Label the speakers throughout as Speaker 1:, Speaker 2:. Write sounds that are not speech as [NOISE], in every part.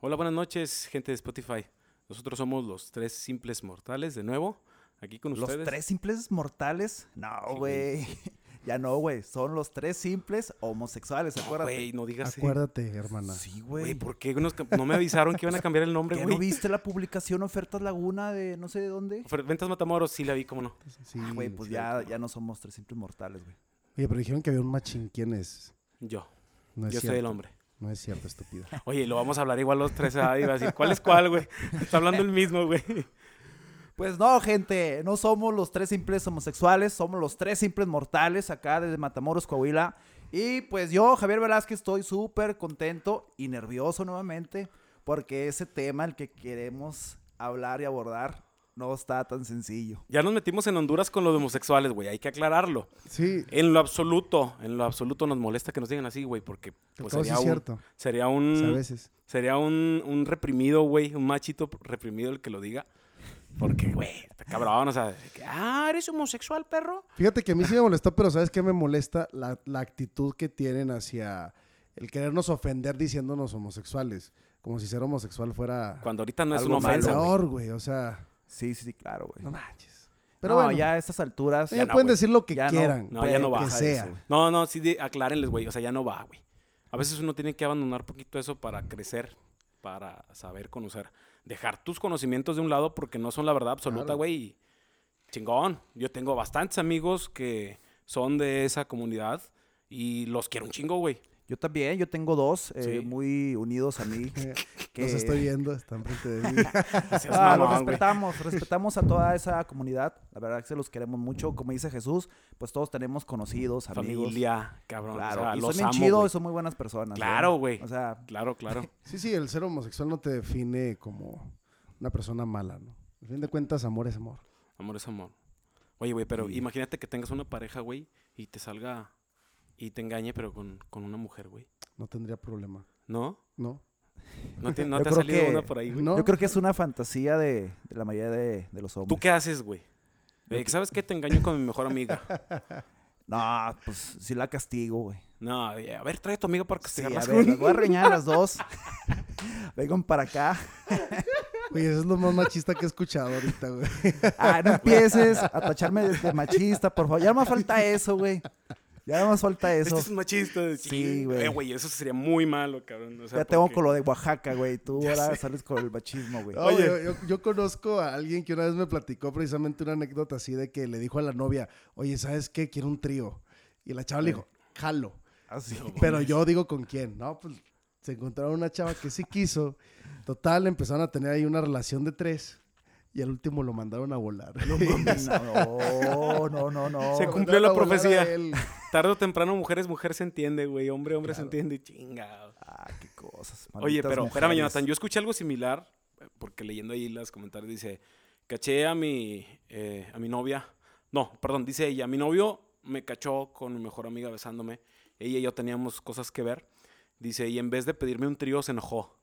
Speaker 1: Hola, buenas noches, gente de Spotify. Nosotros somos los tres simples mortales, de nuevo, aquí con
Speaker 2: ¿Los
Speaker 1: ustedes.
Speaker 2: tres simples mortales? No,
Speaker 1: Sí, güey.
Speaker 2: güey. [LAUGHS] ya no, güey. Son los tres simples homosexuales, acuérdate.
Speaker 1: Güey, no digas. eso.
Speaker 3: Acuérdate, hermana.
Speaker 2: sí,
Speaker 1: Güey,
Speaker 2: güey.
Speaker 1: ¿por qué nos cam- no me avisaron que iban a cambiar el
Speaker 2: [LAUGHS]
Speaker 1: nombre,
Speaker 2: ¿Qué no
Speaker 1: güey?
Speaker 2: viste la publicación Ofertas Laguna de no sé de dónde?
Speaker 1: Fer- Ventas Matamoros, sí la vi, cómo no.
Speaker 3: Sí,
Speaker 2: Ah, güey, pues
Speaker 3: sí.
Speaker 2: ya, ya no somos tres simples mortales, güey.
Speaker 3: Oye, pero dijeron que había un machín. ¿Quién es?
Speaker 1: Yo.
Speaker 3: No es
Speaker 1: Yo soy
Speaker 3: cierto.
Speaker 1: el hombre.
Speaker 3: No es
Speaker 1: [LAUGHS]
Speaker 3: cierto, estúpida.
Speaker 1: Oye, lo vamos a hablar igual los tres. ah, Iba a decir, ¿cuál es cuál, güey? Está hablando el mismo, güey.
Speaker 2: Pues no, gente, no somos los tres simples homosexuales, somos los tres simples mortales acá desde Matamoros, Coahuila. Y pues yo, Javier Velázquez, estoy súper contento y nervioso nuevamente porque ese tema el que queremos hablar y abordar no está tan sencillo.
Speaker 1: Ya nos metimos en Honduras con los homosexuales, güey. Hay que aclararlo.
Speaker 3: Sí,
Speaker 1: En lo absoluto, en lo absoluto nos molesta que nos digan así, güey, porque pues,
Speaker 3: Todo sí
Speaker 1: sería,
Speaker 3: es
Speaker 1: un, Mm.
Speaker 3: cierto.
Speaker 1: sería
Speaker 3: pues, a
Speaker 1: un
Speaker 3: veces.
Speaker 1: sería un, un reprimido, güey, un machito reprimido el que lo diga. Porque, güey, está cabrón, o sea, de que, ah, eres homosexual, perro.
Speaker 3: Fíjate que a mí sí me molestó, pero ¿sabes qué me molesta? La, la actitud que tienen hacia el querernos ofender diciéndonos homosexuales. Como si ser homosexual fuera
Speaker 1: Cuando ahorita no es
Speaker 2: Algo
Speaker 1: una ofensa.
Speaker 2: malo.
Speaker 1: güey.
Speaker 3: valor, güey. O sea,
Speaker 2: Sí, sí, sí, claro,
Speaker 3: no
Speaker 2: güey.
Speaker 3: manches. Pero
Speaker 2: Pero Eh.
Speaker 3: bueno,
Speaker 2: ya a estas alturas...
Speaker 3: ellos
Speaker 1: no,
Speaker 3: pueden
Speaker 1: güey.
Speaker 3: decir lo que
Speaker 2: Ya no.
Speaker 3: quieran.
Speaker 1: No, ya no
Speaker 3: lo
Speaker 1: va.
Speaker 3: Que
Speaker 2: Ajá,
Speaker 3: sea.
Speaker 2: eso, güey.
Speaker 1: No, no, sí, de- aclárenles, güey, o sea, ya no va, güey. A veces uno tiene que abandonar poquito eso para crecer, para saber conocer. Dejar tus conocimientos de un lado porque no son la verdad absoluta,
Speaker 3: Claro.
Speaker 1: güey. y Chingón. Yo tengo bastantes amigos que son de esa comunidad y los quiero un chingo, güey.
Speaker 2: Yo también, yo tengo dos eh,
Speaker 1: Sí.
Speaker 2: muy unidos a [LAUGHS] mí.
Speaker 3: Eh,
Speaker 2: que-
Speaker 3: Los estoy viendo, están frente de
Speaker 1: [LAUGHS]
Speaker 3: mí.
Speaker 1: No seas
Speaker 2: Ah, los
Speaker 1: mamón, güey. [LAUGHS]
Speaker 2: respetamos, respetamos a toda esa comunidad. La verdad que se los queremos mucho. Como dice Jesús, pues todos tenemos conocidos, amigos.
Speaker 1: Familia, cabrón.
Speaker 2: Claro,
Speaker 1: o sea,
Speaker 2: y
Speaker 1: los
Speaker 2: son bien
Speaker 1: amo,
Speaker 2: chidos
Speaker 1: güey.
Speaker 2: y son muy buenas personas.
Speaker 1: Claro, güey.
Speaker 2: O sea,
Speaker 1: Claro,
Speaker 2: [LAUGHS]
Speaker 1: claro.
Speaker 3: Sí, sí, el ser homosexual no te define como una persona mala, ¿no? Al fin de cuentas, amor es amor.
Speaker 1: Amor es amor. Oye, güey, pero
Speaker 3: Sí.
Speaker 1: imagínate que tengas una pareja, güey, y te salga y te engañe, pero con, con una mujer, güey.
Speaker 3: No tendría problema,
Speaker 1: ¿No?
Speaker 3: ¿no?
Speaker 1: ¿No te, no
Speaker 2: Yo
Speaker 1: te ha
Speaker 2: creo
Speaker 1: salido
Speaker 2: que-
Speaker 1: una por ahí, güey?
Speaker 3: ¿No?
Speaker 2: yo creo que es una fantasía de, de la mayoría de, de los hombres.
Speaker 1: ¿Tú qué haces, güey? De que, ¿Sabes qué? Te engaño con mi mejor amiga.
Speaker 2: No, pues sí la castigo, güey.
Speaker 1: No, eh, a ver, trae a tu amiga para
Speaker 2: Sí,
Speaker 1: castigarla.
Speaker 2: a ver, las voy a reñar a las dos. Vengan para acá.
Speaker 3: Oye, eso es lo más machista que he escuchado ahorita,
Speaker 1: [LAUGHS]
Speaker 3: güey.
Speaker 2: Ah, no [LAUGHS] empieces a tacharme de, de machista, por favor. Ya no más falta eso, güey. Ya no más falta eso.
Speaker 1: [LAUGHS] Este es un machista. Sí,
Speaker 2: Sí,
Speaker 1: güey.
Speaker 2: güey.
Speaker 1: güey, eso sería muy malo, cabrón. O sea,
Speaker 2: ya tengo
Speaker 1: porque-
Speaker 2: con lo de Oaxaca, güey. Tú ahora sales con el machismo, güey.
Speaker 3: No,
Speaker 1: Oye.
Speaker 3: yo, yo- yo conozco a alguien que una vez me platicó precisamente una anécdota así de que le dijo a la novia, oye, ¿sabes qué? Quiero un trío. Y la chava le dijo, jalo.
Speaker 2: Así.
Speaker 3: Pero yo digo con quién, ¿no? Pues se encontraron una chava que sí quiso. Total, empezaron a tener ahí una relación de tres. Y al último lo mandaron a
Speaker 2: [LAUGHS]
Speaker 3: volar. [LAUGHS]
Speaker 2: No, no, no, no.
Speaker 1: Se
Speaker 3: Lo
Speaker 1: cumplió la
Speaker 3: mandaron a volar a
Speaker 1: profecía.
Speaker 3: él.
Speaker 1: Tarde o temprano, mujeres, mujer se entiende, güey. Hombre, hombre se entiende. Chingado.
Speaker 2: Ah, qué cosas.
Speaker 1: Oye,
Speaker 2: malditas
Speaker 1: pero espérame,
Speaker 2: mujeres.
Speaker 1: Jonathan, yo escuché algo similar, eh, porque leyendo ahí los comentarios dice, caché a mi, eh, a mi novia, no, perdón, dice ella, mi novio me cachó con mi mejor amiga besándome, ella y yo teníamos cosas que ver, dice, y en vez de pedirme un trío se enojó.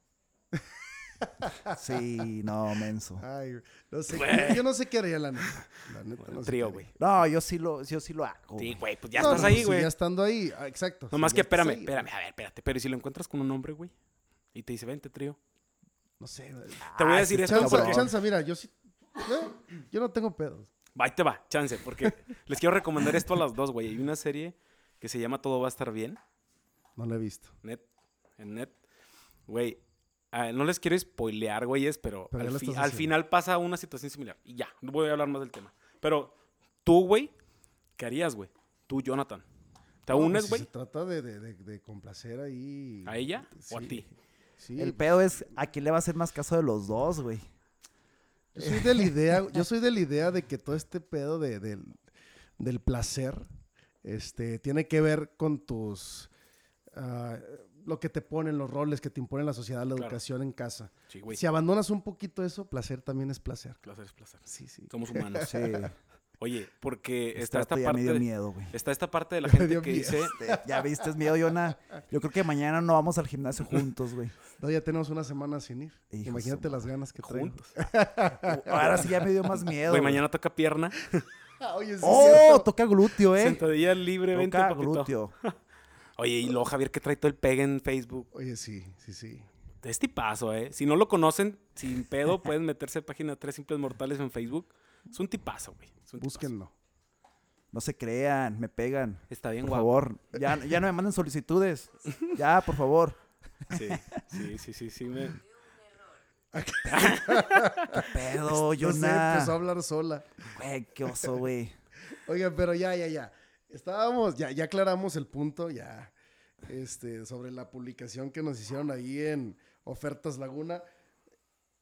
Speaker 2: Sí, no, menso.
Speaker 1: Ah.
Speaker 3: Ay, güey. no sé,
Speaker 1: Güey. [LAUGHS]
Speaker 3: yo no sé qué haría la neta. La neta, no sé
Speaker 1: trío,
Speaker 3: qué
Speaker 1: güey.
Speaker 3: haría.
Speaker 2: No, yo sí lo, yo sí lo hago.
Speaker 1: Sí,
Speaker 2: güey.
Speaker 1: güey, pues ya
Speaker 3: No,
Speaker 1: estás
Speaker 3: no,
Speaker 1: ahí,
Speaker 3: sí,
Speaker 1: güey.
Speaker 3: ya estando ahí, ah, exacto.
Speaker 1: Nomás
Speaker 3: sí,
Speaker 1: que
Speaker 3: ya estás
Speaker 1: espérame,
Speaker 3: ahí.
Speaker 1: espérame, a ver, espérate, pero ¿y si lo encuentras con un hombre, güey, y te dice, vente, trío.
Speaker 3: No sé, güey.
Speaker 1: Te voy a
Speaker 2: Ah,
Speaker 1: decir
Speaker 2: sí,
Speaker 1: esto
Speaker 3: Chanza,
Speaker 1: porque...
Speaker 3: chanza, mira, yo sí. eh, yo no tengo pedos.
Speaker 1: Va, Ahí te va, chance, porque les quiero recomendar esto a las dos, güey. Hay una serie que se llama Todo va a estar bien.
Speaker 3: No lo he visto.
Speaker 1: Net, en net. Güey, ah, no les quiero spoilear, güeyes, pero,
Speaker 3: Pero ya
Speaker 1: al,
Speaker 3: lo
Speaker 1: fi-
Speaker 3: estás
Speaker 1: al
Speaker 3: haciendo.
Speaker 1: final pasa una situación similar. Y ya, no voy a hablar más del tema. Pero tú, güey, ¿qué harías, güey? Tú, Jonathan. ¿Te
Speaker 3: No, pues,
Speaker 1: unes,
Speaker 3: si
Speaker 1: güey?
Speaker 3: Se trata de, de- de- de complacer ahí.
Speaker 1: ¿A ella o a
Speaker 3: Sí,
Speaker 1: ti?
Speaker 3: Sí.
Speaker 2: El pedo es a quién le va a hacer más caso de los dos, güey.
Speaker 3: Yo soy de la idea, yo soy de la idea de que todo este pedo de- del, del placer este, tiene que ver con tus ah, lo que te ponen, los roles que te impone la sociedad, la
Speaker 1: Claro.
Speaker 3: educación en casa.
Speaker 1: Sí, güey.
Speaker 3: Si abandonas un poquito eso, placer también es placer.
Speaker 1: Placer es placer.
Speaker 3: Sí, sí.
Speaker 1: Somos humanos.
Speaker 2: Sí.
Speaker 1: Oye, porque
Speaker 2: este
Speaker 1: está esta
Speaker 2: vato ya me
Speaker 1: parte...
Speaker 2: dio
Speaker 1: de-
Speaker 2: miedo, güey.
Speaker 1: Está esta parte de la
Speaker 3: Ya me
Speaker 1: gente
Speaker 3: dio
Speaker 1: que
Speaker 3: miedo.
Speaker 1: dice...
Speaker 2: Este, Ya viste, es miedo, Yona. Yo creo que mañana no vamos al gimnasio juntos, güey.
Speaker 3: No, ya tenemos una semana sin ir.
Speaker 2: Hijo de su
Speaker 3: Imagínate las ganas que traigo.
Speaker 1: Juntos.
Speaker 2: Ahora sí ya me dio más miedo.
Speaker 1: Güey, mañana toca pierna.
Speaker 3: [LAUGHS] Ah, Oye, sí es
Speaker 1: [LAUGHS]
Speaker 2: Oh,
Speaker 3: cierto.
Speaker 2: toca glúteo, eh.
Speaker 1: Sentadilla libre, vente,
Speaker 2: Toca
Speaker 1: papito.
Speaker 2: glúteo.
Speaker 1: Oye, y luego Javier que trae todo el pegue en Facebook.
Speaker 3: Oye, sí, sí, sí.
Speaker 1: Es tipazo, ¿eh? Si no lo conocen, sin
Speaker 3: [LAUGHS]
Speaker 1: pedo, pueden meterse a página 3 Simples Mortales en Facebook. Es un tipazo, güey. Es un tipazo.
Speaker 3: Búsquenlo.
Speaker 2: No se crean, me pegan.
Speaker 1: Está bien
Speaker 2: Por
Speaker 1: guapo.
Speaker 2: favor, ya, ya no me manden solicitudes. Ya, por favor.
Speaker 1: Sí, sí, sí, sí, sí. me-
Speaker 2: [LAUGHS] Pedo,
Speaker 3: Yo
Speaker 2: yo
Speaker 3: sé, empezó a
Speaker 2: nada.
Speaker 3: hablar sola.
Speaker 2: Güey, qué oso, güey.
Speaker 3: Oigan, pero ya, ya, ya. Estábamos, ya, ya aclaramos el punto, ya. Este, sobre la publicación que nos hicieron ahí en Ofertas Laguna.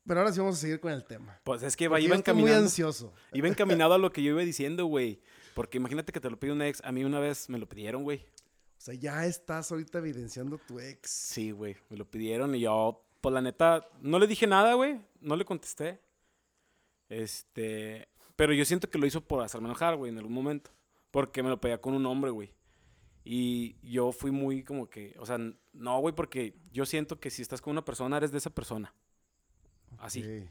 Speaker 3: Pero ahora sí vamos a seguir con el tema.
Speaker 1: Pues es que iba,
Speaker 3: Porque
Speaker 1: iba
Speaker 3: yo estoy muy
Speaker 1: encaminado.
Speaker 3: ansioso.
Speaker 1: Iba encaminado a lo que yo iba diciendo, güey. Porque imagínate que te lo pide un ex. A mí una vez me lo pidieron, güey.
Speaker 3: O sea, ya estás ahorita evidenciando tu ex.
Speaker 1: Sí, güey. Me lo pidieron y yo, pues la neta, no le dije nada, güey. No le contesté. Este. Pero yo siento que lo hizo por hacerme enojar, güey, en algún momento. Porque me lo pedía con un hombre, güey. Y yo fui muy como que, o sea, n- no, güey, porque yo siento que si estás con una persona, eres de esa persona. Así.
Speaker 3: Sí.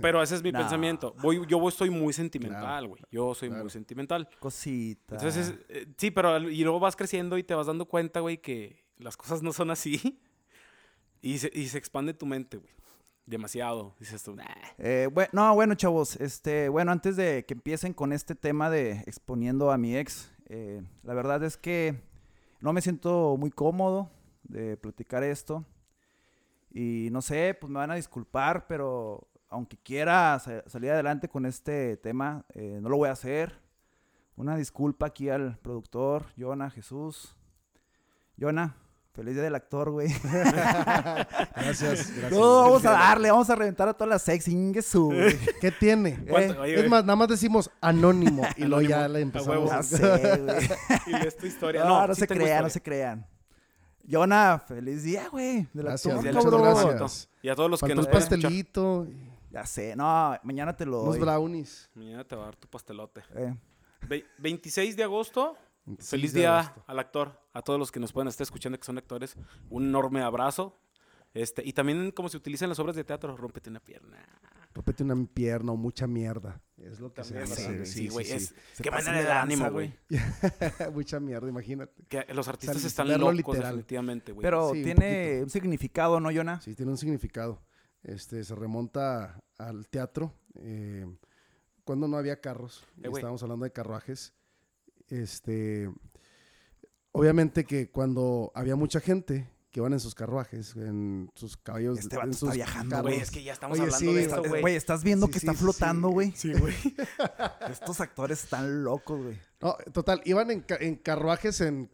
Speaker 1: Pero ese es mi
Speaker 2: No.
Speaker 1: pensamiento. Voy, yo voy- soy muy sentimental, güey. yo soy
Speaker 3: claro.
Speaker 1: muy sentimental.
Speaker 2: Cosita.
Speaker 1: Entonces, eh, sí, pero al- y luego vas creciendo y te vas dando cuenta, güey, que las cosas no son así. [LAUGHS] Y se, y se expande tu mente, güey. Demasiado. Dices tú, "Nah".
Speaker 2: Eh, bue- no, bueno, chavos, este, bueno, antes de que empiecen con este tema de exponiendo a mi ex, eh, la verdad es que no me siento muy cómodo de platicar esto. Y no sé, pues me van a disculpar, pero aunque quiera sa- salir adelante con este tema, eh, no lo voy a hacer. Una disculpa aquí al productor, Jonah Jesús. Jonah, feliz día del actor, güey.
Speaker 3: [LAUGHS] Gracias, gracias.
Speaker 2: No, vamos a darle, vamos a reventar a todas las ex, ingesu,
Speaker 3: [LAUGHS]
Speaker 2: güey.
Speaker 3: ¿Qué tiene?
Speaker 1: ¿Cuánto? Oye,
Speaker 3: es
Speaker 1: güey,
Speaker 3: más, nada más decimos anónimo y luego ya
Speaker 1: Anónimo,
Speaker 3: le
Speaker 1: a
Speaker 3: empezamos.
Speaker 1: huevo.
Speaker 2: Ya sé, güey.
Speaker 1: [LAUGHS] y lees tu historia.
Speaker 2: No,
Speaker 1: No,
Speaker 2: Ah, no, se crean, no se crean. Yona, feliz día, güey. De la
Speaker 3: Gracias,
Speaker 2: toma,
Speaker 3: muchas
Speaker 2: cabrón.
Speaker 3: gracias.
Speaker 1: Y a todos los Pues que
Speaker 3: Faltó
Speaker 1: nos
Speaker 3: el
Speaker 1: pueden escuchar,
Speaker 3: pastelito,
Speaker 2: Ya sé, no, mañana te lo
Speaker 3: unos
Speaker 2: doy.
Speaker 3: brownies.
Speaker 1: Mañana te va a dar tu pastelote.
Speaker 2: Eh,
Speaker 1: Ve- 26 de agosto. Feliz
Speaker 3: 26 de
Speaker 1: día
Speaker 3: agosto.
Speaker 1: al actor. A todos los que nos pueden estar escuchando que son actores. Un enorme abrazo. Este, y también como se utilizan las obras de teatro, rómpete una pierna.
Speaker 3: Rópete una pierna o mucha mierda. Es lo que se
Speaker 1: También,
Speaker 3: hace.
Speaker 1: ¿verdad? Sí, güey. es-
Speaker 2: Se
Speaker 1: Qué
Speaker 2: pasan
Speaker 1: manera de
Speaker 2: de
Speaker 1: dar
Speaker 2: lanza,
Speaker 1: ánimo,
Speaker 2: güey.
Speaker 1: güey.
Speaker 3: [LAUGHS] mucha mierda, imagínate.
Speaker 1: Que los artistas
Speaker 3: Sal-
Speaker 1: están
Speaker 3: verlo
Speaker 1: locos,
Speaker 3: literal.
Speaker 1: definitivamente, güey.
Speaker 2: Pero
Speaker 3: Sí, un
Speaker 2: tiene
Speaker 3: poquito.
Speaker 2: un, significado, ¿no, Yona?
Speaker 3: Sí, tiene un significado. Este, se remonta al teatro. eh, cuando no había carros, y
Speaker 1: Eh, güey.
Speaker 3: estábamos hablando de carruajes. Este, obviamente que cuando había mucha gente que van en sus carruajes, en sus caballos,
Speaker 2: Este vato
Speaker 3: en
Speaker 2: está
Speaker 3: sus
Speaker 2: viajando,
Speaker 3: carros.
Speaker 1: Güey, es que ya estamos
Speaker 3: Oye,
Speaker 1: hablando
Speaker 3: sí,
Speaker 1: de
Speaker 3: está-
Speaker 1: esto,
Speaker 3: es-
Speaker 1: güey.
Speaker 2: Güey, estás viendo
Speaker 3: Sí,
Speaker 2: que
Speaker 3: sí,
Speaker 2: está
Speaker 3: sí.
Speaker 2: flotando, güey.
Speaker 1: Sí, güey.
Speaker 2: [LAUGHS] Estos actores están locos, güey.
Speaker 3: No, total, iban en, ca- en carruajes en,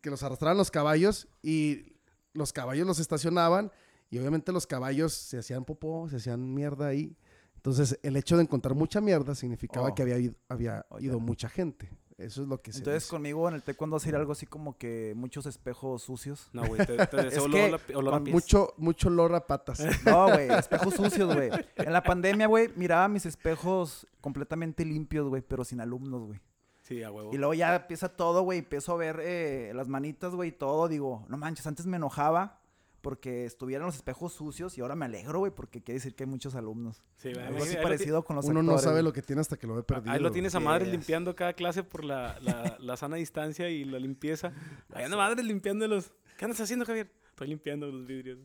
Speaker 3: que los arrastraban los caballos y los caballos los estacionaban y obviamente los caballos se hacían popó, se hacían mierda ahí. Entonces, el hecho de encontrar mucha mierda significaba
Speaker 2: Oh.
Speaker 3: que había ido, había
Speaker 2: Oh,
Speaker 3: ido
Speaker 2: ya.
Speaker 3: mucha gente. Eso es lo que se
Speaker 2: Entonces,
Speaker 3: dice.
Speaker 2: conmigo en el taekwondo vas a ir algo así como que muchos espejos sucios.
Speaker 1: No, güey, te,
Speaker 2: [LAUGHS]
Speaker 1: te deseo
Speaker 2: Es
Speaker 1: olor,
Speaker 2: que
Speaker 1: a la pi- olor a
Speaker 3: Con
Speaker 1: pies.
Speaker 3: mucho, mucho olor a patas.
Speaker 2: [LAUGHS] No, güey, espejos sucios, güey. En la pandemia, güey, miraba mis espejos completamente limpios, güey, pero sin alumnos, güey.
Speaker 1: Sí, a huevo.
Speaker 2: Y luego ya empieza todo, güey. Empiezo a ver eh, las manitas, güey, y todo. Digo, no manches, antes me enojaba porque estuvieran los espejos sucios y ahora me alegro, güey, porque quiere decir que hay muchos alumnos.
Speaker 1: Sí, güey, ahí-
Speaker 2: Algo así
Speaker 1: ahí lo
Speaker 2: parecido con los
Speaker 3: Uno no
Speaker 2: actores,
Speaker 3: sabe
Speaker 2: güey.
Speaker 3: lo que tiene hasta que lo ve
Speaker 1: ti-
Speaker 3: perdido.
Speaker 1: Ahí lo tienes a madres
Speaker 2: Yes.
Speaker 1: limpiando cada clase por la, la, la sana distancia y la
Speaker 2: [LAUGHS]
Speaker 1: limpieza. Ahí anda madres limpiándolos. ¿Qué andas haciendo, Javier? Estoy limpiando los
Speaker 2: [LAUGHS]
Speaker 1: vidrios.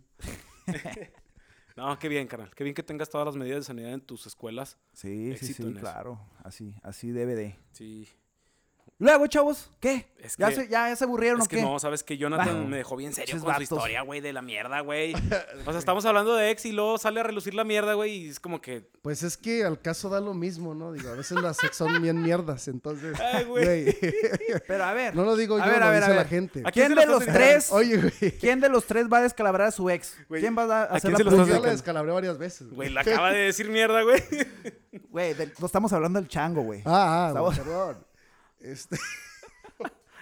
Speaker 1: [LAUGHS] no, qué bien, carnal. Qué bien que tengas todas las medidas de sanidad en tus escuelas.
Speaker 2: Sí, sí,
Speaker 1: Éxito
Speaker 2: sí,
Speaker 1: en eso.
Speaker 2: claro. Así, así debe de.
Speaker 1: Sí.
Speaker 2: Luego, chavos, ¿qué?
Speaker 1: Es
Speaker 2: ¿Ya,
Speaker 1: que-
Speaker 2: se, ya, ya se aburrieron
Speaker 1: Es
Speaker 2: o
Speaker 1: que
Speaker 2: qué?
Speaker 1: no, sabes que Jonathan
Speaker 2: Ah.
Speaker 1: me dejó bien serio
Speaker 2: Esos
Speaker 1: con su
Speaker 2: vatos.
Speaker 1: historia, güey, de la mierda,
Speaker 2: [LAUGHS]
Speaker 1: güey. O sea, estamos hablando de ex y luego sale a relucir la mierda, güey, y es como que
Speaker 3: Pues es que al caso da lo mismo, ¿no? Digo, a veces las ex son bien
Speaker 2: [LAUGHS]
Speaker 3: mierdas, entonces.
Speaker 1: Ay, güey.
Speaker 2: Pero a ver,
Speaker 3: No lo digo
Speaker 2: A
Speaker 3: yo,
Speaker 2: ver,
Speaker 3: lo
Speaker 2: a ver,
Speaker 3: dice
Speaker 2: a
Speaker 3: la
Speaker 2: ver.
Speaker 3: gente.
Speaker 1: ¿A quién
Speaker 2: ¿quién
Speaker 1: se
Speaker 2: de
Speaker 1: lo
Speaker 2: los
Speaker 1: estás
Speaker 2: tres?
Speaker 3: Oye, güey.
Speaker 2: ¿Quién de los tres va a descalabrar a su ex?
Speaker 1: Güey,
Speaker 2: ¿Quién va a
Speaker 1: ¿a quién
Speaker 2: hacer la
Speaker 1: se lo estás
Speaker 3: Pues yo
Speaker 2: publicidad?
Speaker 3: la
Speaker 1: sacando?
Speaker 3: descalabré varias veces.
Speaker 1: Güey, le acaba de decir mierda,
Speaker 2: [LAUGHS]
Speaker 1: güey.
Speaker 2: Güey, del- no estamos hablando del chango, güey.
Speaker 3: Ah, ah,
Speaker 2: Estamos- [LAUGHS]
Speaker 3: perdón. Este,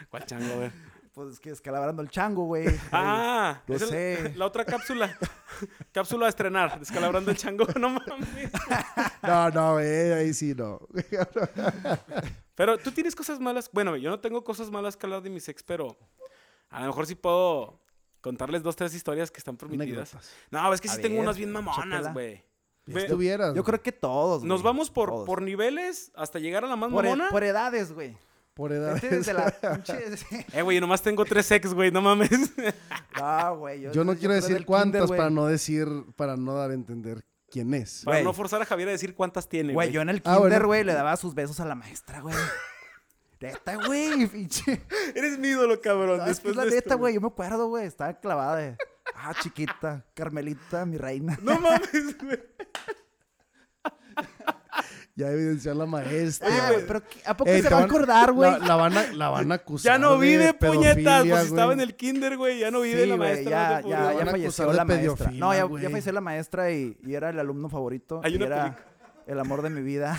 Speaker 1: ¿Cuál chango, a ver?
Speaker 2: Pues es que descalabrando el chango, güey.
Speaker 1: Ah,
Speaker 2: lo
Speaker 1: es el-
Speaker 2: sé.
Speaker 1: [LAUGHS] la otra cápsula. cápsula a estrenar, descalabrando el chango, [LAUGHS] no mames.
Speaker 3: no, no, eh, ahí sí no.
Speaker 1: Pero tú tienes cosas malas. Bueno, yo no tengo cosas malas que hablar de mis ex, pero a lo mejor sí puedo contarles dos, tres historias que están permitidas.
Speaker 3: Anécdotas.
Speaker 1: No, es que
Speaker 2: A
Speaker 1: sí tengo
Speaker 2: ver,
Speaker 1: unas bien
Speaker 2: échatela.
Speaker 1: mamonas, güey.
Speaker 3: Ya
Speaker 1: Ve,
Speaker 3: estuvieras.
Speaker 2: Yo creo que todos.
Speaker 1: Nos
Speaker 2: güey,
Speaker 1: vamos por,
Speaker 2: todos.
Speaker 1: por niveles hasta llegar a la más
Speaker 2: Por, e-
Speaker 1: mamona.
Speaker 2: por edades, güey.
Speaker 3: Por edad.
Speaker 2: Vete desde
Speaker 3: [LAUGHS]
Speaker 2: la pinche-
Speaker 1: Eh, güey, nomás tengo tres ex, güey, no mames.
Speaker 2: No, güey.
Speaker 3: Yo no quiero
Speaker 2: creo
Speaker 3: decir
Speaker 2: del
Speaker 3: cuántas
Speaker 2: kinder, güey.
Speaker 3: para no decir, para no dar a entender quién es.
Speaker 1: Para
Speaker 2: Güey.
Speaker 1: no forzar a Javier a decir cuántas tiene,
Speaker 2: Güey, yo en el
Speaker 3: Ah, bueno.
Speaker 2: kinder, güey, le daba sus besos a la maestra,
Speaker 3: [LAUGHS]
Speaker 2: güey. Neta, güey, pinche.
Speaker 1: [LAUGHS] Eres mi ídolo, cabrón.
Speaker 2: Ah,
Speaker 1: Después
Speaker 2: es la
Speaker 1: de
Speaker 2: neta,
Speaker 1: esto,
Speaker 2: güey, yo me acuerdo, güey, estaba clavada. eh. Ah, chiquita, Carmelita, mi reina.
Speaker 1: No mames, güey.
Speaker 3: Ya evidenciar la maestra.
Speaker 2: Ah, güey, pero ¿qué- ¿a poco
Speaker 3: Ey,
Speaker 2: se
Speaker 3: te
Speaker 2: va a
Speaker 3: van-
Speaker 2: acordar, güey?
Speaker 3: La, la van a, la van a acusar.
Speaker 1: Ya no vive,
Speaker 3: de
Speaker 1: puñetas.
Speaker 3: pedofilia,
Speaker 1: Pues si estaba
Speaker 3: güey.
Speaker 1: en el kinder, güey. Ya no
Speaker 2: Sí,
Speaker 1: vive la
Speaker 2: güey,
Speaker 1: maestra.
Speaker 2: ya,
Speaker 1: no te
Speaker 2: ya,
Speaker 1: puedo-
Speaker 2: ya
Speaker 3: Van a
Speaker 2: falleció
Speaker 3: acusar
Speaker 2: la
Speaker 3: de
Speaker 2: maestra. No,
Speaker 3: pedofilia,
Speaker 2: ya, ya
Speaker 3: güey.
Speaker 2: falleció la maestra y, y era el alumno favorito.
Speaker 1: Hay
Speaker 2: y
Speaker 1: una
Speaker 2: era el amor de
Speaker 1: [LAUGHS]
Speaker 2: mi vida.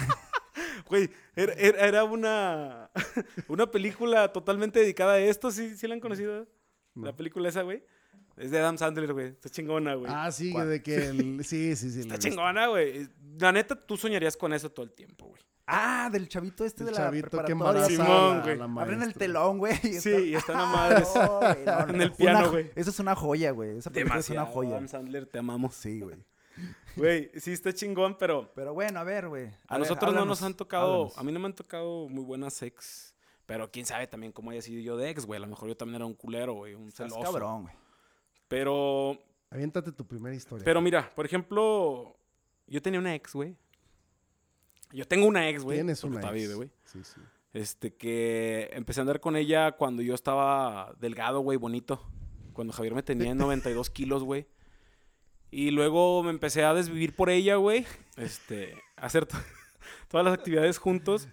Speaker 1: Güey, era, era- era una, [LAUGHS] una película totalmente dedicada a esto. ¿Sí, sí la han conocido? La película esa, güey. Es de Adam Sandler, güey. Está chingona, güey.
Speaker 3: Ah, sí, de que el- Sí, sí, sí.
Speaker 1: Está
Speaker 3: la he visto.
Speaker 1: chingona, güey. La neta, tú soñarías con eso todo el tiempo, güey.
Speaker 2: ah, del chavito este
Speaker 3: El
Speaker 2: de la
Speaker 3: chavito que
Speaker 2: preparatoria.
Speaker 3: embaraza
Speaker 1: Simón,
Speaker 3: a la- a
Speaker 1: güey.
Speaker 3: la
Speaker 2: Abren el
Speaker 3: maestra.
Speaker 2: telón, güey. y
Speaker 1: Sí,
Speaker 2: está-
Speaker 1: y están
Speaker 2: [LAUGHS]
Speaker 1: a madres.
Speaker 2: No, güey, no,
Speaker 1: [LAUGHS]
Speaker 2: no,
Speaker 1: En el
Speaker 2: no.
Speaker 1: piano,
Speaker 2: Una-
Speaker 1: güey.
Speaker 2: Eso es una joya, güey. Esa película es
Speaker 1: Demasiado.
Speaker 2: una joya.
Speaker 1: Adam Sandler, te amamos.
Speaker 2: Sí, güey.
Speaker 1: Güey, sí está chingón, pero
Speaker 2: Pero bueno, a ver, güey.
Speaker 1: a,
Speaker 2: ver,
Speaker 1: nosotros no
Speaker 2: háblanos,
Speaker 1: nos han tocado,
Speaker 2: háblanos.
Speaker 1: a mí no me han tocado muy buenas ex. Pero quién sabe también cómo haya sido yo de ex, güey. A lo mejor yo también era un culero, güey, un
Speaker 2: Estás
Speaker 1: celoso.
Speaker 2: cabrón, güey.
Speaker 1: Pero
Speaker 3: Aviéntate tu primera historia.
Speaker 1: Pero mira, por ejemplo, yo tenía una ex, güey. Yo tengo una ex, güey.
Speaker 3: Tienes
Speaker 1: porque
Speaker 3: una
Speaker 1: está
Speaker 3: ex.
Speaker 1: viva, güey.
Speaker 3: Sí, sí.
Speaker 1: Este, que empecé a andar con ella cuando yo estaba delgado, güey, bonito. Cuando Javier me
Speaker 3: [LAUGHS]
Speaker 1: tenía en 92 kilos, güey. Y luego me empecé a desvivir por ella, güey. Este, a hacer to- [LAUGHS] todas las actividades juntos.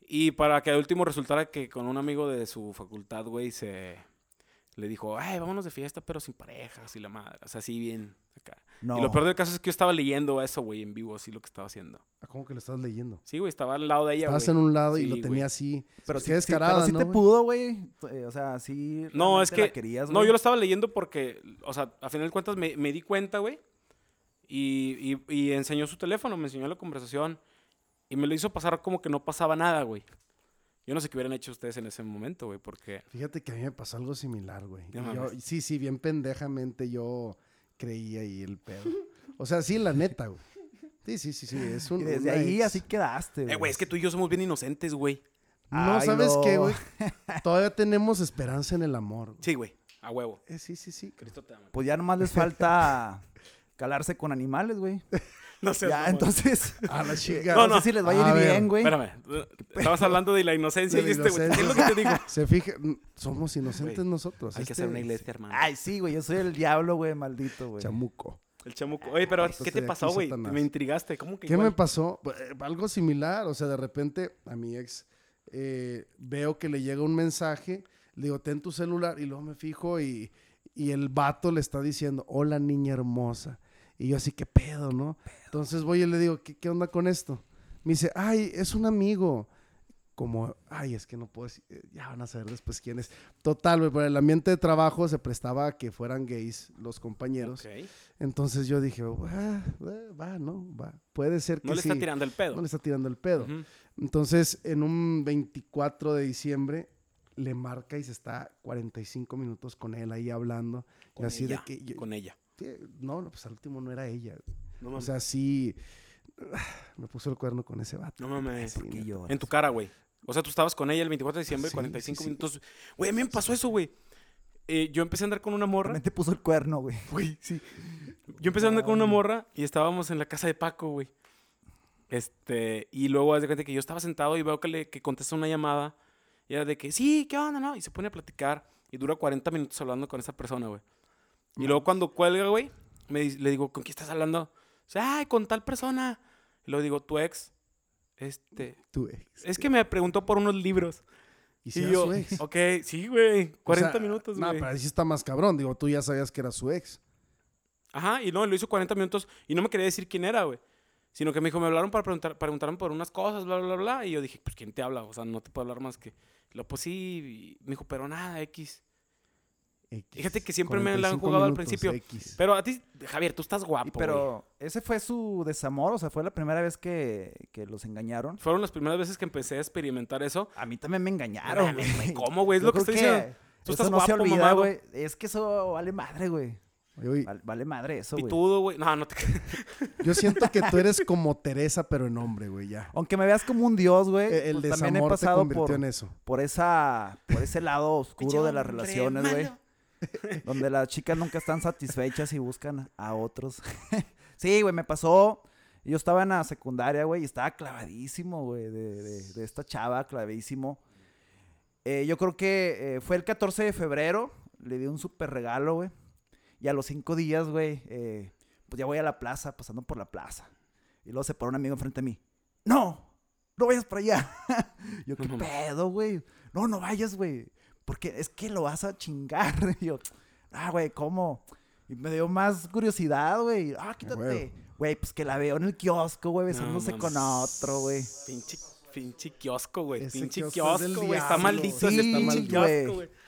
Speaker 1: Y para que al último resultara que con un amigo de su facultad, güey, se... Le dijo, ay, vámonos de fiesta, pero sin parejas y la madre. O sea, así bien acá.
Speaker 2: No.
Speaker 1: Y lo peor del caso es que yo estaba leyendo eso, güey, en vivo, así lo que estaba haciendo.
Speaker 3: Ah, ¿Cómo que lo estás leyendo?
Speaker 1: Sí, güey, estaba al lado de ella,
Speaker 3: Estabas
Speaker 1: güey.
Speaker 3: en un lado y
Speaker 1: Sí,
Speaker 3: lo
Speaker 1: güey.
Speaker 3: tenía así.
Speaker 2: Pero sí, sí,
Speaker 3: Qué
Speaker 2: pero
Speaker 3: descarada,
Speaker 2: sí
Speaker 3: ¿no,
Speaker 2: te
Speaker 3: güey?
Speaker 2: pudo, güey. Eh, O sea, sí.
Speaker 1: No, es
Speaker 2: realmente
Speaker 1: que.
Speaker 2: la querías,
Speaker 1: no,
Speaker 2: güey.
Speaker 1: yo lo estaba leyendo porque, o sea, a final de cuentas me, me di cuenta, güey. Y, y- y enseñó su teléfono, me enseñó la conversación. Y me lo hizo pasar como que no pasaba nada, güey. Yo no sé qué hubieran hecho ustedes en ese momento, güey, porque.
Speaker 3: Fíjate que a mí me pasó algo similar, güey.
Speaker 1: No
Speaker 3: Yo-
Speaker 1: mames.
Speaker 3: sí, sí, bien pendejamente yo creía ahí el pedo. O sea, sí, la neta, güey. Sí, sí, sí, sí. Es un,
Speaker 2: Y desde
Speaker 3: una
Speaker 2: ahí
Speaker 3: ex.
Speaker 2: así quedaste,
Speaker 1: Eh, güey, es que tú y yo somos bien inocentes, güey.
Speaker 3: No,
Speaker 2: Ay,
Speaker 3: ¿sabes qué,
Speaker 2: no.
Speaker 3: güey? Todavía tenemos esperanza en el amor. güey.
Speaker 1: Sí, güey, a huevo.
Speaker 3: Eh, sí, sí, sí.
Speaker 1: Cristo te ama.
Speaker 2: Pues ya nomás les falta [LAUGHS] calarse con animales, güey.
Speaker 1: No sé.
Speaker 2: Ya, entonces.
Speaker 3: A la chica.
Speaker 1: No,
Speaker 2: No, sé si les va a ir
Speaker 3: A ver,
Speaker 2: bien, güey.
Speaker 1: Espérame, estabas hablando de la inocencia
Speaker 3: De
Speaker 1: y
Speaker 3: la
Speaker 1: este, güey. ¿Qué es lo que te
Speaker 3: [LAUGHS]
Speaker 1: digo?
Speaker 3: Se fija, mm, somos inocentes
Speaker 1: Güey,
Speaker 3: nosotros.
Speaker 1: Hay que
Speaker 3: Este
Speaker 1: hacer una iglesia, hermano.
Speaker 2: Ay, sí, güey. Yo soy el diablo, güey, maldito, güey.
Speaker 3: Chamuco.
Speaker 1: El chamuco. Oye, pero
Speaker 3: Esto
Speaker 1: ¿qué te
Speaker 3: sería
Speaker 1: pasó,
Speaker 3: pues aquí
Speaker 1: güey?
Speaker 3: Satanás.
Speaker 1: Me intrigaste. ¿Cómo que
Speaker 3: ¿Qué
Speaker 1: igual?
Speaker 3: me pasó? Eh, Algo similar, o sea, de repente a mi ex eh, veo que le llega un mensaje, le digo, ten tu celular, y luego me fijo y, y el vato le está diciendo, hola niña hermosa. Y yo así, ¿qué pedo, no? Entonces voy y le digo, ¿qué, qué onda con esto? Me dice, ay, es un amigo. Como, ay, es que no puedo decir, eh, ya van a saber después quién es. Total, güey, por el ambiente de trabajo se prestaba a que fueran gays los compañeros.
Speaker 1: Ok.
Speaker 3: Entonces yo dije, "Ah, eh, va, no, va. Puede ser que
Speaker 1: No le
Speaker 3: sí.
Speaker 1: está tirando el pedo.
Speaker 3: No le está tirando el pedo.
Speaker 1: Ujú.
Speaker 3: Entonces, en un 24 de diciembre, le marca y se está 45 minutos con él ahí hablando. Y
Speaker 1: Con
Speaker 3: así
Speaker 1: ella,
Speaker 3: de que... yo-
Speaker 1: Con ella.
Speaker 3: eh, no, no, pues al último no era ella.
Speaker 1: No
Speaker 3: O
Speaker 1: mames.
Speaker 3: sea, sí... Me puso el cuerno con ese vato.
Speaker 1: No mames.
Speaker 3: Sí,
Speaker 2: ¿Por qué
Speaker 3: neta.
Speaker 2: lloras?
Speaker 1: En tu cara, güey. O sea, tú estabas con ella el 24 de diciembre,
Speaker 3: Sí,
Speaker 1: 45
Speaker 3: sí, sí.
Speaker 1: minutos. Güey, a mí me pasó eso, güey. Eh, yo empecé a andar con una morra.
Speaker 2: Realmente puso el cuerno, güey.
Speaker 1: Güey, sí. Yo empecé a andar con una morra y estábamos en la casa de Paco, güey. Este, y luego haz de cuenta que yo estaba sentado y veo que le que contesta una llamada. Y era de que, sí, ¿qué onda, no? Y se pone a platicar y dura 40 minutos hablando con esa persona, güey. Y luego cuando cuelga, güey, me, di- le digo, ¿con quién estás hablando? O sea, ay, con tal persona. Y luego digo, tu ex, este,
Speaker 3: Tu ex.
Speaker 1: es que me preguntó por unos libros.
Speaker 3: Y
Speaker 1: Y,
Speaker 3: sí era
Speaker 1: yo, [LAUGHS]
Speaker 3: su ex. O
Speaker 1: ok, sí, güey, 40
Speaker 3: sea,
Speaker 1: minutos,
Speaker 3: No,
Speaker 1: güey.
Speaker 3: pero ahí sí está más cabrón. Digo, tú ya sabías que era su ex.
Speaker 1: Ajá, y no, lo hizo 40 minutos y no me quería decir quién era, güey. Sino que me dijo, me hablaron para preguntar, preguntaron por unas cosas, bla, bla, bla. Y yo dije, pues, ¿quién te habla? O sea, no te puedo hablar más que... Lo, pues sí, y me dijo, pero nada, X.
Speaker 3: X.
Speaker 1: Fíjate que siempre me la han
Speaker 3: 45
Speaker 1: jugado al
Speaker 3: minutos,
Speaker 1: principio.
Speaker 3: X.
Speaker 1: Pero a ti, Javier, tú estás
Speaker 2: Y
Speaker 1: guapo, pero...
Speaker 2: pero ese fue su desamor, o sea, fue la primera vez que, que los engañaron.
Speaker 1: Fueron las primeras veces que empecé a experimentar eso.
Speaker 2: A mí también me
Speaker 1: Claro,
Speaker 2: engañaron, Ah, güey.
Speaker 1: ¿Cómo, güey? Es
Speaker 2: Yo
Speaker 1: lo que estoy
Speaker 2: creo
Speaker 1: diciendo. Tú
Speaker 2: eso
Speaker 1: estás
Speaker 2: no se
Speaker 1: guapo,
Speaker 2: olvida,
Speaker 1: mamado.
Speaker 2: güey. Es que eso vale madre, güey.
Speaker 3: Oye,
Speaker 2: Vale, vale madre eso, güey.
Speaker 1: Pitudo, güey. No, no te
Speaker 3: yo siento que tú eres como Teresa, pero en hombre, güey, ya.
Speaker 2: Aunque me veas como un dios, güey,
Speaker 3: E- El
Speaker 2: pues también he
Speaker 3: desamor te
Speaker 2: pasado
Speaker 3: convirtió
Speaker 2: por,
Speaker 3: en eso.
Speaker 2: por esa por ese lado [LAUGHS] oscuro de las
Speaker 4: Pinche hombre
Speaker 2: relaciones, güey.
Speaker 4: malo.
Speaker 2: Donde las chicas nunca están satisfechas y buscan a otros. [LAUGHS] sí, güey, me pasó. Yo estaba en la secundaria, güey, y estaba clavadísimo, güey, de, de- de esta chava, clavísimo. Eh, yo creo que eh, fue el 14 de febrero, le di un súper regalo, güey. Y a los cinco días, güey, eh, pues ya voy a la plaza, pasando por la plaza. Y luego se pone un amigo enfrente de mí. ¡No! ¡No vayas para allá! [LAUGHS] yo, ¿qué
Speaker 1: No mames.
Speaker 2: pedo, güey? No, no vayas, güey. Porque es que lo vas a chingar. [LAUGHS] Y yo, ah, güey, ¿cómo? Y me dio más curiosidad, güey. Ah, quítate.
Speaker 3: huevo.
Speaker 2: Güey, pues que la veo en el kiosco, güey, besándose
Speaker 1: mames.
Speaker 2: con otro, güey.
Speaker 1: Pinche, pinche kiosco, güey.
Speaker 3: Ese
Speaker 1: Pinche
Speaker 3: kiosco es del
Speaker 1: kiosco, güey. Está
Speaker 3: diablo.
Speaker 1: maldito ese
Speaker 2: Sí,
Speaker 1: pinche
Speaker 2: güey.
Speaker 1: kiosco, güey.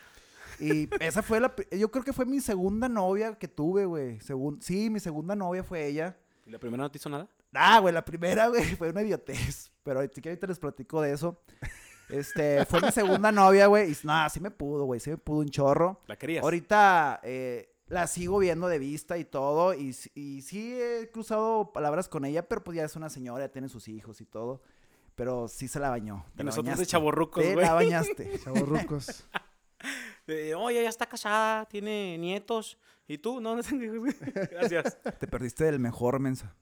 Speaker 2: Y esa fue la... pri- Yo creo que fue mi segunda novia que tuve, güey. Segun- sí, mi segunda novia fue ella.
Speaker 1: ¿Y la primera no te hizo nada?
Speaker 2: Ah, güey, la primera, güey, fue una idiotez. Pero ahorita que ahorita les platico de eso. Este, fue mi segunda novia, güey. Y nada, sí me pudo, güey. Sí me pudo un chorro.
Speaker 1: ¿La querías?
Speaker 2: Ahorita eh, la sigo viendo de vista y todo. Y, s- y sí he cruzado palabras con ella, pero pues ya es una señora, ya tiene sus hijos y todo. Pero sí se la bañó.
Speaker 1: Y
Speaker 2: Te la
Speaker 1: nosotros de
Speaker 2: bañaste.
Speaker 1: chavorrucos,
Speaker 2: Te
Speaker 1: güey.
Speaker 2: la bañaste. [LAUGHS]
Speaker 3: Chavos rucos.
Speaker 1: De, Oye, ya está casada, tiene nietos. ¿Y tú? No, no tengo hijos, [LAUGHS] güey. Gracias.
Speaker 2: Te perdiste del mejor mensa.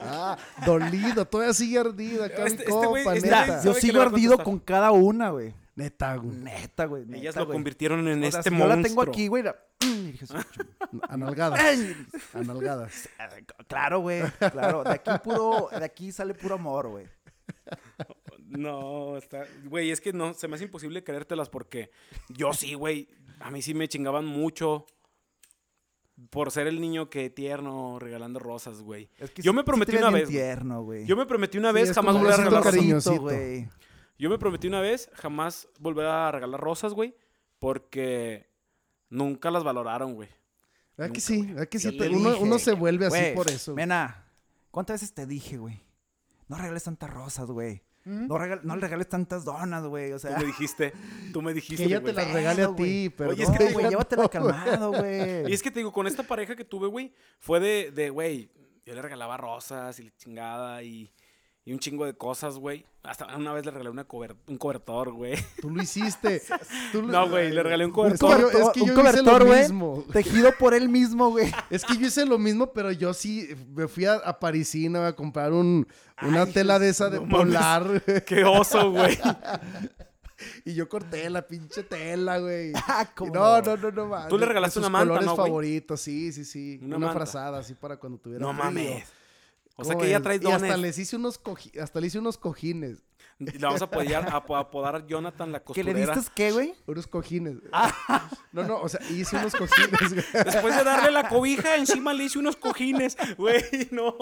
Speaker 3: Ah, dolido, todavía sigue ardida acá mi
Speaker 1: Este- este
Speaker 3: compa,
Speaker 1: güey- este
Speaker 3: neta.
Speaker 1: güey-
Speaker 2: Yo
Speaker 1: sabe que
Speaker 2: sigo
Speaker 1: le va a
Speaker 2: ardido
Speaker 1: contestar.
Speaker 2: con cada una, güey.
Speaker 3: Neta, güey.
Speaker 2: Neta, güey.
Speaker 1: Ellas
Speaker 2: neta,
Speaker 1: lo
Speaker 2: güey.
Speaker 1: convirtieron en
Speaker 2: O sea,
Speaker 1: este
Speaker 2: si
Speaker 1: monstruo.
Speaker 2: Yo la tengo aquí, güey. la- mm, y dije,
Speaker 1: [LAUGHS]
Speaker 3: Analgadas,
Speaker 2: "Ay".
Speaker 3: analgadas.
Speaker 2: Claro, güey. Claro. De aquí puro, de aquí sale puro amor, güey.
Speaker 1: No, está. Güey, es que no, se me hace imposible creértelas porque yo sí, güey. A mí sí me chingaban mucho por ser el niño que tierno regalando rosas, güey.
Speaker 2: Es que
Speaker 1: Yo
Speaker 2: sí-
Speaker 1: me
Speaker 2: sí te
Speaker 1: prometí
Speaker 2: ves
Speaker 1: una
Speaker 2: bien
Speaker 1: vez, güey.
Speaker 2: tierno, güey.
Speaker 1: Yo me prometí una
Speaker 3: Sí,
Speaker 1: vez
Speaker 3: es
Speaker 1: jamás
Speaker 3: como
Speaker 1: volver a
Speaker 3: ese
Speaker 1: regalar
Speaker 3: toque
Speaker 1: rosas.
Speaker 3: cariño.
Speaker 2: Cariñosito,
Speaker 3: cariñosito.
Speaker 2: güey.
Speaker 1: Yo me prometí una vez jamás volver a regalar rosas, güey, porque nunca las valoraron, güey.
Speaker 3: ¿Verdad que
Speaker 1: Nunca,
Speaker 3: sí?
Speaker 1: güey.
Speaker 3: ¿Verdad que
Speaker 2: Yo
Speaker 3: sí?
Speaker 2: te
Speaker 3: Te- uno,
Speaker 2: dije.
Speaker 3: uno se vuelve así
Speaker 2: Güey,
Speaker 3: por eso. güey.
Speaker 2: Mena, ¿cuántas veces te dije, güey? No regales tantas rosas, güey. No, regal- no le regales tantas donas, güey. O
Speaker 1: Tú
Speaker 3: [LAUGHS]
Speaker 2: sea,
Speaker 1: me dijiste, tú me dijiste,
Speaker 3: Que ella te
Speaker 1: güey.
Speaker 3: las regale a ti, pero
Speaker 1: Oye, es que
Speaker 2: no,
Speaker 1: te-
Speaker 2: este güey, llévatela
Speaker 3: no,
Speaker 2: calmado,
Speaker 3: [LAUGHS]
Speaker 2: güey.
Speaker 1: Y es que te digo, con esta pareja que tuve, güey, fue de, de, güey, yo le regalaba rosas y la chingada y, y un chingo de cosas, güey. Hasta una vez le regalé una cober- un cobertor, güey. [LAUGHS]
Speaker 3: Tú lo hiciste. Tú lo-
Speaker 1: No, güey, le regalé un
Speaker 3: Es que
Speaker 1: cobertor.
Speaker 3: yo, es que
Speaker 2: Un
Speaker 3: yo hice
Speaker 2: cobertor,
Speaker 3: lo
Speaker 2: güey.
Speaker 3: mismo.
Speaker 2: Tejido por él mismo,
Speaker 3: [LAUGHS]
Speaker 2: güey.
Speaker 3: Es que yo hice lo mismo, pero yo sí me fui a, a Parisina a comprar un, una
Speaker 2: Ay,
Speaker 3: tela de esa de
Speaker 1: no mames.
Speaker 3: polar. [LAUGHS] güey,
Speaker 1: ¡Qué oso, güey!
Speaker 3: Y yo corté la pinche
Speaker 1: [LAUGHS]
Speaker 3: tela, güey.
Speaker 2: Ah,
Speaker 3: Y
Speaker 2: ¿cómo
Speaker 3: No, no, no, no. man.
Speaker 1: Tú le regalaste
Speaker 3: Sus
Speaker 1: una manta,
Speaker 3: colores
Speaker 1: ¿no, güey?
Speaker 3: favoritos, sí, sí, sí.
Speaker 1: Una
Speaker 3: Una,
Speaker 1: manta.
Speaker 3: frazada, así para cuando tuviera
Speaker 1: ¡No
Speaker 3: frío.
Speaker 1: mames! O sea
Speaker 3: ¿Cómo
Speaker 1: que ya
Speaker 3: ves?
Speaker 1: traes
Speaker 3: Y hasta
Speaker 1: dones.
Speaker 3: les hice unos coji- hasta le hice unos cojines.
Speaker 1: Le vamos a apoyar, a po- apodar a Jonathan la
Speaker 2: ¿Que
Speaker 1: costurera.
Speaker 2: le diste qué, güey?
Speaker 1: [LAUGHS]
Speaker 3: Unos cojines. No, no, o sea, hice unos cojines, güey.
Speaker 1: Después de darle la cobija, encima le hice unos cojines. Güey, no.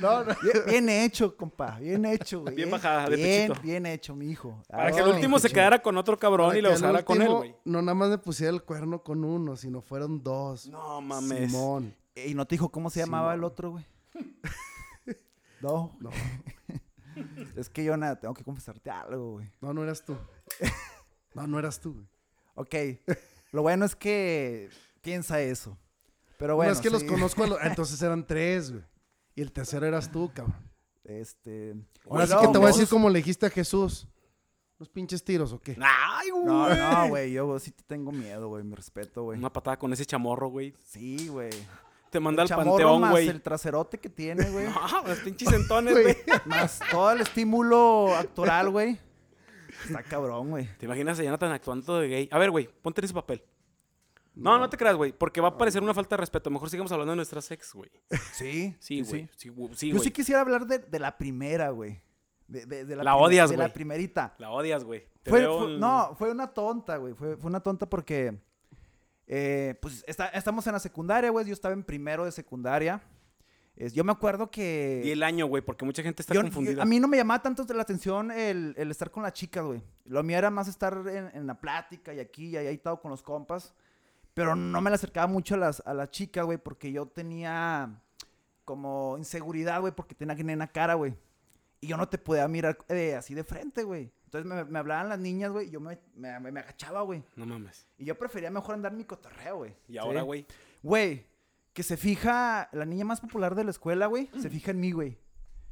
Speaker 3: No, no.
Speaker 2: Bien- Bien hecho, compa. Bien hecho, güey.
Speaker 1: Bien bajada, de
Speaker 2: Bien,
Speaker 1: pechito.
Speaker 2: bien hecho, mi hijo.
Speaker 1: Para
Speaker 2: Ah,
Speaker 1: que el
Speaker 3: bueno,
Speaker 1: último se
Speaker 3: sí.
Speaker 1: quedara con otro cabrón
Speaker 3: Para
Speaker 1: y la
Speaker 3: que al
Speaker 1: usara con él,
Speaker 3: último,
Speaker 1: güey.
Speaker 3: No, nada más me pusiera el cuerno con uno, sino fueron dos.
Speaker 1: No mames.
Speaker 3: Simón.
Speaker 2: Ah, Y no te dijo cómo se
Speaker 3: Sí,
Speaker 2: llamaba
Speaker 3: no.
Speaker 2: el otro,
Speaker 3: [LAUGHS]
Speaker 2: güey. No.
Speaker 3: No.
Speaker 2: [LAUGHS] Es que yo nada, tengo que confesarte algo, güey.
Speaker 3: No, no eras tú. No, no eras tú, güey.
Speaker 2: Ok. Lo bueno es que piensa eso. Pero bueno.
Speaker 3: no, es que los
Speaker 2: sí,
Speaker 3: conozco a los... ah, Entonces eran tres, güey. Y el tercero eras tú, cabrón.
Speaker 2: Este.
Speaker 3: Ahora
Speaker 2: Oye,
Speaker 3: sí
Speaker 2: no,
Speaker 3: que te voy a
Speaker 2: no,
Speaker 3: decir como le dijiste a Jesús. Los pinches tiros, ¿o qué?
Speaker 1: Ay, güey.
Speaker 2: No, no, güey. Yo sí te tengo miedo, güey. Mi respeto, güey.
Speaker 1: Una patada con ese chamorro, güey.
Speaker 2: Sí, güey.
Speaker 1: Te manda
Speaker 2: El
Speaker 1: al
Speaker 2: chamorro
Speaker 1: panteón,
Speaker 2: más
Speaker 1: güey. [LAUGHS]
Speaker 2: el tracerote que tiene, güey.
Speaker 1: No, los pinches sentones,
Speaker 3: Güey.
Speaker 1: güey.
Speaker 2: Más todo el estímulo actoral, güey. Está cabrón, güey.
Speaker 1: ¿Te imaginas a Jonathan actuando de gay? A ver, güey, ponte en ese papel. No, no, te creas, güey, porque va a parecer una falta de respeto. Mejor sigamos hablando de nuestra sex, güey.
Speaker 2: Sí,
Speaker 1: Sí, güey. Sí, güey. Sí,
Speaker 2: Yo
Speaker 1: güey.
Speaker 2: sí quisiera hablar de, de la primera, güey. De, de- de
Speaker 1: La
Speaker 2: prim-
Speaker 1: odias,
Speaker 2: de
Speaker 1: güey.
Speaker 2: la primerita.
Speaker 1: La odias, güey. Te
Speaker 2: Fue-
Speaker 1: veo
Speaker 2: fue-
Speaker 1: en-
Speaker 2: No, fue una tonta, güey. Fue, fue una tonta porque. eh, pues está- estamos en la secundaria, güey. Yo estaba en primero de secundaria. Es- yo me acuerdo que.
Speaker 1: Y el año, güey, porque mucha gente está
Speaker 2: yo- yo-
Speaker 1: confundida.
Speaker 2: a mí no me llamaba tanto la atención el, el estar con las chicas, güey. Lo mío era más estar en, en la plática y aquí y ahí estado con los compas. Pero no me le acercaba mucho a las, a las chicas, güey, porque yo tenía como inseguridad, güey, porque tenía acné en la cara, güey. Y yo no te podía mirar eh, así de frente, güey. Entonces me, me hablaban las niñas, güey, y yo me, me, me- me agachaba, güey.
Speaker 1: No mames.
Speaker 2: Y yo prefería mejor andar mi cotorreo, güey.
Speaker 1: Y ahora,
Speaker 2: Sí.
Speaker 1: güey.
Speaker 2: Güey, que se fija, la niña más popular de la escuela, güey, se fija en mí, güey.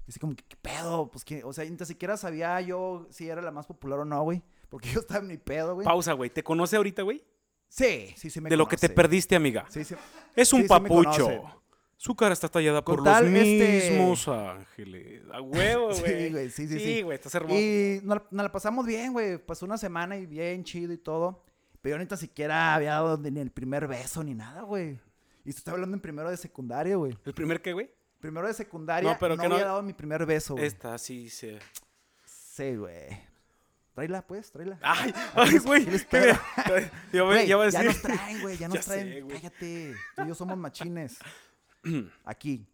Speaker 2: Y así como, que, ¿qué pedo? Pues que, o sea, ni tan siquiera sabía yo si era la más popular o no, güey. Porque [LAUGHS] yo estaba en mi pedo, güey.
Speaker 1: Pausa, güey. ¿Te conoce ahorita, güey?
Speaker 2: Sí, sí, sí me
Speaker 1: De lo que te
Speaker 2: conoce.
Speaker 1: perdiste, amiga.
Speaker 2: Sí, sí.
Speaker 1: Es un
Speaker 2: sí, sí me
Speaker 1: papucho.
Speaker 2: conoce.
Speaker 1: Su cara está tallada
Speaker 2: Con
Speaker 1: por
Speaker 2: tal,
Speaker 1: los
Speaker 2: este-
Speaker 1: mismos ángeles. A huevo,
Speaker 2: [LAUGHS] Sí,
Speaker 1: güey.
Speaker 2: güey, sí, sí, sí.
Speaker 1: Sí, güey, estás [LAUGHS] hermoso.
Speaker 2: Y nos, la- nos la pasamos bien, güey. Pasó una semana y bien chido y todo. Pero yo ni tan siquiera había dado ni el primer beso ni nada, güey. Y se está hablando en primero de secundaria, güey.
Speaker 1: ¿El primer qué, güey?
Speaker 2: Primero de secundaria no,
Speaker 1: No, pero que no-
Speaker 2: había dado mi primer beso, güey.
Speaker 1: Esta, sí, sí.
Speaker 2: Sí, güey. Tráela, pues, tráela. [LAUGHS]
Speaker 1: Ay, ay, güey.
Speaker 2: les
Speaker 1: qué
Speaker 2: pega?
Speaker 1: bien. Yo me-
Speaker 2: Güey,
Speaker 1: ya voy a
Speaker 2: ya
Speaker 1: decir.
Speaker 2: nos traen, güey, ya nos
Speaker 1: Ya sé,
Speaker 2: traen.
Speaker 1: güey.
Speaker 2: Cállate. Tú y yo somos machines.
Speaker 1: [CLEARS THROAT]
Speaker 2: Aquí.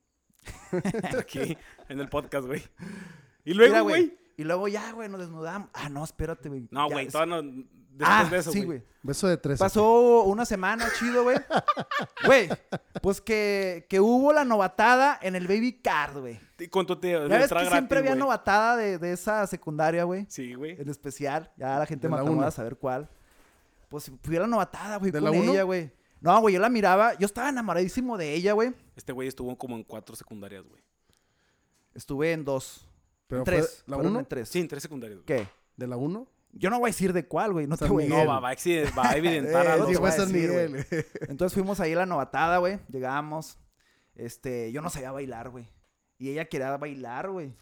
Speaker 1: [LAUGHS] aquí en el podcast, güey. Y luego,
Speaker 2: Mira,
Speaker 1: güey.
Speaker 2: Y luego ya, güey, nos desnudamos. Ah, no, espérate, güey.
Speaker 1: No,
Speaker 2: Ya,
Speaker 1: güey,
Speaker 2: es-
Speaker 1: todavía no. Después
Speaker 2: Ah,
Speaker 1: de eso,
Speaker 2: sí,
Speaker 1: güey.
Speaker 2: güey.
Speaker 3: Beso de tres.
Speaker 2: Pasó una semana,
Speaker 1: [LAUGHS]
Speaker 2: chido, güey. Güey, pues que, que hubo la novatada en el Baby Card, güey.
Speaker 1: ¿Y ¿Cuánto te
Speaker 2: Ya ves que
Speaker 1: entra gratis,
Speaker 2: siempre había Eh.
Speaker 1: güey?
Speaker 2: novatada de, de esa secundaria, güey.
Speaker 1: Sí, güey.
Speaker 2: En especial. Ya la gente
Speaker 3: De la
Speaker 2: mató
Speaker 3: uno.
Speaker 2: a saber cuál. Pues fui a la novatada, güey,
Speaker 3: ¿De
Speaker 2: con
Speaker 3: la uno?
Speaker 2: ella, güey. No, güey, yo la miraba. Yo estaba enamoradísimo de ella, güey.
Speaker 1: Este güey estuvo como en cuatro secundarias, güey.
Speaker 2: Estuve en dos.
Speaker 3: Pero
Speaker 2: en
Speaker 3: fue
Speaker 2: tres.
Speaker 3: la
Speaker 2: fueron
Speaker 3: uno?
Speaker 2: en tres.
Speaker 1: Sí, en tres secundarias, güey.
Speaker 2: ¿Qué?
Speaker 3: ¿De la 1?
Speaker 2: Yo no voy a decir de cuál, güey. No
Speaker 3: San
Speaker 2: te voy a
Speaker 3: Miguel.
Speaker 1: No, va, va, a exhi- va a evidentar
Speaker 2: Eh,
Speaker 1: a
Speaker 2: [LAUGHS] sí,
Speaker 1: los
Speaker 2: güey.
Speaker 3: va a
Speaker 2: a
Speaker 3: San
Speaker 2: decir, güey.
Speaker 3: Miguel.
Speaker 2: Entonces fuimos ahí a la novatada, güey. Llegamos. Este, yo no sabía bailar, güey. Y ella quería bailar, güey.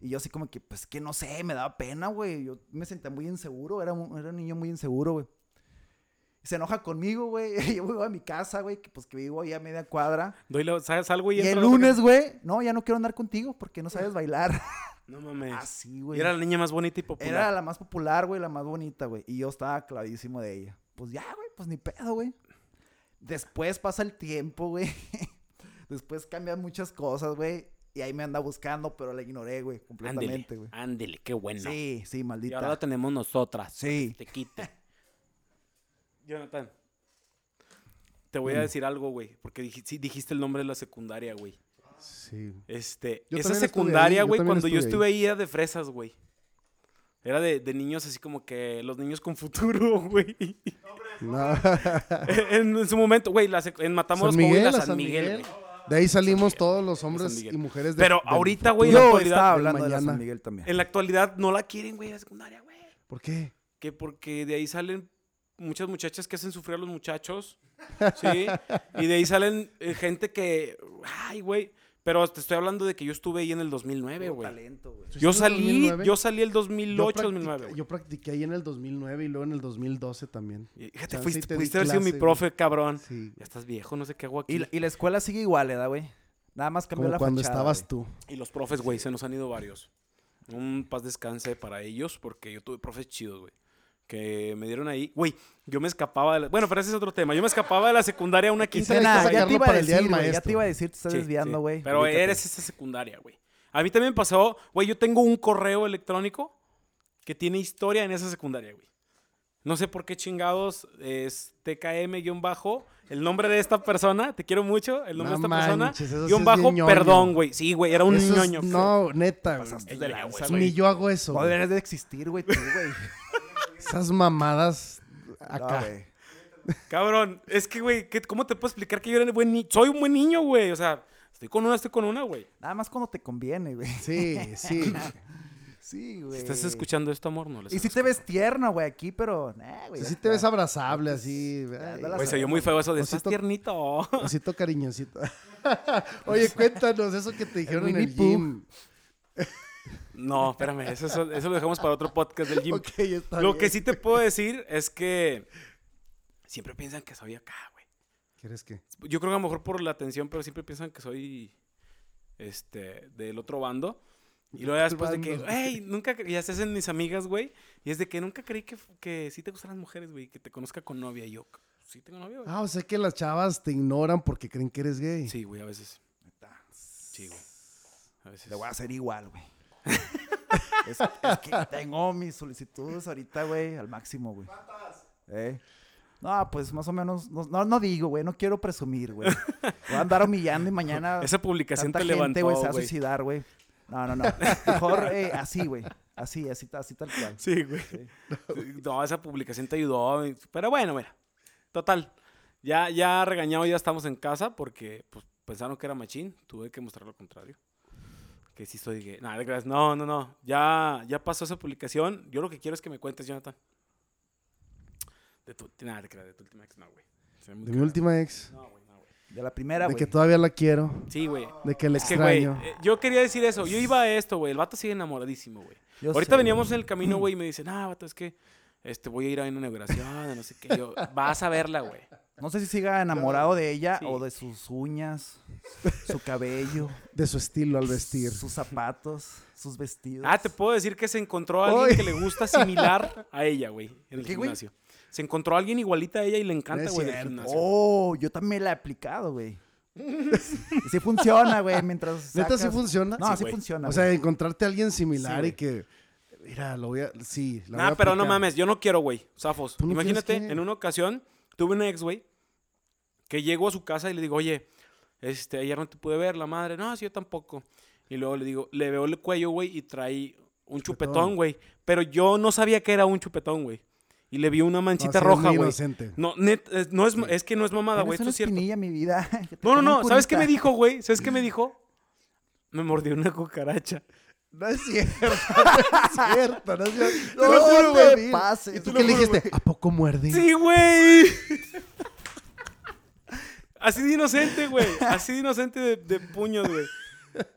Speaker 2: Y yo así como que, pues que no sé, me daba pena, güey. Yo me sentía muy inseguro, era un, era un niño muy inseguro, güey. Se enoja conmigo, güey. [LAUGHS] Yo voy a mi casa, güey, que pues que vivo ahí a media cuadra.
Speaker 1: Doy la- sal- salgo y,
Speaker 2: Y el
Speaker 1: entro a la
Speaker 2: lunes, güey, no, ya no quiero andar contigo porque no sabes bailar.
Speaker 1: casa. No mames.
Speaker 2: [LAUGHS] Así,
Speaker 1: Y
Speaker 2: güey.
Speaker 1: era la niña más bonita y popular.
Speaker 2: Era la más popular, güey, la más bonita, güey. Y yo estaba clavísimo de ella. Pues ya, güey, pues ni pedo, güey. Después pasa el tiempo, [LAUGHS] güey. Después cambian muchas cosas, güey. Y ahí me anda buscando, pero la ignoré, güey,
Speaker 1: Ándele,
Speaker 2: completamente, güey.
Speaker 1: ándele, qué bueno.
Speaker 2: Sí, sí,
Speaker 1: y ahora lo
Speaker 2: maldita.
Speaker 1: tenemos nosotras.
Speaker 2: Sí.
Speaker 1: Te quite. Jonathan. Te voy a decir algo, güey. Porque dij- sí, dijiste el nombre de la secundaria, güey.
Speaker 3: Sí.
Speaker 1: Este,
Speaker 3: Yo
Speaker 1: esa
Speaker 3: también estuve
Speaker 1: secundaria,
Speaker 3: ahí, yo
Speaker 1: güey,
Speaker 3: también
Speaker 1: cuando yo
Speaker 3: estuve
Speaker 1: estuve ahí era de fresas, güey. Era de, de niños así como que los niños con futuro, [LAUGHS] güey.
Speaker 3: No.
Speaker 1: en, en su momento, güey, la sec- en Matamoros
Speaker 3: San
Speaker 1: Coahuila,
Speaker 3: Miguel, a
Speaker 1: San Miguel, güey.
Speaker 3: De ahí salimos todos los hombres
Speaker 1: Miguel.
Speaker 3: y mujeres de
Speaker 1: Pero
Speaker 3: del
Speaker 1: ahorita, güey, en la
Speaker 2: Yo
Speaker 1: actualidad-
Speaker 2: estaba hablando de la
Speaker 3: mañana.
Speaker 2: San Miguel también.
Speaker 1: en la actualidad no la quieren, güey, la secundaria, güey.
Speaker 3: ¿Por qué?
Speaker 1: que porque de ahí salen muchas muchachas que hacen sufrir a los muchachos,
Speaker 3: [LAUGHS]
Speaker 1: ¿sí? y de ahí salen eh, gente que, ay, güey, pero te estoy hablando de que yo estuve ahí en el 2009,
Speaker 2: Puro
Speaker 1: güey.
Speaker 2: talento, güey.
Speaker 1: Yo
Speaker 3: ¿Estuviste Pues en el
Speaker 1: salí,
Speaker 3: 2009?
Speaker 1: yo salí el
Speaker 3: Yo
Speaker 1: 2008,
Speaker 3: practic-
Speaker 1: 2009. güey.
Speaker 3: Yo practiqué ahí en el 2009 y luego en el 2012 también.
Speaker 1: Y Fíjate,
Speaker 3: Chance y
Speaker 1: fuiste,
Speaker 3: te di
Speaker 1: pudiste haber sido mi
Speaker 3: clase, güey.
Speaker 1: profe, cabrón.
Speaker 3: Sí.
Speaker 1: Ya estás viejo, no sé qué hago aquí.
Speaker 2: Y,
Speaker 1: Y,
Speaker 2: la- y la escuela sigue igual, ¿eh, güey? Nada más cambió
Speaker 3: Como
Speaker 2: la
Speaker 3: cuando
Speaker 2: fachada,
Speaker 3: estabas
Speaker 2: güey.
Speaker 3: tú.
Speaker 1: los profes, güey, se nos han ido varios. Un paz descanse para ellos, porque yo tuve profes chidos, güey. Que me dieron ahí. Güey, yo me escapaba de la... Bueno, pero ese es otro tema. Yo me escapaba de la secundaria a una
Speaker 3: Hay que
Speaker 1: quincena.
Speaker 2: Nah, ya te
Speaker 3: sacarlo
Speaker 2: iba a
Speaker 3: para el Día del
Speaker 2: decir, güey. Ya te
Speaker 3: Maestro.
Speaker 2: iba a decir, te estás
Speaker 1: Sí,
Speaker 2: desviando,
Speaker 1: sí.
Speaker 2: güey.
Speaker 1: Pero
Speaker 2: Ubícate.
Speaker 1: eres esa secundaria, güey. A mí también pasó, güey, yo tengo un correo electrónico que tiene historia en esa secundaria, güey. No sé por qué chingados es TKM-bajo. El nombre de esta persona, te quiero mucho. El nombre
Speaker 3: No
Speaker 1: de esta
Speaker 3: manches, eso
Speaker 1: persona.
Speaker 3: sí
Speaker 1: Guión
Speaker 3: es
Speaker 1: bajo,
Speaker 3: bien ñoño.
Speaker 1: perdón, güey. Sí, güey, era un
Speaker 3: Eso es-
Speaker 1: ñoño. güey.
Speaker 3: no, neta. güey.
Speaker 2: Pasaste
Speaker 1: Ey,
Speaker 2: de
Speaker 1: güey,
Speaker 2: lanza,
Speaker 1: güey.
Speaker 2: güey.
Speaker 3: Ni yo hago eso.
Speaker 2: No
Speaker 3: güey.
Speaker 2: deberías de existir, güey, tú, güey.
Speaker 3: Esas mamadas
Speaker 2: No,
Speaker 3: [LAUGHS] acá.
Speaker 2: güey.
Speaker 1: Cabrón, es que, güey, ¿qué- ¿cómo te puedo explicar que yo era buen niño? Soy un buen niño, güey. O sea, estoy con una, estoy con una, güey.
Speaker 2: Nada más cuando te conviene, güey.
Speaker 3: sí,
Speaker 2: [LAUGHS]
Speaker 3: sí.
Speaker 2: Sí,
Speaker 1: Si
Speaker 2: güey.
Speaker 1: estás escuchando pues, esto, amor, no les
Speaker 2: Y si te ves tierno, güey, aquí, pero. nah, güey,
Speaker 3: Sí
Speaker 2: Pues ya
Speaker 3: te ves
Speaker 2: está.
Speaker 3: abrazable así. ay,
Speaker 2: da la
Speaker 1: Güey,
Speaker 3: güey,
Speaker 1: Pues, se oyó muy feo eso de
Speaker 3: Osito-
Speaker 1: estás tiernito.
Speaker 3: Osito cariñosito. [LAUGHS] Oye, cuéntanos eso que te dijeron en
Speaker 2: Winnie
Speaker 3: el
Speaker 2: Pooh.
Speaker 3: gym.
Speaker 1: No, espérame, eso, eso, eso lo dejamos para otro podcast del gym.
Speaker 3: Ok, está
Speaker 1: Lo
Speaker 3: bien.
Speaker 1: que sí te puedo decir es que siempre piensan que soy acá, güey.
Speaker 3: ¿Quieres que?
Speaker 1: Yo creo que a lo mejor por la atención, pero siempre piensan que soy este del otro bando. Y luego ya después de que,
Speaker 3: Bando.
Speaker 1: hey, nunca, cre-" ya se hacen mis amigas, güey. Y es de que nunca creí que, f- que sí te gustan las mujeres, güey, que te conozca con novia. Y yo, sí tengo novia, güey.
Speaker 3: Ah, o sea que las chavas te ignoran porque creen que eres gay.
Speaker 1: Sí, güey, a veces. Sí, güey. A veces.
Speaker 2: Te voy a hacer igual, güey. es, es que tengo mis solicitudes ahorita, güey, al máximo, güey. ¿Eh? No, pues más o menos. No, no, no digo, güey, no quiero presumir, güey. Voy a andar humillando y mañana.
Speaker 1: [LAUGHS] Esa publicación
Speaker 2: tanta
Speaker 1: te
Speaker 2: gente,
Speaker 1: levantó,
Speaker 2: güey, se va a
Speaker 1: güey.
Speaker 2: suicidar, güey. No, no, no. Mejor eh, así, güey. Así, así, así tal cual.
Speaker 1: Sí, güey. [LAUGHS] No, esa publicación te ayudó. y- Pero bueno, mira. Total. Ya, ya regañado, ya estamos en casa porque pues, pensaron que era machín. Tuve que mostrar lo contrario. Que sí soy gay. Nah, de veras, No, no, no. Ya, ya pasó esa publicación. Yo lo que quiero es que me cuentes, Jonathan. De tu, nah, de veras, de tu última ex, no, güey. Se ve muy
Speaker 3: De mi
Speaker 1: cagado.
Speaker 3: última ex.
Speaker 1: No, güey, no, güey.
Speaker 2: De la primera,
Speaker 3: de
Speaker 2: güey.
Speaker 3: que todavía la quiero.
Speaker 1: Sí, güey.
Speaker 3: De que la
Speaker 1: Es que, güey,
Speaker 3: extraño.
Speaker 1: eh, yo quería decir eso. Yo iba a esto, güey. El vato sigue enamoradísimo, güey.
Speaker 2: Yo
Speaker 1: Ahorita
Speaker 2: sé,
Speaker 1: veníamos en el camino,
Speaker 2: [CLEARS THROAT]
Speaker 1: güey, y me dicen, ah, vato, es que este, voy a ir a una inauguración, no sé qué. Yo, vas a verla, güey.
Speaker 2: güey. No sé si siga enamorado de ella
Speaker 1: Sí.
Speaker 2: o de sus uñas, su cabello,
Speaker 3: De su estilo [LAUGHS] al vestir.
Speaker 2: sus zapatos, sus vestidos.
Speaker 1: Ah, te puedo decir que se encontró a alguien que le gusta similar a ella, güey, en el
Speaker 2: ¿Qué, güey?
Speaker 1: gimnasio. Se encontró a alguien igualita a ella y le encanta,
Speaker 3: es
Speaker 1: güey, del
Speaker 3: cierto.
Speaker 1: gimnasio.
Speaker 2: Oh, yo también la he aplicado, güey. Y sí funciona, güey, mientras
Speaker 3: [LAUGHS] ¿Neta sí
Speaker 2: sacas-
Speaker 3: funciona?
Speaker 2: No,
Speaker 1: Sí,
Speaker 2: sí
Speaker 1: güey.
Speaker 2: funciona.
Speaker 3: O
Speaker 2: güey.
Speaker 3: sea, encontrarte a alguien similar
Speaker 1: Sí,
Speaker 3: y que. Mira, lo voy a. Sí, la voy
Speaker 1: Nah,
Speaker 3: a
Speaker 1: pero no
Speaker 3: aplicar.
Speaker 1: mames, yo no quiero, güey. Zafos.
Speaker 3: ¿Tú no quieres
Speaker 1: Imagínate,
Speaker 3: qué?
Speaker 1: en una ocasión, tuve una ex, güey, que llegó a su casa y le digo, oye, este, ayer no te pude ver, la madre. No, sí, yo tampoco. Y luego le digo, le veo el cuello, güey, y trae un chupetón,
Speaker 3: Chupetón.
Speaker 1: güey. Pero yo no sabía que era un chupetón, güey. Y le vi una
Speaker 3: No,
Speaker 1: manchita
Speaker 3: sí, es
Speaker 1: roja,
Speaker 3: muy
Speaker 1: güey.
Speaker 3: inocente.
Speaker 1: No, net- es, no es, es que no es mamada,
Speaker 2: Eres
Speaker 1: güey. Esto
Speaker 2: una
Speaker 1: es cierto.
Speaker 2: espinilla, mi vida. [LAUGHS] que te
Speaker 1: No, no,
Speaker 2: ponen
Speaker 1: no. ¿Sabes qué me
Speaker 2: curita.
Speaker 1: dijo, güey? ¿Sabes qué me dijo? Me mordió una cucaracha.
Speaker 3: [LAUGHS] No es cierto, no es cierto, no es
Speaker 2: [LAUGHS]
Speaker 3: cierto.
Speaker 2: No te pases.
Speaker 3: ¿Y tú
Speaker 2: Te
Speaker 3: qué
Speaker 2: lo
Speaker 3: le
Speaker 2: juro,
Speaker 3: dijiste? ¿A poco muerde?
Speaker 1: Sí, güey. Así de inocente, güey. Así de inocente de, de puños, güey.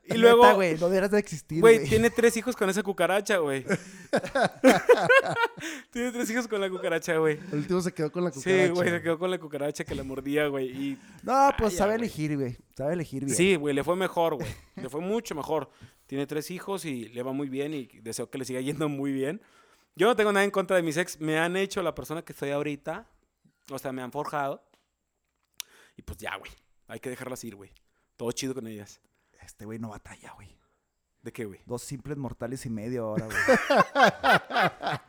Speaker 1: Y
Speaker 2: Neta,
Speaker 1: luego,
Speaker 2: güey, no deberás de existir,
Speaker 1: güey,
Speaker 2: güey.
Speaker 1: tiene tres hijos con esa cucaracha, güey. [LAUGHS] tiene tres hijos con la cucaracha, güey.
Speaker 3: El último se quedó con la cucaracha.
Speaker 1: Sí, güey, se quedó con la cucaracha que la mordía, güey. Y
Speaker 2: No,
Speaker 1: Ay,
Speaker 2: pues
Speaker 1: ya,
Speaker 2: sabe
Speaker 1: güey.
Speaker 2: elegir, güey. Sabe elegir bien.
Speaker 1: sí, güey, le fue mejor, güey. Le fue mucho mejor. Tiene tres hijos y le va muy bien y deseo que le siga yendo muy bien. Yo no tengo nada en contra de mis ex. Me han hecho la persona que estoy ahorita. O sea, me han forjado. Y pues ya, güey. Hay que dejarlas ir, güey. Todo chido con ellas.
Speaker 2: Este güey no batalla, güey.
Speaker 1: ¿De qué, güey?
Speaker 2: [LAUGHS] Dos simples mortales y medio ahora,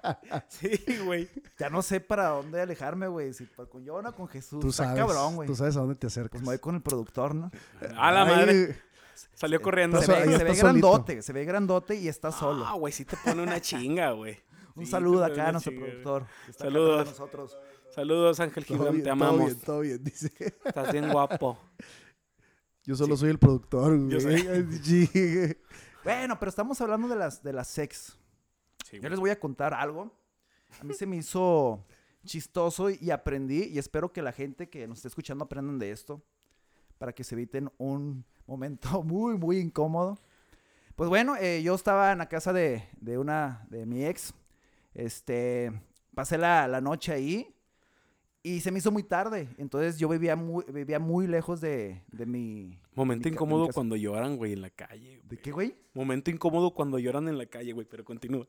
Speaker 2: güey.
Speaker 1: Sí, güey.
Speaker 2: Ya no sé para dónde alejarme, güey. Si pa- con Jonah o con Jesús.
Speaker 3: Tú
Speaker 2: Está
Speaker 3: sabes,
Speaker 2: cabrón, güey.
Speaker 3: tú sabes a dónde te acercas.
Speaker 2: Pues me voy con el productor, ¿no?
Speaker 1: A la
Speaker 3: Ay,
Speaker 1: madre. Salió
Speaker 2: eh,
Speaker 1: corriendo.
Speaker 2: Se ve,
Speaker 3: ahí
Speaker 2: se ve
Speaker 3: está
Speaker 2: grandote, se ve grandote y está solo.
Speaker 1: Ah, güey, sí te pone una chinga, güey.
Speaker 2: Un
Speaker 1: Sí,
Speaker 2: saludo
Speaker 1: te pone
Speaker 2: acá a
Speaker 1: una
Speaker 2: nuestro
Speaker 1: chinga, güey.
Speaker 2: productor. que está acá
Speaker 1: Saludos.
Speaker 2: atrás de Nosotros.
Speaker 1: Saludos, Ángel
Speaker 3: Todo
Speaker 1: Gibran.
Speaker 3: bien,
Speaker 1: Te
Speaker 3: Todo
Speaker 1: amamos.
Speaker 3: bien, todo bien, dice.
Speaker 1: Estás bien guapo.
Speaker 3: Yo solo soy el productor, güey.
Speaker 1: Yo
Speaker 3: Sí.
Speaker 2: Bueno, pero estamos hablando de las, de las sex.
Speaker 1: Sí,
Speaker 2: Yo
Speaker 1: güey.
Speaker 2: les voy a contar algo. A mí se me hizo chistoso y aprendí y espero que la gente que nos esté escuchando aprendan de esto para que se eviten un momento [LAUGHS] muy, muy incómodo. Pues bueno, eh, yo estaba en la casa de, de una, de mi ex. Este, pasé la, la noche ahí y se me hizo muy tarde. Entonces yo vivía muy, vivía muy lejos de, de mi...
Speaker 1: Momento
Speaker 2: mi ca- mi
Speaker 1: incómodo
Speaker 2: casa.
Speaker 1: cuando lloran, güey, en la calle.
Speaker 2: ¿De
Speaker 1: güey.
Speaker 2: qué, güey?
Speaker 1: Momento incómodo cuando lloran en la calle, güey, pero continúa.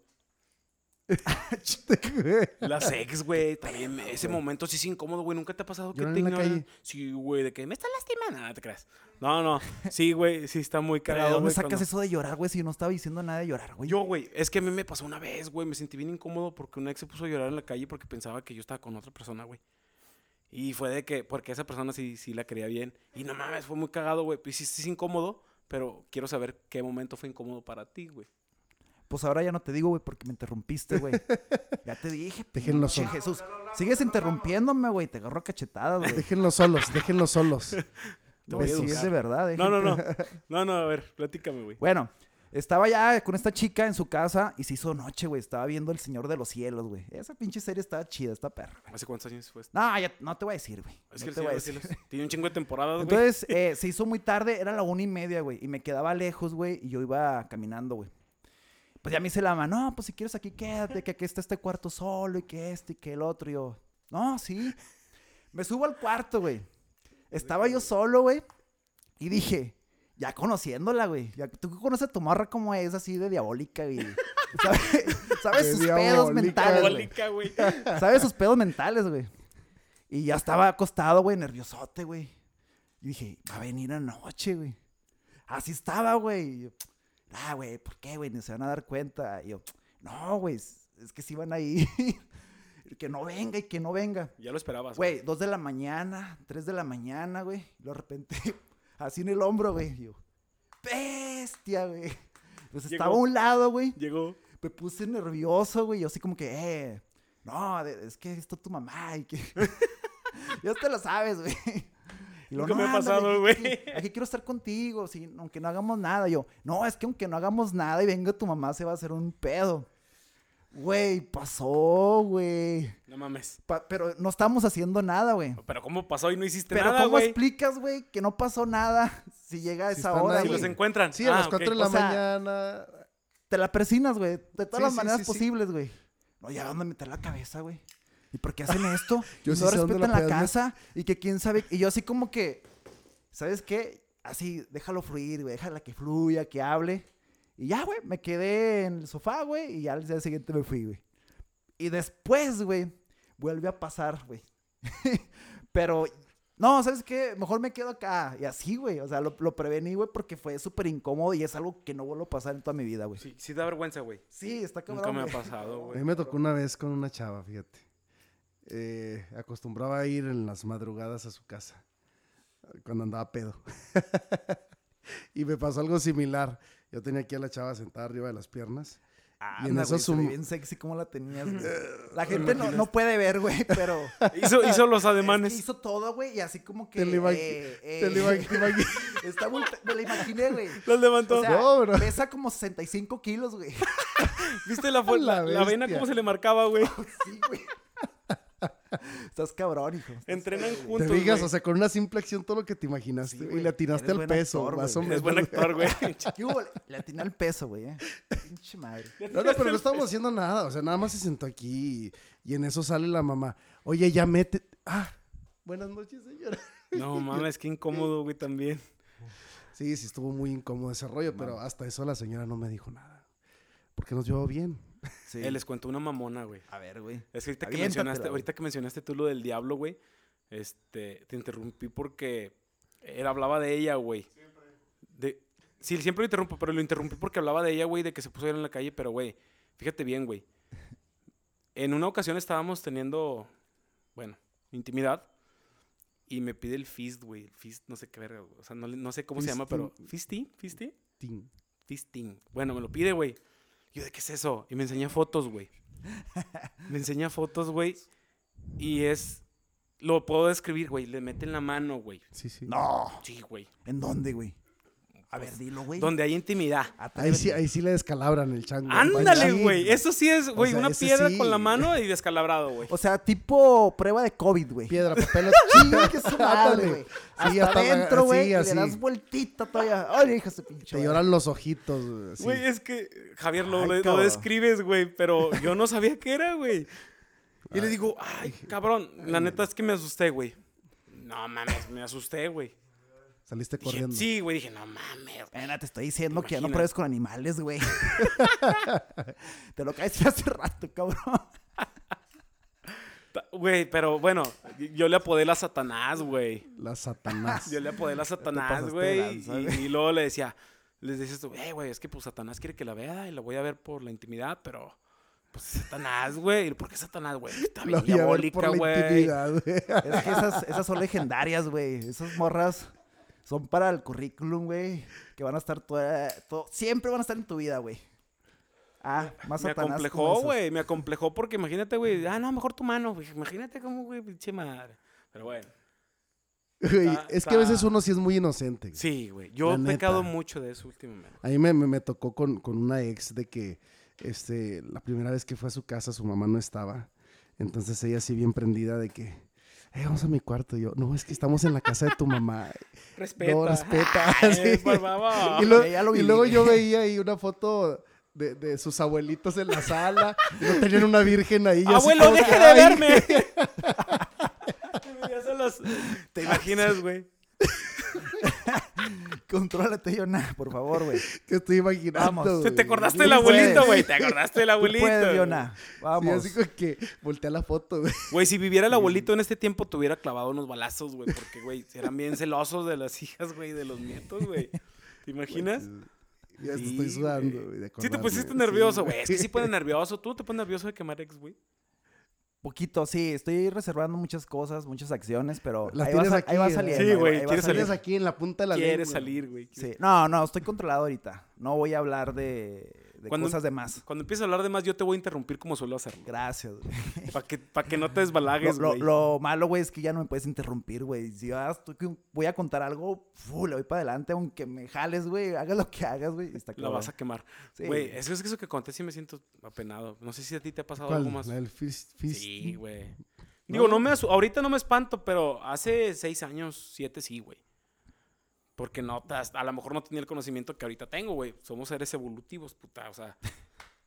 Speaker 1: [LAUGHS] Las ex, güey, también. Ese momento sí es incómodo, güey. ¿Nunca te ha pasado que
Speaker 3: ¿Lloran
Speaker 1: te
Speaker 3: en la
Speaker 1: ignoran?
Speaker 3: calle?
Speaker 1: Sí, güey, de que me está lastimando. Nada, te creas. No, no. Sí, güey, sí está muy
Speaker 2: ¿Pero ¿De
Speaker 1: cagado,
Speaker 2: dónde
Speaker 1: güey.
Speaker 2: sacas
Speaker 1: cuando-
Speaker 2: eso de llorar, güey? Si yo no estaba diciendo nada de llorar, güey.
Speaker 1: Yo, güey, es que a mí me pasó una vez, güey. Me sentí bien incómodo porque una ex se puso a llorar en la calle porque pensaba que yo estaba con otra persona, güey. Y fue de que, porque esa persona sí, sí la quería bien. Y no mames, fue muy cagado, güey. Pues sí, sí es incómodo, pero quiero saber qué momento fue incómodo para ti, güey.
Speaker 2: Pues ahora ya no te digo, güey, porque me interrumpiste,
Speaker 1: [LAUGHS]
Speaker 2: güey. Ya te dije.
Speaker 3: Déjenlo
Speaker 2: pinche
Speaker 3: solo.
Speaker 2: Jesús. Sigues interrumpiéndome, güey. Te agarro a cachetadas, güey.
Speaker 3: Déjenlos solos, déjenlos solos.
Speaker 1: Te voy a
Speaker 2: Pues sí, es
Speaker 1: educar.
Speaker 2: de verdad, eh.
Speaker 1: No, no, no. No, no, a ver, platícame, güey.
Speaker 2: Bueno, estaba ya con esta chica en su casa y se hizo noche, güey. Estaba viendo El Señor de los Cielos, güey. Esa pinche serie estaba chida, está perra. güey.
Speaker 1: ¿Hace cuántos años fue esto?
Speaker 2: No, ya no te voy a decir, güey.
Speaker 1: Es
Speaker 2: No
Speaker 1: que el
Speaker 2: te
Speaker 1: Señor
Speaker 2: voy a
Speaker 1: de los
Speaker 2: decir.
Speaker 1: Cielos tiene un chingo de temporadas, güey.
Speaker 2: Entonces, eh, se hizo muy tarde, era la una y media, güey. Y me quedaba lejos, güey. Y yo iba caminando, güey. Pues ya me dice la mano, no, pues si quieres aquí quédate, que aquí está este cuarto solo y que este y que el otro. Y yo, no, sí. Me subo al cuarto, güey. Estaba yo solo, güey. Y dije, ya conociéndola, güey. Ya, Tú conoces a tu morra como es, así de diabólica, güey. ¿Sabes, [LAUGHS] sabes
Speaker 3: De
Speaker 2: sus pedos
Speaker 3: diabólica,
Speaker 2: mentales, güey.
Speaker 1: Diabólica,
Speaker 2: [LAUGHS]
Speaker 1: güey.
Speaker 2: ¿Sabes sus pedos mentales, güey? Y ya estaba acostado, güey, nerviosote, güey. Y dije, va a venir anoche, güey. Así estaba, güey. Y yo, Ah, güey, ¿por qué, güey? Ni se van a dar cuenta. Y yo, no, güey, es es que sí van a ir. [LAUGHS] que no venga y que no venga.
Speaker 1: Ya lo esperabas.
Speaker 2: Güey, dos de la mañana, tres de la mañana, [LAUGHS] güey. Y de repente, así en el hombro, güey. y yo, bestia, güey. Pues
Speaker 1: Llegó.
Speaker 2: estaba a un lado, güey.
Speaker 1: Llegó.
Speaker 2: Me puse nervioso, güey. Yo así como que, eh, no, de- es que está tu mamá y que... [LAUGHS] ya te lo sabes, güey. Y luego,
Speaker 1: Nunca me ha
Speaker 2: "No, ándale,
Speaker 1: pasado,
Speaker 2: aquí-
Speaker 1: güey".
Speaker 2: Aquí, aquí quiero estar contigo, sí, aunque no hagamos nada. Y yo, no, es que aunque no hagamos nada y venga tu mamá, se va a hacer un pedo. Güey, pasó, güey.
Speaker 1: No mames.
Speaker 2: Pa- pero no estamos haciendo nada, güey.
Speaker 1: Pero ¿cómo pasó y no hiciste
Speaker 2: Pero
Speaker 1: nada,
Speaker 2: ¿cómo
Speaker 1: güey?
Speaker 2: explicas, güey, que no pasó nada si llega a
Speaker 3: Si
Speaker 2: esa
Speaker 3: están
Speaker 2: hora,
Speaker 3: ahí,
Speaker 1: Si
Speaker 2: güey?
Speaker 1: los encuentran.
Speaker 3: Sí, a
Speaker 1: Ah,
Speaker 3: las
Speaker 1: ok.
Speaker 3: 4 de la
Speaker 2: O sea,
Speaker 3: mañana.
Speaker 2: Te la presinas, güey. De todas
Speaker 3: Sí,
Speaker 2: las
Speaker 3: sí,
Speaker 2: maneras
Speaker 3: sí, sí.
Speaker 2: posibles, güey. No, ya van a meter la cabeza, güey. ¿Y por qué
Speaker 3: [LAUGHS]
Speaker 2: hacen esto?
Speaker 3: Yo
Speaker 2: no
Speaker 3: sí sé dónde
Speaker 2: respetan
Speaker 3: la
Speaker 2: la,
Speaker 3: puedes ver.
Speaker 2: casa. Y que quién sabe. Y yo así como que. ¿Sabes qué? Así, déjalo fluir, güey. Déjala que fluya, que hable. Y ya, güey. Me quedé en el sofá, güey. Y ya al día siguiente me fui, güey. Y después, güey. Vuelve a pasar, güey. [LAUGHS] Pero. No, ¿sabes qué? Mejor me quedo acá. Y así, güey. O sea, lo, lo prevení, güey, porque fue súper incómodo y es algo que no vuelvo a pasar en toda mi vida, güey.
Speaker 1: Sí, sí da vergüenza, güey.
Speaker 2: Sí, está cabrón.
Speaker 1: Nunca me ha
Speaker 2: güey.
Speaker 1: pasado,
Speaker 3: A mí
Speaker 1: güey.
Speaker 3: me tocó una vez con una chava, fíjate. Eh, acostumbraba a ir en las madrugadas a su casa cuando andaba pedo. [LAUGHS] y me pasó algo similar. Yo tenía aquí a la chava sentada arriba de las piernas.
Speaker 2: Ah,
Speaker 3: Y en
Speaker 2: anda,
Speaker 3: eso
Speaker 2: güey, se ve
Speaker 3: sum-
Speaker 2: bien sexy como la tenías,
Speaker 3: [LAUGHS]
Speaker 2: güey. La gente no, no puede ver, güey, pero...
Speaker 1: Hizo, hizo los
Speaker 2: [LAUGHS] es que
Speaker 1: ademanes.
Speaker 2: hizo todo, güey, y así como que...
Speaker 3: Te lo imag-
Speaker 2: eh, eh,
Speaker 3: Te lo imag- [LAUGHS] te
Speaker 2: [LAUGHS]
Speaker 3: imag-
Speaker 2: Está muy... Me la imaginé, güey.
Speaker 1: Los levantó.
Speaker 2: O sea,
Speaker 3: No, [LAUGHS] bro.
Speaker 2: pesa como 65 kilos, güey. [LAUGHS]
Speaker 1: ¿Viste la, fo-
Speaker 3: la
Speaker 1: la, la vena
Speaker 3: bestia.
Speaker 1: cómo se le marcaba, güey?
Speaker 2: [LAUGHS] Sí, güey. Estás cabrón, hijo. Estás-
Speaker 1: Entrenan
Speaker 3: Te
Speaker 1: juntos,
Speaker 3: digas,
Speaker 1: güey.
Speaker 3: o sea, con una simple acción todo lo que te imaginaste.
Speaker 2: Sí,
Speaker 3: güey,
Speaker 2: güey.
Speaker 3: y le atinaste
Speaker 2: Eres
Speaker 3: al
Speaker 2: buen
Speaker 3: peso,
Speaker 2: actor,
Speaker 3: más o
Speaker 2: güey.
Speaker 1: Es
Speaker 3: menos.
Speaker 1: buen actor,
Speaker 2: [LAUGHS]
Speaker 1: güey.
Speaker 2: ¿Qué hubo? Le atiné al peso, güey, eh. Pinche madre.
Speaker 3: No, no, pero no estábamos haciendo nada. O sea, nada más se sentó aquí y, y en eso sale la mamá. Oye, ya mete. Ah, buenas noches, señora.
Speaker 1: No mames, qué incómodo, güey, también.
Speaker 3: Sí, sí, estuvo muy incómodo ese rollo, pero hasta eso la señora no me dijo nada. Porque nos llevó bien.
Speaker 2: Sí.
Speaker 1: Eh, les cuento una mamona, güey.
Speaker 2: A ver, güey.
Speaker 1: Es que ahorita que,
Speaker 2: Aviéntatela,
Speaker 1: mencionaste,
Speaker 2: güey.
Speaker 1: ahorita que mencionaste tú lo del diablo, güey, este, te interrumpí porque él hablaba de ella, güey. De, sí, siempre lo interrumpo, pero lo interrumpí porque hablaba de ella, güey, de que se puso a ir en la calle, pero, güey, fíjate bien, güey. En una ocasión estábamos teniendo, bueno, intimidad y me pide el fist, güey, el fist, no sé qué verga, güey, o sea, no, le- no sé cómo se llama, pero... ¿Fisty? ¿Fisty?
Speaker 3: Tin.
Speaker 1: Fisting. Bueno, me lo pide, güey. Yo, ¿de qué es eso? Y me enseña fotos, güey. Me enseña fotos, güey. Y es. Lo puedo describir, güey. Le meten la mano, güey.
Speaker 3: Sí, sí.
Speaker 2: No.
Speaker 1: Sí, güey.
Speaker 2: ¿En dónde, güey? A ver, dilo, güey.
Speaker 1: Donde hay intimidad.
Speaker 3: Ahí
Speaker 2: Atrévete.
Speaker 3: sí, ahí sí le descalabran el chango.
Speaker 1: Ándale,
Speaker 3: Machín,
Speaker 1: güey. Eso sí es, güey,
Speaker 3: sea,
Speaker 1: una
Speaker 3: ese
Speaker 1: piedra
Speaker 3: sí.
Speaker 1: con la mano y descalabrado, güey.
Speaker 2: O sea, tipo prueba de COVID, güey.
Speaker 1: [LAUGHS]
Speaker 3: Piedra, papel, [LAUGHS]
Speaker 2: Chingue su madre,
Speaker 3: Ándale.
Speaker 2: güey.
Speaker 3: Sí,
Speaker 2: Hasta
Speaker 3: hasta
Speaker 2: adentro,
Speaker 3: así,
Speaker 2: güey. y
Speaker 3: así.
Speaker 2: le das vueltita todavía. Ay, hija de su pinche.
Speaker 3: Te
Speaker 2: madre.
Speaker 3: lloran los ojitos, güey. así.
Speaker 1: Güey, es que, Javier, lo,
Speaker 2: Ay,
Speaker 1: lo- lo
Speaker 2: cabrón.
Speaker 1: describes, güey, pero yo no sabía qué era, güey. Y le digo, ay, cabrón, la neta es que me asusté, güey. No mames, me asusté, güey.
Speaker 3: Saliste
Speaker 1: Dije,
Speaker 3: corriendo.
Speaker 1: Sí, güey, dije, no mames,
Speaker 2: Mira, te estoy diciendo que ya no
Speaker 1: Imagínate.
Speaker 2: pruebes con animales, güey. [LAUGHS] te lo caes hace rato, cabrón.
Speaker 1: Ta- Güey, pero bueno, yo le apodé la Satanás, güey. [LAUGHS]
Speaker 3: La Satanás.
Speaker 1: Yo le apodé la Satanás,
Speaker 2: pasaste de
Speaker 1: güey.
Speaker 2: lanza,
Speaker 1: Y, y luego le decía, les decía esto, "Eh, güey, es que pues Satanás quiere que la vea y la voy a ver por la intimidad, pero pues Satanás, güey. ¿Por qué Satanás, güey? Está
Speaker 3: Lo
Speaker 1: bien
Speaker 3: vi a ver por
Speaker 1: diabólica,
Speaker 3: la
Speaker 1: güey.
Speaker 3: intimidad, güey.
Speaker 2: Es que esas, esas son legendarias, güey. Esas morras son para el currículum, güey. Que van a estar toda, todo- siempre van a estar en tu vida, güey. Ah, más
Speaker 1: Me
Speaker 2: Satanás como
Speaker 1: acomplejó,
Speaker 2: esas.
Speaker 1: güey. Me acomplejó porque imagínate, güey. Ah, no, mejor tu mano, güey. Imagínate cómo, güey, pinche madre. Pero bueno.
Speaker 3: Güey,
Speaker 1: Está-
Speaker 3: Es que a veces
Speaker 1: está-
Speaker 3: uno sí es muy inocente. güey.
Speaker 1: Sí, güey. Yo
Speaker 3: La
Speaker 1: he pecado
Speaker 3: neta.
Speaker 1: mucho de eso últimamente.
Speaker 3: A mí me, me- me tocó con, con una ex de que este, la primera vez que fue a su casa su mamá no estaba. Entonces ella así bien prendida de que, "Eh, vamos a mi cuarto. Y yo, no, es que estamos en la casa de
Speaker 1: [LAUGHS]
Speaker 3: tu mamá.
Speaker 1: Respeta. [LAUGHS]
Speaker 3: no, respeta.
Speaker 1: Ay,
Speaker 3: Sí.
Speaker 1: por favor.
Speaker 3: y, lo-
Speaker 2: ya lo
Speaker 3: y
Speaker 2: viví,
Speaker 3: luego
Speaker 2: güey.
Speaker 3: yo veía ahí una foto de, de sus abuelitos en la sala. y no tenían una virgen ahí. yo así
Speaker 1: Abuelo,
Speaker 3: como que,
Speaker 1: deje de
Speaker 3: "Ay,
Speaker 1: verme. Ya se los- ¿Te imaginas, güey?
Speaker 2: [LAUGHS] Contrólate, Yona, por favor,
Speaker 1: [LAUGHS]
Speaker 2: güey.
Speaker 3: Que estoy imaginando.
Speaker 2: Vamos. Se
Speaker 1: Te-
Speaker 3: güey".
Speaker 1: Te acordaste
Speaker 3: Sí,
Speaker 1: del
Speaker 2: la
Speaker 3: güey.
Speaker 1: abuelito, güey. Te acordaste del
Speaker 2: Tú
Speaker 1: abuelito.
Speaker 2: puedes,
Speaker 1: güey.
Speaker 2: Yona.
Speaker 3: Sí,
Speaker 2: Vamos.
Speaker 3: así como que voltea la foto, güey.
Speaker 1: Güey, si viviera el abuelito en este tiempo, tuviera clavado unos balazos, güey. Porque, güey, eran bien celosos de las hijas, güey, de los nietos, güey. ¿Te imaginas?
Speaker 3: pues, Ya hasta
Speaker 1: Sí,
Speaker 3: estoy sudando,
Speaker 1: güey.
Speaker 3: güey. de
Speaker 1: Sí, te
Speaker 3: acordarme.
Speaker 1: pusiste
Speaker 3: Sí, [LAUGHS]
Speaker 1: nervioso, güey. Es que sí pone nervioso. Tú te pones nervioso de quemar ex, güey.
Speaker 2: Poquito, sí, estoy reservando muchas cosas, muchas acciones, pero
Speaker 3: Las
Speaker 2: ahí, va,
Speaker 3: tienes
Speaker 2: sa-
Speaker 3: aquí,
Speaker 2: ahí va
Speaker 3: ¿eh?
Speaker 2: saliendo.
Speaker 1: Sí,
Speaker 2: ahí va-
Speaker 1: güey,
Speaker 2: ahí va
Speaker 1: quieres
Speaker 2: saliendo.
Speaker 3: Tienes aquí en la punta de la
Speaker 1: Quieres
Speaker 3: lengua.
Speaker 1: salir, güey. quieres-
Speaker 2: Sí, no, no, estoy controlado ahorita. No voy a hablar de, de
Speaker 1: Cuando-
Speaker 2: cosas de más.
Speaker 1: Cuando empieces a hablar de más, yo te voy a interrumpir como suelo hacerlo.
Speaker 2: Gracias, güey.
Speaker 1: Para que, pa' que no te
Speaker 2: Lo,
Speaker 1: desbalagues,
Speaker 2: lo-
Speaker 1: güey.
Speaker 2: lo malo, güey, es que ya no me puedes interrumpir, güey. Si ya estoy con- voy a contar algo, fu, le voy para adelante, aunque me jales, güey. Hagas lo que hagas, güey. Está
Speaker 1: La
Speaker 2: cabrón.
Speaker 1: vas a quemar.
Speaker 2: Sí.
Speaker 1: Güey, eso es que eso que conté sí me siento apenado. No sé si a ti te ha pasado algo
Speaker 3: ¿Cuál?
Speaker 1: más.
Speaker 3: ¿La del fist- fist-
Speaker 1: Sí, güey. Digo, no me asu- ahorita no me espanto, pero hace seis años, siete sí, güey. Porque no, tas- a lo mejor no tenía el conocimiento que ahorita tengo, güey. Somos seres evolutivos, puta. O sea,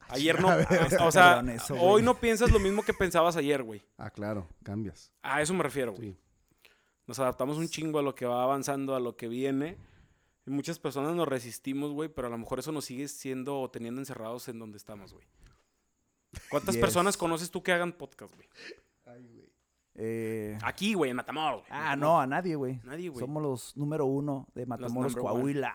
Speaker 1: ayer no. o sea,
Speaker 2: Perdón, eso,
Speaker 1: hoy
Speaker 2: güey.
Speaker 1: no piensas lo mismo que pensabas ayer, güey.
Speaker 3: Ah, claro, cambias.
Speaker 1: A eso me refiero, güey.
Speaker 3: Sí.
Speaker 1: Nos adaptamos un chingo a lo que va avanzando, a lo que viene. Y muchas personas nos resistimos, güey, pero a lo mejor eso nos sigue siendo o teniendo encerrados en donde estamos, güey. ¿Cuántas
Speaker 2: Yes.
Speaker 1: personas conoces tú que hagan podcast, güey?
Speaker 2: Eh,
Speaker 1: Aquí, güey, en Matamoros. güey.
Speaker 2: ah, no, a nadie, güey.
Speaker 1: Nadie, güey.
Speaker 2: Somos los número uno de Matamoros,
Speaker 1: number one.
Speaker 2: Coahuila.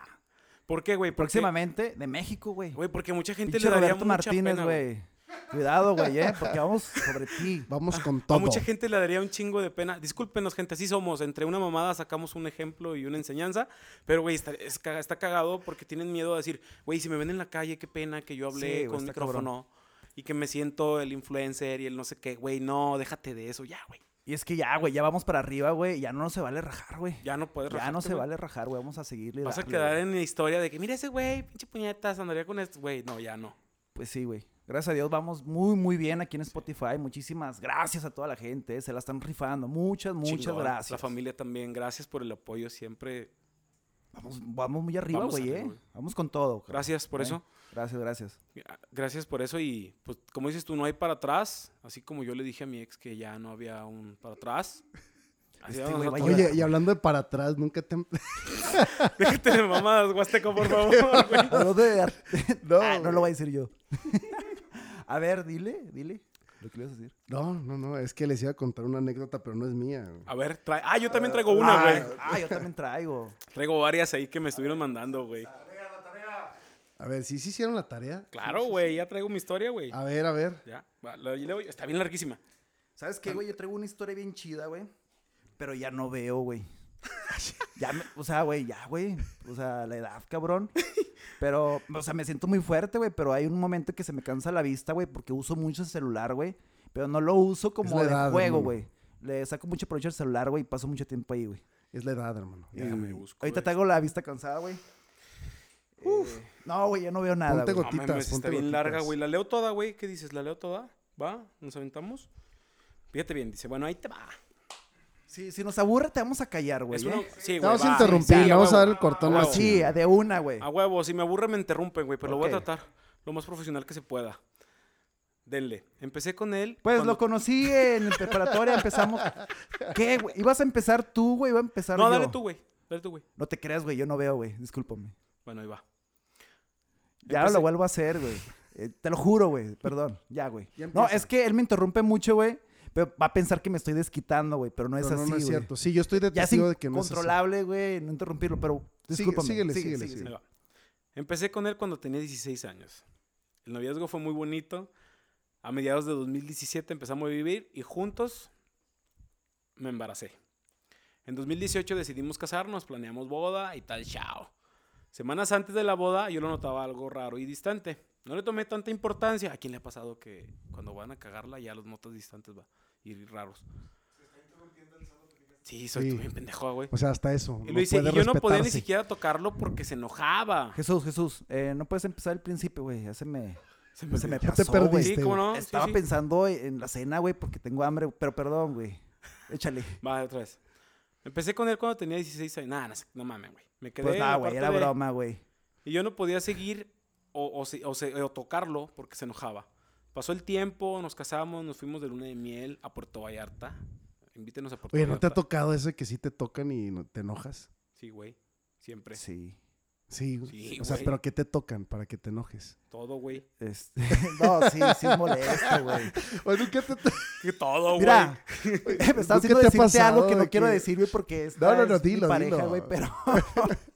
Speaker 1: ¿Por qué, güey? Porque-
Speaker 2: Próximamente de México, güey.
Speaker 1: Güey, porque mucha gente
Speaker 2: Pinche
Speaker 1: le daría
Speaker 2: Roberto
Speaker 1: mucha
Speaker 2: Martínez,
Speaker 1: pena, güey.
Speaker 2: güey. [LAUGHS] Cuidado, güey, eh, porque vamos sobre ti.
Speaker 3: Vamos con
Speaker 1: Ah, A
Speaker 3: todo.
Speaker 1: mucha gente le daría un chingo de pena. Discúlpenos, gente, así somos. Entre una mamada sacamos un ejemplo y una enseñanza. Pero, güey, está, es caga- está cagado porque tienen miedo a decir, güey, si me ven en la calle, qué pena que yo
Speaker 2: Sí,
Speaker 1: hablé
Speaker 2: güey,
Speaker 1: con
Speaker 2: está
Speaker 1: micrófono y que me siento el influencer y el no sé qué. Güey, no, déjate de eso, ya, güey.
Speaker 2: Y es que ya, güey, ya vamos para arriba, güey. Ya no se vale rajar, güey.
Speaker 1: Ya no puedes
Speaker 2: Ya no
Speaker 1: rajarte,
Speaker 2: se
Speaker 1: güey.
Speaker 2: vale rajar, güey. Vamos a seguirle. y
Speaker 1: Vas a
Speaker 2: darle,
Speaker 1: quedar
Speaker 2: güey.
Speaker 1: en la historia de que, mira ese güey, pinche puñetas, andaría con esto. Güey, no, ya no.
Speaker 2: Pues sí, güey. Gracias a Dios vamos muy, muy bien aquí en Spotify. Muchísimas gracias a toda la gente. eh, Se la están rifando. Muchas, muchas
Speaker 1: Chingón.
Speaker 2: gracias.
Speaker 1: La familia también, gracias por el apoyo siempre.
Speaker 2: Vamos, vamos muy arriba,
Speaker 1: Vamos
Speaker 2: güey,
Speaker 1: arriba,
Speaker 2: eh.
Speaker 1: güey.
Speaker 2: Vamos con todo. cabrón.
Speaker 1: Gracias por
Speaker 2: ¿Eh?
Speaker 1: eso.
Speaker 2: Gracias, [LAUGHS] gracias.
Speaker 1: Ah, Gracias por eso y pues como dices tú, no hay para atrás, así como yo le dije a mi ex que ya no había un para atrás. Así
Speaker 2: Este
Speaker 1: vamos
Speaker 2: güey va a
Speaker 1: nosotros.
Speaker 3: Oye, y hablando de para atrás, nunca te...
Speaker 1: [LAUGHS] déjate de mamadas, Huasteco, por favor, güey.
Speaker 2: no, te-
Speaker 3: [LAUGHS] No,
Speaker 2: Ah, no
Speaker 3: güey.
Speaker 2: lo voy a decir yo. [LAUGHS] a ver, dile, dile. Lo que le vas a decir.
Speaker 3: No, no, no, es que les iba a contar una anécdota, pero no es mía. güey.
Speaker 1: A ver, trae... Ah, yo también traigo una,
Speaker 2: Ay,
Speaker 1: güey.
Speaker 2: Ah, yo también traigo.
Speaker 1: Traigo varias ahí que me estuvieron mandando, güey.
Speaker 3: A ver, ¿sí, sí hicieron la tarea?
Speaker 1: Claro, güey, ya traigo mi historia, güey.
Speaker 3: A ver, a ver.
Speaker 1: Ya, va, la- y le voy- está bien larguísima.
Speaker 2: ¿Sabes qué, güey? Yo traigo una historia bien chida, güey. Pero ya no veo, güey. [LAUGHS] Ya me- o sea, güey, ya, güey. O sea, la edad, cabrón. Pero, o sea, me siento muy fuerte, güey. Pero hay un momento que se me cansa la vista, güey, porque uso mucho el celular, güey. Pero no lo uso como
Speaker 3: la
Speaker 2: de
Speaker 3: edad,
Speaker 2: juego,
Speaker 3: hermano.
Speaker 2: güey. Le saco mucho provecho al celular, güey, y paso mucho tiempo ahí, güey.
Speaker 3: Es la edad, hermano.
Speaker 1: Déjame busco.
Speaker 2: Ahorita
Speaker 1: güey.
Speaker 2: traigo la vista cansada, güey. Eh, no, güey, ya no veo nada,
Speaker 3: Ponte
Speaker 2: güey.
Speaker 1: No
Speaker 3: gotitas,
Speaker 1: mames, está
Speaker 3: ponte
Speaker 1: bien
Speaker 3: gotitas.
Speaker 1: larga, güey. La leo toda, güey. ¿Qué dices? ¿La leo toda? ¿Va? ¿Nos aventamos? Fíjate bien, dice, bueno, ahí te va.
Speaker 2: Si, si nos aburre, te vamos a callar, güey.
Speaker 1: Es una-
Speaker 2: ¿eh?
Speaker 1: Sí,
Speaker 3: Te
Speaker 1: güey,
Speaker 3: vamos a
Speaker 1: va.
Speaker 3: interrumpir,
Speaker 1: Sí,
Speaker 3: le vamos a
Speaker 1: huevo.
Speaker 3: dar el cortón
Speaker 1: A
Speaker 3: más
Speaker 1: huevo.
Speaker 2: Sí, de una, güey.
Speaker 1: A huevo, si me aburre me interrumpen, güey, pero lo voy a
Speaker 2: Ok.
Speaker 1: tratar lo más profesional que se pueda. Denle. Empecé con él.
Speaker 2: Pues
Speaker 1: cuando-
Speaker 2: lo conocí en preparatoria, empezamos. ¿Qué, güey? ¿Ibas a empezar tú, güey? ¿Iba a empezar
Speaker 1: No,
Speaker 2: yo?
Speaker 1: dale tú, güey. Dale tú, güey.
Speaker 2: No te creas, güey, yo no veo, güey. Discúlpame.
Speaker 1: Bueno, ahí va.
Speaker 2: Ya
Speaker 1: Empecé-
Speaker 2: lo vuelvo a hacer, güey. Eh, te lo juro, güey. Perdón. Ya, güey.
Speaker 3: Ya
Speaker 2: No,
Speaker 3: empieza.
Speaker 2: es que él me interrumpe mucho, güey. Pero va a pensar que me estoy desquitando, güey. Pero no es
Speaker 3: Pero
Speaker 2: así,
Speaker 3: no, no es
Speaker 2: güey.
Speaker 3: cierto. Sí, yo estoy de
Speaker 2: Ya es
Speaker 3: testigo de que no es así.
Speaker 2: incontrolable, güey, no interrumpirlo. Pero
Speaker 3: Sigue-
Speaker 2: discúlpame.
Speaker 3: síguele,
Speaker 2: Sigue,
Speaker 3: síguele,
Speaker 2: sigue,
Speaker 3: síguele.
Speaker 1: Ahí va. Empecé con él cuando tenía 16 años. El noviazgo fue muy bonito. A mediados de 2017 empezamos a vivir y juntos me embaracé. En 2018 decidimos casarnos, planeamos boda y tal, chao. Semanas antes de la boda yo lo notaba algo raro y distante. No le tomé tanta importancia. ¿A quién le ha pasado que cuando van a cagarla ya los notas distantes va y raros? Sí, soy
Speaker 3: Sí.
Speaker 1: bien pendejo, güey.
Speaker 3: O sea, hasta eso.
Speaker 1: Y lo
Speaker 2: Pues
Speaker 1: hice, y yo no podía ni
Speaker 3: respetarse.
Speaker 1: siquiera tocarlo porque se enojaba.
Speaker 2: Jesús, Jesús, eh, no puedes empezar el principio, güey. Ya se me,
Speaker 1: Se
Speaker 2: se me
Speaker 3: Ya te
Speaker 2: pasó, güey.
Speaker 3: perdiste.
Speaker 1: Sí, cómo no. sí,
Speaker 2: Estaba
Speaker 1: sí.
Speaker 2: pensando en la cena, güey, porque tengo hambre. Pero perdón, güey. Échale.
Speaker 1: Va, otra vez. Empecé con él cuando tenía 16 años. Nada, no, sé, no mames, güey. Me quedé.
Speaker 2: Pues
Speaker 1: en la
Speaker 2: nada, güey,
Speaker 1: parte
Speaker 2: era
Speaker 1: de-
Speaker 2: broma, güey.
Speaker 1: Y yo no podía seguir o, o se- o se- o tocarlo porque se enojaba. Pasó el tiempo, nos casamos, nos fuimos de luna de miel a Puerto Vallarta. Invítenos a Puerto
Speaker 3: Oye, ¿no te
Speaker 1: Vallarta.
Speaker 3: ha tocado ese que sí te tocan y no- te enojas?
Speaker 1: Sí, güey. Siempre.
Speaker 2: Sí.
Speaker 3: Sí,
Speaker 1: Sí,
Speaker 3: O sea,
Speaker 1: güey.
Speaker 3: ¿pero qué te tocan para que te enojes?
Speaker 1: Todo, güey. [LAUGHS]
Speaker 2: Este, [LAUGHS] no, sí, sí es molesto, güey.
Speaker 3: Oye, ¿nunca te
Speaker 1: Que todo, güey.
Speaker 2: Mira, [LAUGHS] me
Speaker 3: ¿nunca
Speaker 2: está haciendo
Speaker 3: te ha
Speaker 2: decirte algo
Speaker 3: pasado
Speaker 2: que no
Speaker 3: de
Speaker 2: quiero
Speaker 3: que-
Speaker 2: decir, güey, porque es
Speaker 3: No, no, no,
Speaker 2: es mi
Speaker 3: dilo,
Speaker 2: pareja,
Speaker 3: dilo.
Speaker 2: güey, pero
Speaker 3: [LAUGHS]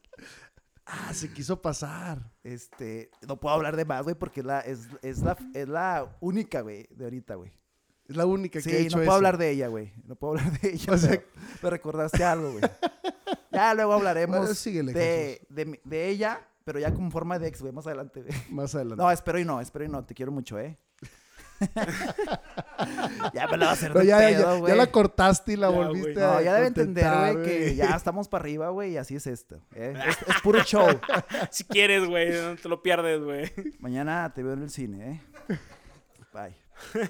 Speaker 3: Ah, se quiso pasar.
Speaker 2: este, no puedo hablar de más, güey, porque es la, es, es la, es la única, güey, de ahorita, güey.
Speaker 3: Es la única
Speaker 2: Sí,
Speaker 3: que he
Speaker 2: no
Speaker 3: hecho
Speaker 2: puedo
Speaker 3: eso.
Speaker 2: hablar de ella, güey. No puedo hablar de ella.
Speaker 3: [LAUGHS] O sea-
Speaker 2: pero me recordaste algo,
Speaker 3: [LAUGHS]
Speaker 2: güey. Ya luego hablaremos
Speaker 3: Bueno, síguele,
Speaker 2: de, de, mi- de ella, pero ya como forma de ex, güey, más adelante. güey.
Speaker 3: Más adelante.
Speaker 2: No, espero y no, espero y no. Te quiero mucho, ¿eh? [LAUGHS] ya me la va a hacer
Speaker 3: Pero
Speaker 2: de
Speaker 3: ya, ya-
Speaker 2: pedo,
Speaker 3: ya
Speaker 2: güey.
Speaker 3: la cortaste y la
Speaker 1: Ya, güey.
Speaker 3: volviste
Speaker 1: No,
Speaker 2: No,
Speaker 3: a
Speaker 2: ya debe entender,
Speaker 3: contentar,
Speaker 2: güey, que ya estamos para arriba, güey, y así es esto. ¿eh? Es, es puro show.
Speaker 1: Si quieres, güey, no te lo pierdes, güey.
Speaker 2: Mañana te veo en el cine, ¿eh? Bye.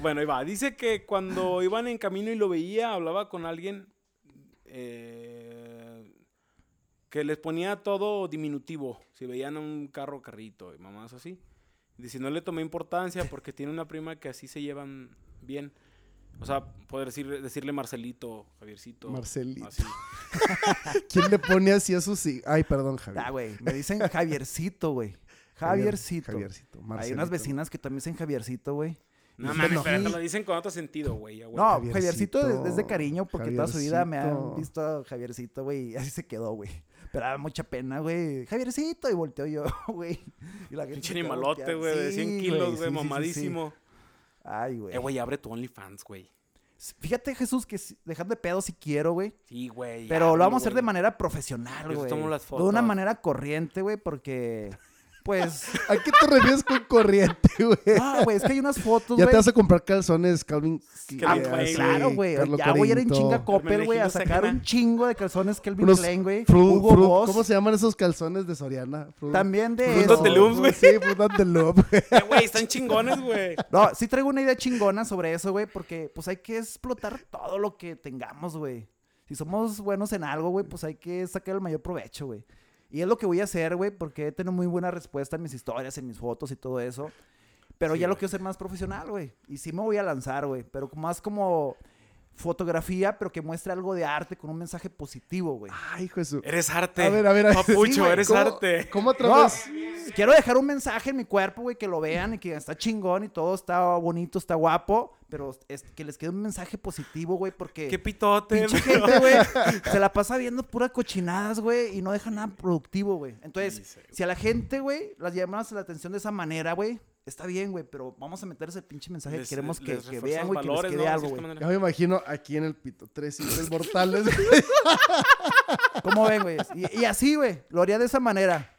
Speaker 1: Bueno, ahí va. Dice que cuando iban en camino y lo veía, hablaba con alguien eh, que les ponía todo diminutivo. Si veían un carro, carrito y mamás así. Dice, no le tomé importancia porque tiene una prima que así se llevan bien. O sea, poder decir- decirle Marcelito, Javiercito.
Speaker 3: Marcelito.
Speaker 1: así.
Speaker 3: [LAUGHS] ¿Quién le pone así a sus hijos? Ay, perdón, Javier.
Speaker 2: Ah, güey, me dicen Javiercito, güey. Javiercito.
Speaker 3: Javiercito.
Speaker 2: Hay unas
Speaker 3: Marcelito.
Speaker 2: vecinas que también dicen Javiercito, güey.
Speaker 1: No
Speaker 3: Pues,
Speaker 1: mames,
Speaker 3: bueno.
Speaker 1: pero te lo dicen con otro sentido, güey. ya, güey.
Speaker 2: No,
Speaker 3: Javiercito.
Speaker 2: Javiercito es es de cariño porque toda su vida me han
Speaker 3: Javiercito.
Speaker 2: visto a Javiercito, güey, y así se quedó, güey. Pero daba mucha pena, güey. Javiercito, y volteo yo, [LAUGHS] güey. Y la gente
Speaker 1: Pinche
Speaker 2: se quedó
Speaker 1: animalote,
Speaker 2: volteando.
Speaker 1: güey, de
Speaker 2: Sí,
Speaker 1: 100 kilos, güey,
Speaker 2: sí, sí, sí, sí.
Speaker 1: mamadísimo.
Speaker 2: Ay, güey.
Speaker 1: Eh, güey, abre tu OnlyFans, güey.
Speaker 2: Fíjate, Jesús, que si- dejar de pedo si quiero, güey.
Speaker 1: Sí, güey.
Speaker 2: Pero lo
Speaker 1: ábrelo,
Speaker 2: vamos a hacer de
Speaker 1: güey.
Speaker 2: manera profesional,
Speaker 1: Yo te
Speaker 2: güey.
Speaker 1: tomo las
Speaker 2: De una
Speaker 1: fotos.
Speaker 2: manera corriente, güey, porque. Pues. [LAUGHS]
Speaker 3: ¿A qué te refieres con corriente, [LAUGHS] güey?
Speaker 2: Ah, güey, es que hay unas fotos,
Speaker 3: Ya
Speaker 2: güey.
Speaker 3: te vas a comprar calzones Calvin
Speaker 1: Ah,
Speaker 3: Klein,
Speaker 1: güey,
Speaker 3: sí,
Speaker 2: Claro, güey.
Speaker 3: Carlo
Speaker 2: Ya voy a ir en
Speaker 3: Corinto.
Speaker 2: chinga Coppel, güey, a
Speaker 1: Hermenegildo
Speaker 2: sacar un
Speaker 1: Sacana.
Speaker 2: chingo de calzones Kelvin
Speaker 3: Unos
Speaker 2: Klein, güey.
Speaker 3: Fru-
Speaker 2: Hugo
Speaker 3: fru-
Speaker 2: Boss.
Speaker 3: ¿Cómo se llaman esos calzones de Soriana? Fru-
Speaker 2: También de
Speaker 1: Frutos
Speaker 2: eso.
Speaker 1: de Loom. Looms, güey.
Speaker 3: Sí, frutas de Loom.
Speaker 1: Eh, güey, están chingones, güey.
Speaker 2: No, sí traigo una idea chingona sobre eso, güey, porque pues hay que explotar todo lo que tengamos, güey. Si somos buenos en algo, güey, pues hay que sacar el mayor provecho, güey. Y es lo que voy a hacer, güey, porque he tenido muy buena respuesta en mis historias, en mis fotos y todo eso. Pero
Speaker 1: Sí,
Speaker 2: ya lo
Speaker 1: güey.
Speaker 2: quiero hacer más profesional, güey. Y sí me voy a lanzar, güey. Pero más como fotografía, pero que muestre algo de arte con un mensaje positivo, güey.
Speaker 3: Ay, hijo de su...
Speaker 1: Eres arte.
Speaker 3: A ver, a ver. a ver.
Speaker 1: Papucho,
Speaker 3: Sí, güey,
Speaker 1: eres
Speaker 3: ¿cómo-
Speaker 1: arte.
Speaker 3: ¿Cómo otra
Speaker 2: No,
Speaker 3: vez?
Speaker 2: quiero dejar un mensaje en mi cuerpo, güey, que lo vean y que está chingón y todo está bonito, está guapo, pero es- que les quede un mensaje positivo, güey, porque [LAUGHS]
Speaker 1: Qué pitote.
Speaker 2: pinche
Speaker 1: güey.
Speaker 2: gente, güey, se la pasa viendo puras cochinadas, güey, y no deja nada productivo, güey. Entonces,
Speaker 1: Sí, sí, güey.
Speaker 2: si a la gente, güey, las llamamos la atención de esa manera, güey, está bien, güey, pero vamos a meter ese pinche mensaje
Speaker 1: [LAUGHS] Les-
Speaker 2: que queremos que,
Speaker 1: les
Speaker 2: que
Speaker 1: refuerzas
Speaker 2: vean, güey, que les
Speaker 1: valores,
Speaker 2: quede
Speaker 1: ¿no? De
Speaker 2: algo,
Speaker 1: cierta
Speaker 2: güey.
Speaker 1: manera.
Speaker 3: Ya me imagino aquí en el pito. Tres simples mortales. [LAUGHS]
Speaker 2: ¿Cómo ven, güey? Y, y así, güey, lo haría de esa manera.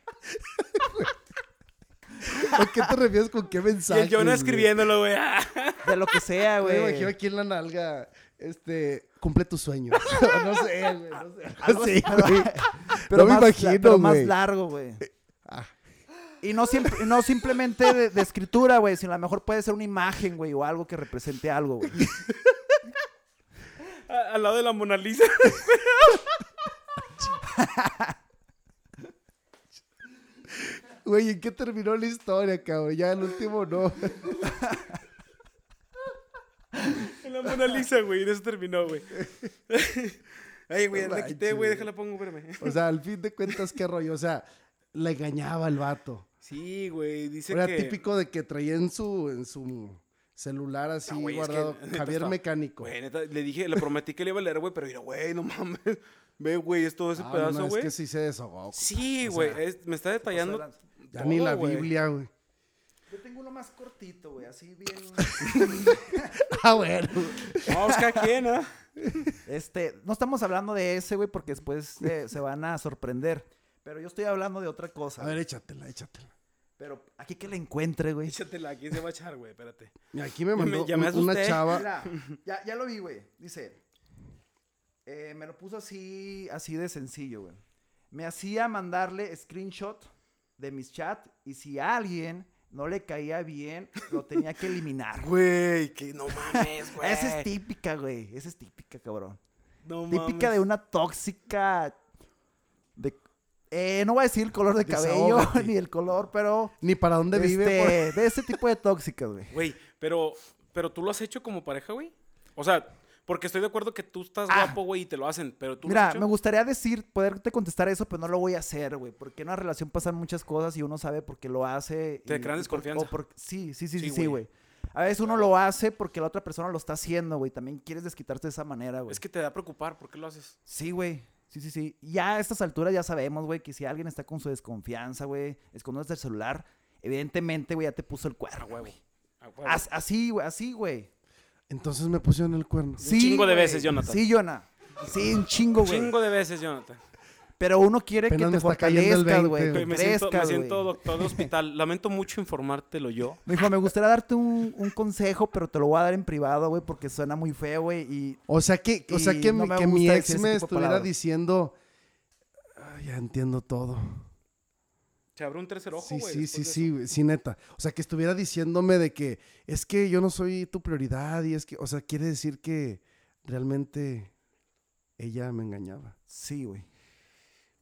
Speaker 3: ¿A qué te refieres con qué
Speaker 1: Y
Speaker 3: mensaje?
Speaker 1: el Jonah escribiéndolo, güey. [LAUGHS]
Speaker 2: De lo que sea,
Speaker 3: Me
Speaker 2: güey.
Speaker 3: imagino aquí en la nalga. Este, cumple tus sueños. [LAUGHS] no sé, güey. No sé.
Speaker 1: Ah,
Speaker 2: Algo
Speaker 3: Sí,
Speaker 2: así, pero-
Speaker 3: güey. [LAUGHS]
Speaker 2: Pero
Speaker 3: No me
Speaker 2: más, la-
Speaker 3: imagino,
Speaker 2: pero más
Speaker 3: güey.
Speaker 2: largo, güey.
Speaker 3: Ah.
Speaker 2: Y no, siempre, y no simplemente de, de escritura, güey, sino a lo mejor puede ser una imagen, güey, o algo que represente algo, güey.
Speaker 1: A- Al lado de la Mona Lisa. [LAUGHS]
Speaker 3: Güey, ¿en qué terminó la historia, cabrón? Ya el último no.
Speaker 1: En la Mona Lisa, güey. Y eso terminó, güey. [LAUGHS] Ay, güey,
Speaker 3: No
Speaker 1: la
Speaker 3: manches,
Speaker 1: quité,
Speaker 3: güey.
Speaker 1: güey. Déjala pongo, espérame.
Speaker 3: O sea, al fin de cuentas, qué rollo. O sea, le engañaba el vato.
Speaker 1: Sí, güey. Dice
Speaker 3: Era
Speaker 1: que.
Speaker 3: típico de que traía en su, en su celular así
Speaker 1: Ah, güey, es que
Speaker 3: guardado.
Speaker 1: neta
Speaker 3: Javier
Speaker 1: está-
Speaker 3: Mecánico.
Speaker 1: Güey, neta, le dije, le prometí que le iba a leer, güey, pero mira, güey, no mames. [LAUGHS] Ve, güey, es todo ese
Speaker 3: Ah, no,
Speaker 1: pedazo,
Speaker 3: no,
Speaker 1: güey.
Speaker 3: es que sí se desahogó.
Speaker 1: Sí,
Speaker 3: O
Speaker 1: güey.
Speaker 3: sea,
Speaker 1: es- me está detallando.
Speaker 2: lanza.
Speaker 3: Ya
Speaker 1: todo,
Speaker 3: ni la
Speaker 1: güey.
Speaker 3: Biblia, güey. [LAUGHS]
Speaker 2: Yo tengo uno más cortito, güey, así bien.
Speaker 3: Ah, bueno.
Speaker 1: No,
Speaker 2: pues,
Speaker 1: es que a quién, ¿ah?
Speaker 2: [LAUGHS] Este, no estamos hablando de ese, güey, porque después eh, se van a sorprender. Pero yo estoy hablando de otra cosa.
Speaker 3: A ver, échatela, échatela.
Speaker 2: Pero aquí que la encuentre,
Speaker 1: [LAUGHS]
Speaker 2: güey.
Speaker 1: Échatela, aquí se va a echar, güey, espérate.
Speaker 3: Mira, aquí me
Speaker 1: Ya me-
Speaker 3: mandó
Speaker 1: ya me
Speaker 3: un- una
Speaker 1: asusté.
Speaker 3: chava.
Speaker 2: Mira, ya, ya lo vi, güey. Dice, eh, me lo puso así, así de sencillo, güey. Me hacía mandarle screenshot de mis chats y si a alguien no le caía bien, lo tenía que eliminar.
Speaker 3: [LAUGHS]
Speaker 2: güey.
Speaker 1: Güey, que no [LAUGHS] mames, güey.
Speaker 2: Esa es típica, güey. Esa es típica, cabrón.
Speaker 1: No
Speaker 2: típica de una tóxica de... Eh, no voy a decir el color
Speaker 3: [LAUGHS]
Speaker 2: de cabello [LAUGHS]
Speaker 3: Desahógate.
Speaker 2: ni el color, pero...
Speaker 3: Ni para dónde vive. por-
Speaker 2: este, De ese tipo de tóxicas, güey.
Speaker 1: Güey, pero, pero tú lo has hecho como pareja, güey. O sea, porque estoy de acuerdo que tú estás
Speaker 2: Ah.
Speaker 1: guapo, güey, y te lo hacen, pero tú lo
Speaker 2: Mira,
Speaker 1: has hecho.
Speaker 2: me gustaría decir, poderte contestar eso, pero no lo voy a hacer, güey. Porque en una relación pasan muchas cosas y uno sabe por qué lo hace.
Speaker 1: Te
Speaker 2: y-
Speaker 1: crean
Speaker 2: y por-
Speaker 1: desconfianza.
Speaker 2: o por- sí, sí, sí,
Speaker 1: Sí,
Speaker 2: sí, sí,
Speaker 1: güey.
Speaker 2: güey. A veces uno lo hace porque la otra persona lo está haciendo, güey. También quieres desquitarte de esa manera, güey.
Speaker 1: Es que te da preocupar, ¿por qué lo haces?
Speaker 2: Sí, güey. Sí, sí, sí. Ya a estas alturas ya sabemos, güey, que si alguien está con su desconfianza, güey, escondiéndose el celular, evidentemente, Ah, güey, ya te puso el
Speaker 1: A
Speaker 2: cuerno,
Speaker 1: huevo.
Speaker 2: güey.
Speaker 1: A huevo.
Speaker 2: As- Así, güey, así, güey.
Speaker 3: Entonces me pusieron el cuerno.
Speaker 2: Sí,
Speaker 1: chingo de
Speaker 2: güey.
Speaker 1: veces, Jonathan.
Speaker 2: Sí, Jonah. Sí, un chingo, güey.
Speaker 1: Chingo de veces, Jonathan.
Speaker 2: Pero uno quiere que
Speaker 3: Apenas
Speaker 2: te
Speaker 3: me está cayendo el
Speaker 2: fortalezcas,
Speaker 3: 20,
Speaker 2: güey.
Speaker 3: güey.
Speaker 2: Que
Speaker 1: Me siento, me
Speaker 2: crezcas,
Speaker 1: siento
Speaker 2: güey.
Speaker 1: doctor de
Speaker 2: [LAUGHS]
Speaker 1: hospital. Lamento mucho informártelo yo.
Speaker 2: Me dijo, me gustaría darte un, un consejo, pero te lo voy a dar en privado, güey, porque suena muy feo, güey. Y
Speaker 3: O sea que, o sea
Speaker 2: Y
Speaker 3: que,
Speaker 2: no
Speaker 3: mi-
Speaker 2: me
Speaker 3: que mi
Speaker 2: gusta decir
Speaker 3: ex
Speaker 2: ese
Speaker 3: me
Speaker 2: tipo de
Speaker 3: estuviera
Speaker 2: palabras.
Speaker 3: diciendo, "Ah, ya entiendo todo.
Speaker 1: Se abrió un tercer ojo,
Speaker 3: sí,
Speaker 1: güey.
Speaker 3: sí,
Speaker 1: después
Speaker 3: sí,
Speaker 1: de
Speaker 3: sí,
Speaker 1: eso.
Speaker 3: güey, sí, neta. O sea que estuviera diciéndome de que es que yo no soy tu prioridad y es que, o sea, quiere decir que realmente ella me engañaba.
Speaker 2: sí, güey.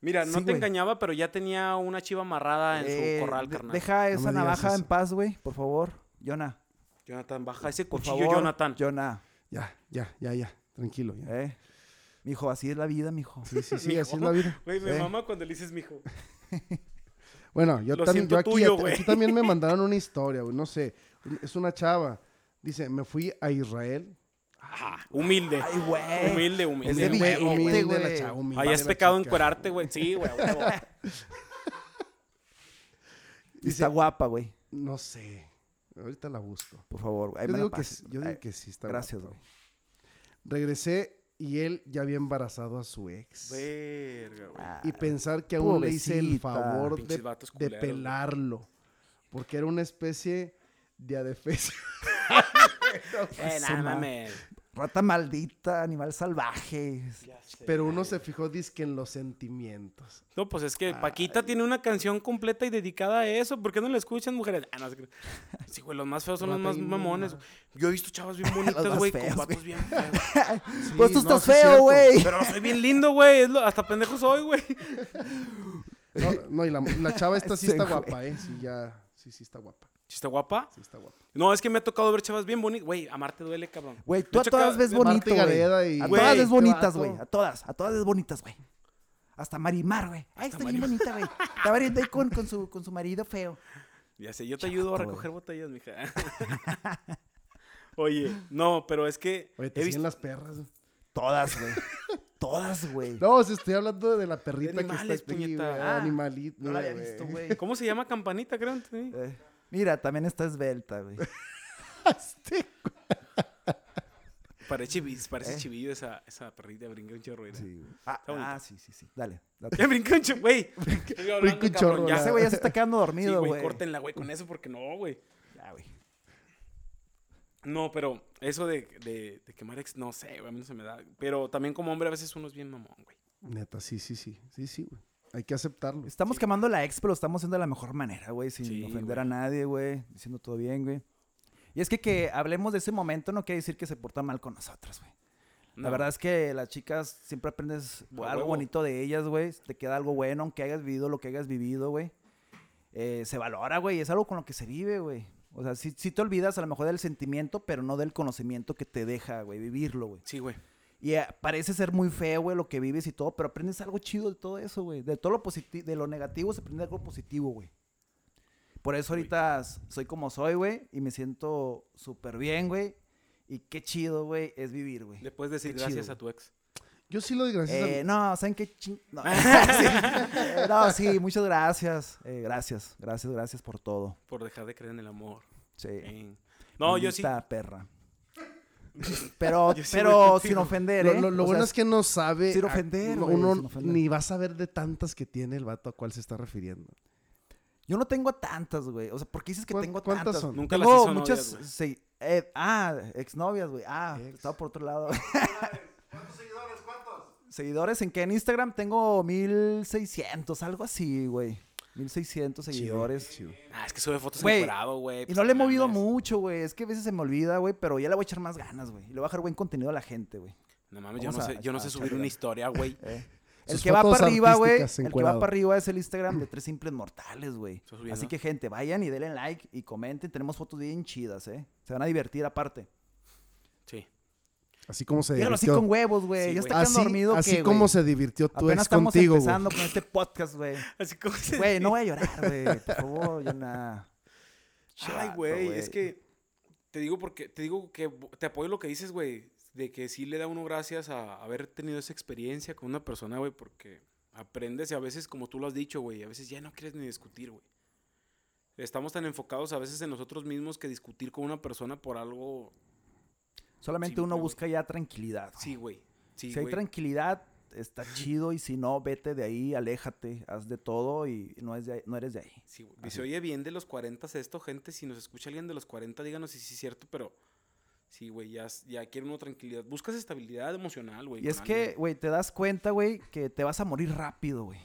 Speaker 1: Mira, no
Speaker 2: Sí,
Speaker 1: te
Speaker 2: güey.
Speaker 1: engañaba, pero ya tenía una chiva amarrada Ah, en
Speaker 2: Eh,
Speaker 1: su corral,
Speaker 2: de-
Speaker 1: carnal.
Speaker 2: Deja
Speaker 3: me
Speaker 2: esa
Speaker 3: digas
Speaker 2: navaja en
Speaker 3: eso.
Speaker 2: paz, güey, por favor. Jonah,
Speaker 1: Jonathan, baja ese
Speaker 2: por
Speaker 1: cuchillo,
Speaker 2: favor.
Speaker 1: Jonathan.
Speaker 2: Jonah,
Speaker 3: Ya, ya, ya, ya. Tranquilo. Ya.
Speaker 2: eh. Mijo, así es la vida, mijo.
Speaker 3: Sí, sí, sí,
Speaker 1: Mijo.
Speaker 3: así es la vida.
Speaker 1: Güey, me
Speaker 3: Eh,
Speaker 1: mama cuando le dices, mijo.
Speaker 3: Bueno, yo,
Speaker 1: Lo
Speaker 3: tam-
Speaker 1: siento
Speaker 3: yo aquí,
Speaker 1: tuyo,
Speaker 3: aquí
Speaker 1: güey.
Speaker 3: también
Speaker 1: [LAUGHS]
Speaker 3: me mandaron una historia, güey. No sé. Es una chava. Dice, me fui a Israel.
Speaker 1: Ajá, humilde.
Speaker 2: Ay, güey.
Speaker 1: Humilde,
Speaker 2: Es
Speaker 1: humilde.
Speaker 2: de
Speaker 3: Humilde,
Speaker 1: güey.
Speaker 2: billete, güey.
Speaker 3: la chava, humilde
Speaker 1: Ahí es
Speaker 3: la
Speaker 1: pecado
Speaker 3: chica.
Speaker 1: encuerarte, güey. Sí, güey. a
Speaker 2: [LAUGHS]
Speaker 1: huevo.
Speaker 2: Y está guapa, güey.
Speaker 3: No sé. Ahorita la busco.
Speaker 2: Por favor, güey. Ahí
Speaker 3: Yo
Speaker 2: me la
Speaker 3: digo, que,
Speaker 2: pasas.
Speaker 3: sí- yo digo
Speaker 2: Ay,
Speaker 3: que sí está
Speaker 2: Gracias,
Speaker 3: guapa,
Speaker 2: güey.
Speaker 3: Regresé y él ya había embarazado a su ex.
Speaker 1: Verga, güey.
Speaker 2: Ah,
Speaker 3: y pensar que aún le hice el
Speaker 2: pobrecita.
Speaker 3: favor
Speaker 1: Pinches
Speaker 3: de,
Speaker 1: vatos
Speaker 3: de
Speaker 1: culeros, güey.
Speaker 3: pelarlo. Porque era una especie de adefesio. [LAUGHS]
Speaker 1: Eh,
Speaker 2: su
Speaker 1: nada
Speaker 2: madre.
Speaker 1: mames.
Speaker 2: Rata maldita, animal salvaje.
Speaker 3: Pero uno se fijó, disque, en los sentimientos.
Speaker 1: No, pues es que Paquita tiene una canción completa y dedicada a eso. ¿Por qué no la escuchan, mujeres? Ah, no
Speaker 2: [LAUGHS]
Speaker 1: se crean. Sí, güey, los más feos son los
Speaker 3: Rata
Speaker 1: más
Speaker 3: y
Speaker 1: mamones. Yo he visto chavas
Speaker 2: [LAUGHS]
Speaker 1: bien bonitas,
Speaker 2: más
Speaker 1: güey, con
Speaker 2: feos,
Speaker 1: vatos
Speaker 2: [LAUGHS]
Speaker 1: bien feos.
Speaker 2: pues tú
Speaker 3: no,
Speaker 2: estás
Speaker 3: sí es
Speaker 2: feo,
Speaker 3: cierto.
Speaker 2: güey.
Speaker 1: Pero soy bien lindo, güey. es lo- Hasta pendejo soy, güey. [LAUGHS]
Speaker 3: No, no, y la, la chava esta [LAUGHS] sí
Speaker 2: Ese
Speaker 3: está
Speaker 2: güey.
Speaker 3: guapa, ¿eh? Sí, ya. Sí, sí está guapa.
Speaker 1: ¿Sí ¿Está guapa?
Speaker 3: Sí está guapa.
Speaker 1: No, es que me ha tocado ver chavas bien bonitas. Güey, amarte duele, cabrón.
Speaker 2: Güey,
Speaker 1: De
Speaker 2: tú a
Speaker 1: hecho,
Speaker 2: todas
Speaker 1: ca-
Speaker 2: ves
Speaker 3: de
Speaker 2: bonito,
Speaker 3: Marta y Gareda
Speaker 2: güey.
Speaker 3: y-
Speaker 2: A
Speaker 1: Güey,
Speaker 2: todas ves
Speaker 3: este
Speaker 2: bonitas,
Speaker 3: vato.
Speaker 2: güey. A todas, a todas ves bonitas, güey. Hasta Marimar, güey. Ay, está bien bonita, güey. Estaba bien ahí con, con, su, con su marido feo.
Speaker 1: Ya sé, yo te ayudo a
Speaker 2: Chato,
Speaker 1: recoger botellas, mija. Oye, no, pero es que
Speaker 3: Oye, te
Speaker 1: he visto
Speaker 3: siguen las perras. güey.
Speaker 2: Todas, güey. Todas, güey.
Speaker 3: No, se estoy hablando de la perrita que
Speaker 1: animales,
Speaker 3: está aquí,
Speaker 1: puñeta.
Speaker 3: güey,
Speaker 1: Ah,
Speaker 3: animalito.
Speaker 2: No la había
Speaker 3: güey.
Speaker 2: visto, güey.
Speaker 1: ¿Cómo se llama campanita, creo? Sí.
Speaker 2: Eh, mira, también está esbelta, güey.
Speaker 3: Este-
Speaker 1: Parece, chivis- parece
Speaker 2: Eh.
Speaker 1: chivillo esa, esa perrita, brinca un chorro. Sí.
Speaker 2: Ah,
Speaker 1: bonita.
Speaker 2: ah, sí, sí, sí. Dale. date.
Speaker 1: [LAUGHS] Ya brinca un chorro, güey. Estoy hablando,
Speaker 3: brinca un
Speaker 1: cabrón,
Speaker 3: chorro,
Speaker 1: Ya
Speaker 3: la-
Speaker 2: Ese
Speaker 1: se
Speaker 2: güey ya se está quedando
Speaker 1: Sí,
Speaker 2: dormido,
Speaker 1: güey,
Speaker 2: güey.
Speaker 1: córtenla, güey, con eso porque no, güey.
Speaker 2: Ya, güey.
Speaker 1: No, pero eso de, de, de quemar ex, no sé, güey, a mí no se me da. Pero también como hombre a veces uno es bien mamón, güey.
Speaker 3: Neta, sí, sí, sí. Sí, sí, güey. Hay que aceptarlo.
Speaker 2: Estamos quemando la ex, pero lo estamos haciendo de la mejor manera, güey, sin
Speaker 1: Sí,
Speaker 2: ofender
Speaker 1: güey.
Speaker 2: a nadie, güey, diciendo todo bien, güey. Y es que que hablemos de ese momento no quiere decir que se porta mal con nosotras, güey. La
Speaker 1: No.
Speaker 2: verdad es que las chicas siempre aprendes
Speaker 1: A
Speaker 2: algo
Speaker 1: huevo.
Speaker 2: bonito de ellas, güey. Te queda algo bueno, aunque hayas vivido lo que hayas vivido, güey. Eh, se valora, güey. Es algo con lo que se vive, güey. O sea, sí, sí te olvidas a lo mejor del sentimiento, pero no del conocimiento que te deja, güey, vivirlo, güey.
Speaker 1: Sí, güey.
Speaker 2: Y eh, parece ser muy feo, güey, lo que vives y todo, pero aprendes algo chido de todo eso, güey. De todo lo positivo, de lo negativo se aprende algo positivo, güey. Por eso ahorita s- soy como soy, güey, y me siento súper bien, güey. Y qué chido, güey, es vivir, güey.
Speaker 1: Después decir
Speaker 2: Qué chido,
Speaker 1: gracias a
Speaker 2: güey.
Speaker 1: tu ex.
Speaker 3: Yo sí lo doy gracias a-
Speaker 2: Eh, no, ¿saben qué ching...
Speaker 1: [LAUGHS]
Speaker 2: No, sí, Eh, no, sí, muchas gracias. Eh, gracias, gracias, gracias por todo.
Speaker 1: Por dejar de creer en el amor.
Speaker 2: Sí.
Speaker 1: Ven. No, yo sí.
Speaker 2: Maldita
Speaker 1: [LAUGHS]
Speaker 2: perra. Pero,
Speaker 1: Yo sí voy
Speaker 2: pero sin
Speaker 1: contigo.
Speaker 2: ofender,
Speaker 3: Lo,
Speaker 2: ¿eh?
Speaker 3: lo- lo
Speaker 2: O sea,
Speaker 3: bueno es que no sabe.
Speaker 2: sin
Speaker 3: a-
Speaker 2: ofender,
Speaker 3: no,
Speaker 2: güey,
Speaker 3: uno
Speaker 2: sin ofender.
Speaker 3: ni va a saber de tantas que tiene el vato a cuál se está refiriendo.
Speaker 2: Yo no tengo tantas, güey. O sea, ¿por qué dices que
Speaker 3: ¿Cuán-
Speaker 2: tengo
Speaker 3: cuántas
Speaker 2: tantas?
Speaker 3: son?
Speaker 1: Nunca las
Speaker 2: Tengo
Speaker 1: hizo
Speaker 2: muchas.
Speaker 1: novias, güey.
Speaker 2: sí, eh, ah, exnovias, güey. Ah,
Speaker 3: Ex.
Speaker 2: estaba por otro lado. ¿Cuántos seguidores? [LAUGHS] ¿Cuántos? ¿Seguidores en qué? En Instagram tengo 1600, algo así, güey. 1600 seguidores.
Speaker 3: Chido, chido.
Speaker 1: Ah, es que sube fotos
Speaker 2: Güey,
Speaker 1: encuerado, güey.
Speaker 2: Y
Speaker 1: pues,
Speaker 2: no le he movido
Speaker 1: mames.
Speaker 2: mucho, güey. Es que a veces se me olvida, güey. Pero ya le voy a echar más ganas, güey. Y le voy a dejar buen contenido a la gente, güey.
Speaker 1: No mames, yo no
Speaker 2: Vamos
Speaker 1: sé,
Speaker 2: a-
Speaker 1: yo no
Speaker 2: a
Speaker 1: sé subir
Speaker 2: echarle
Speaker 1: una
Speaker 2: ganas.
Speaker 1: historia, güey.
Speaker 2: Ah, [LAUGHS] Eh. El
Speaker 3: Sus
Speaker 2: que va
Speaker 3: fotos
Speaker 2: para arriba, güey.
Speaker 3: artísticas
Speaker 2: El que va
Speaker 3: encuerado.
Speaker 2: para arriba es el Instagram
Speaker 3: [CLEARS THROAT]
Speaker 2: de Tres Simples Mortales, güey.
Speaker 1: Está subiendo.
Speaker 2: Así que, gente, vayan y denle like y comenten. Tenemos fotos bien chidas, ¿eh? Se van a divertir aparte.
Speaker 1: Sí.
Speaker 3: Así como se
Speaker 2: Díganlo así
Speaker 3: divirtió.
Speaker 2: con huevos, güey.
Speaker 1: Sí,
Speaker 2: ya
Speaker 1: güey.
Speaker 2: está quedando
Speaker 3: así
Speaker 2: dormido,
Speaker 3: así
Speaker 2: ¿qué, güey?
Speaker 3: como se divirtió tu
Speaker 2: Apenas
Speaker 3: ex
Speaker 2: estamos
Speaker 3: contigo. güey.
Speaker 2: empezando con este
Speaker 1: [LAUGHS]
Speaker 2: podcast, güey.
Speaker 1: Así como se
Speaker 2: Güey, no voy a llorar, güey. Por favor, yo nada.
Speaker 1: Ay, güey, es que te digo porque te digo que bo- te apoyo lo que dices, güey, de que sí le da uno gracias a haber tenido esa experiencia con una persona, güey, porque aprendes y a veces como tú lo has dicho, güey, a veces ya no quieres ni discutir, güey. Estamos tan enfocados a veces en nosotros mismos que discutir con una persona por algo
Speaker 2: Solamente
Speaker 1: Siempre,
Speaker 2: uno
Speaker 1: güey.
Speaker 2: busca ya tranquilidad.
Speaker 1: Sí, güey. Sí,
Speaker 2: si hay
Speaker 1: güey.
Speaker 2: tranquilidad, está chido. Y si no, vete de ahí, aléjate, haz de todo y no, es de ahí- no eres de ahí.
Speaker 1: Sí, güey. Y Se oye bien de los 40 esto, gente. Si nos escucha alguien de los 40, díganos si sí es cierto, pero sí, güey, ya, ya quiere uno tranquilidad. Buscas estabilidad emocional, güey.
Speaker 2: Y es
Speaker 1: con
Speaker 2: que,
Speaker 1: alguien.
Speaker 2: güey, te das cuenta, güey, que te vas a morir rápido, güey.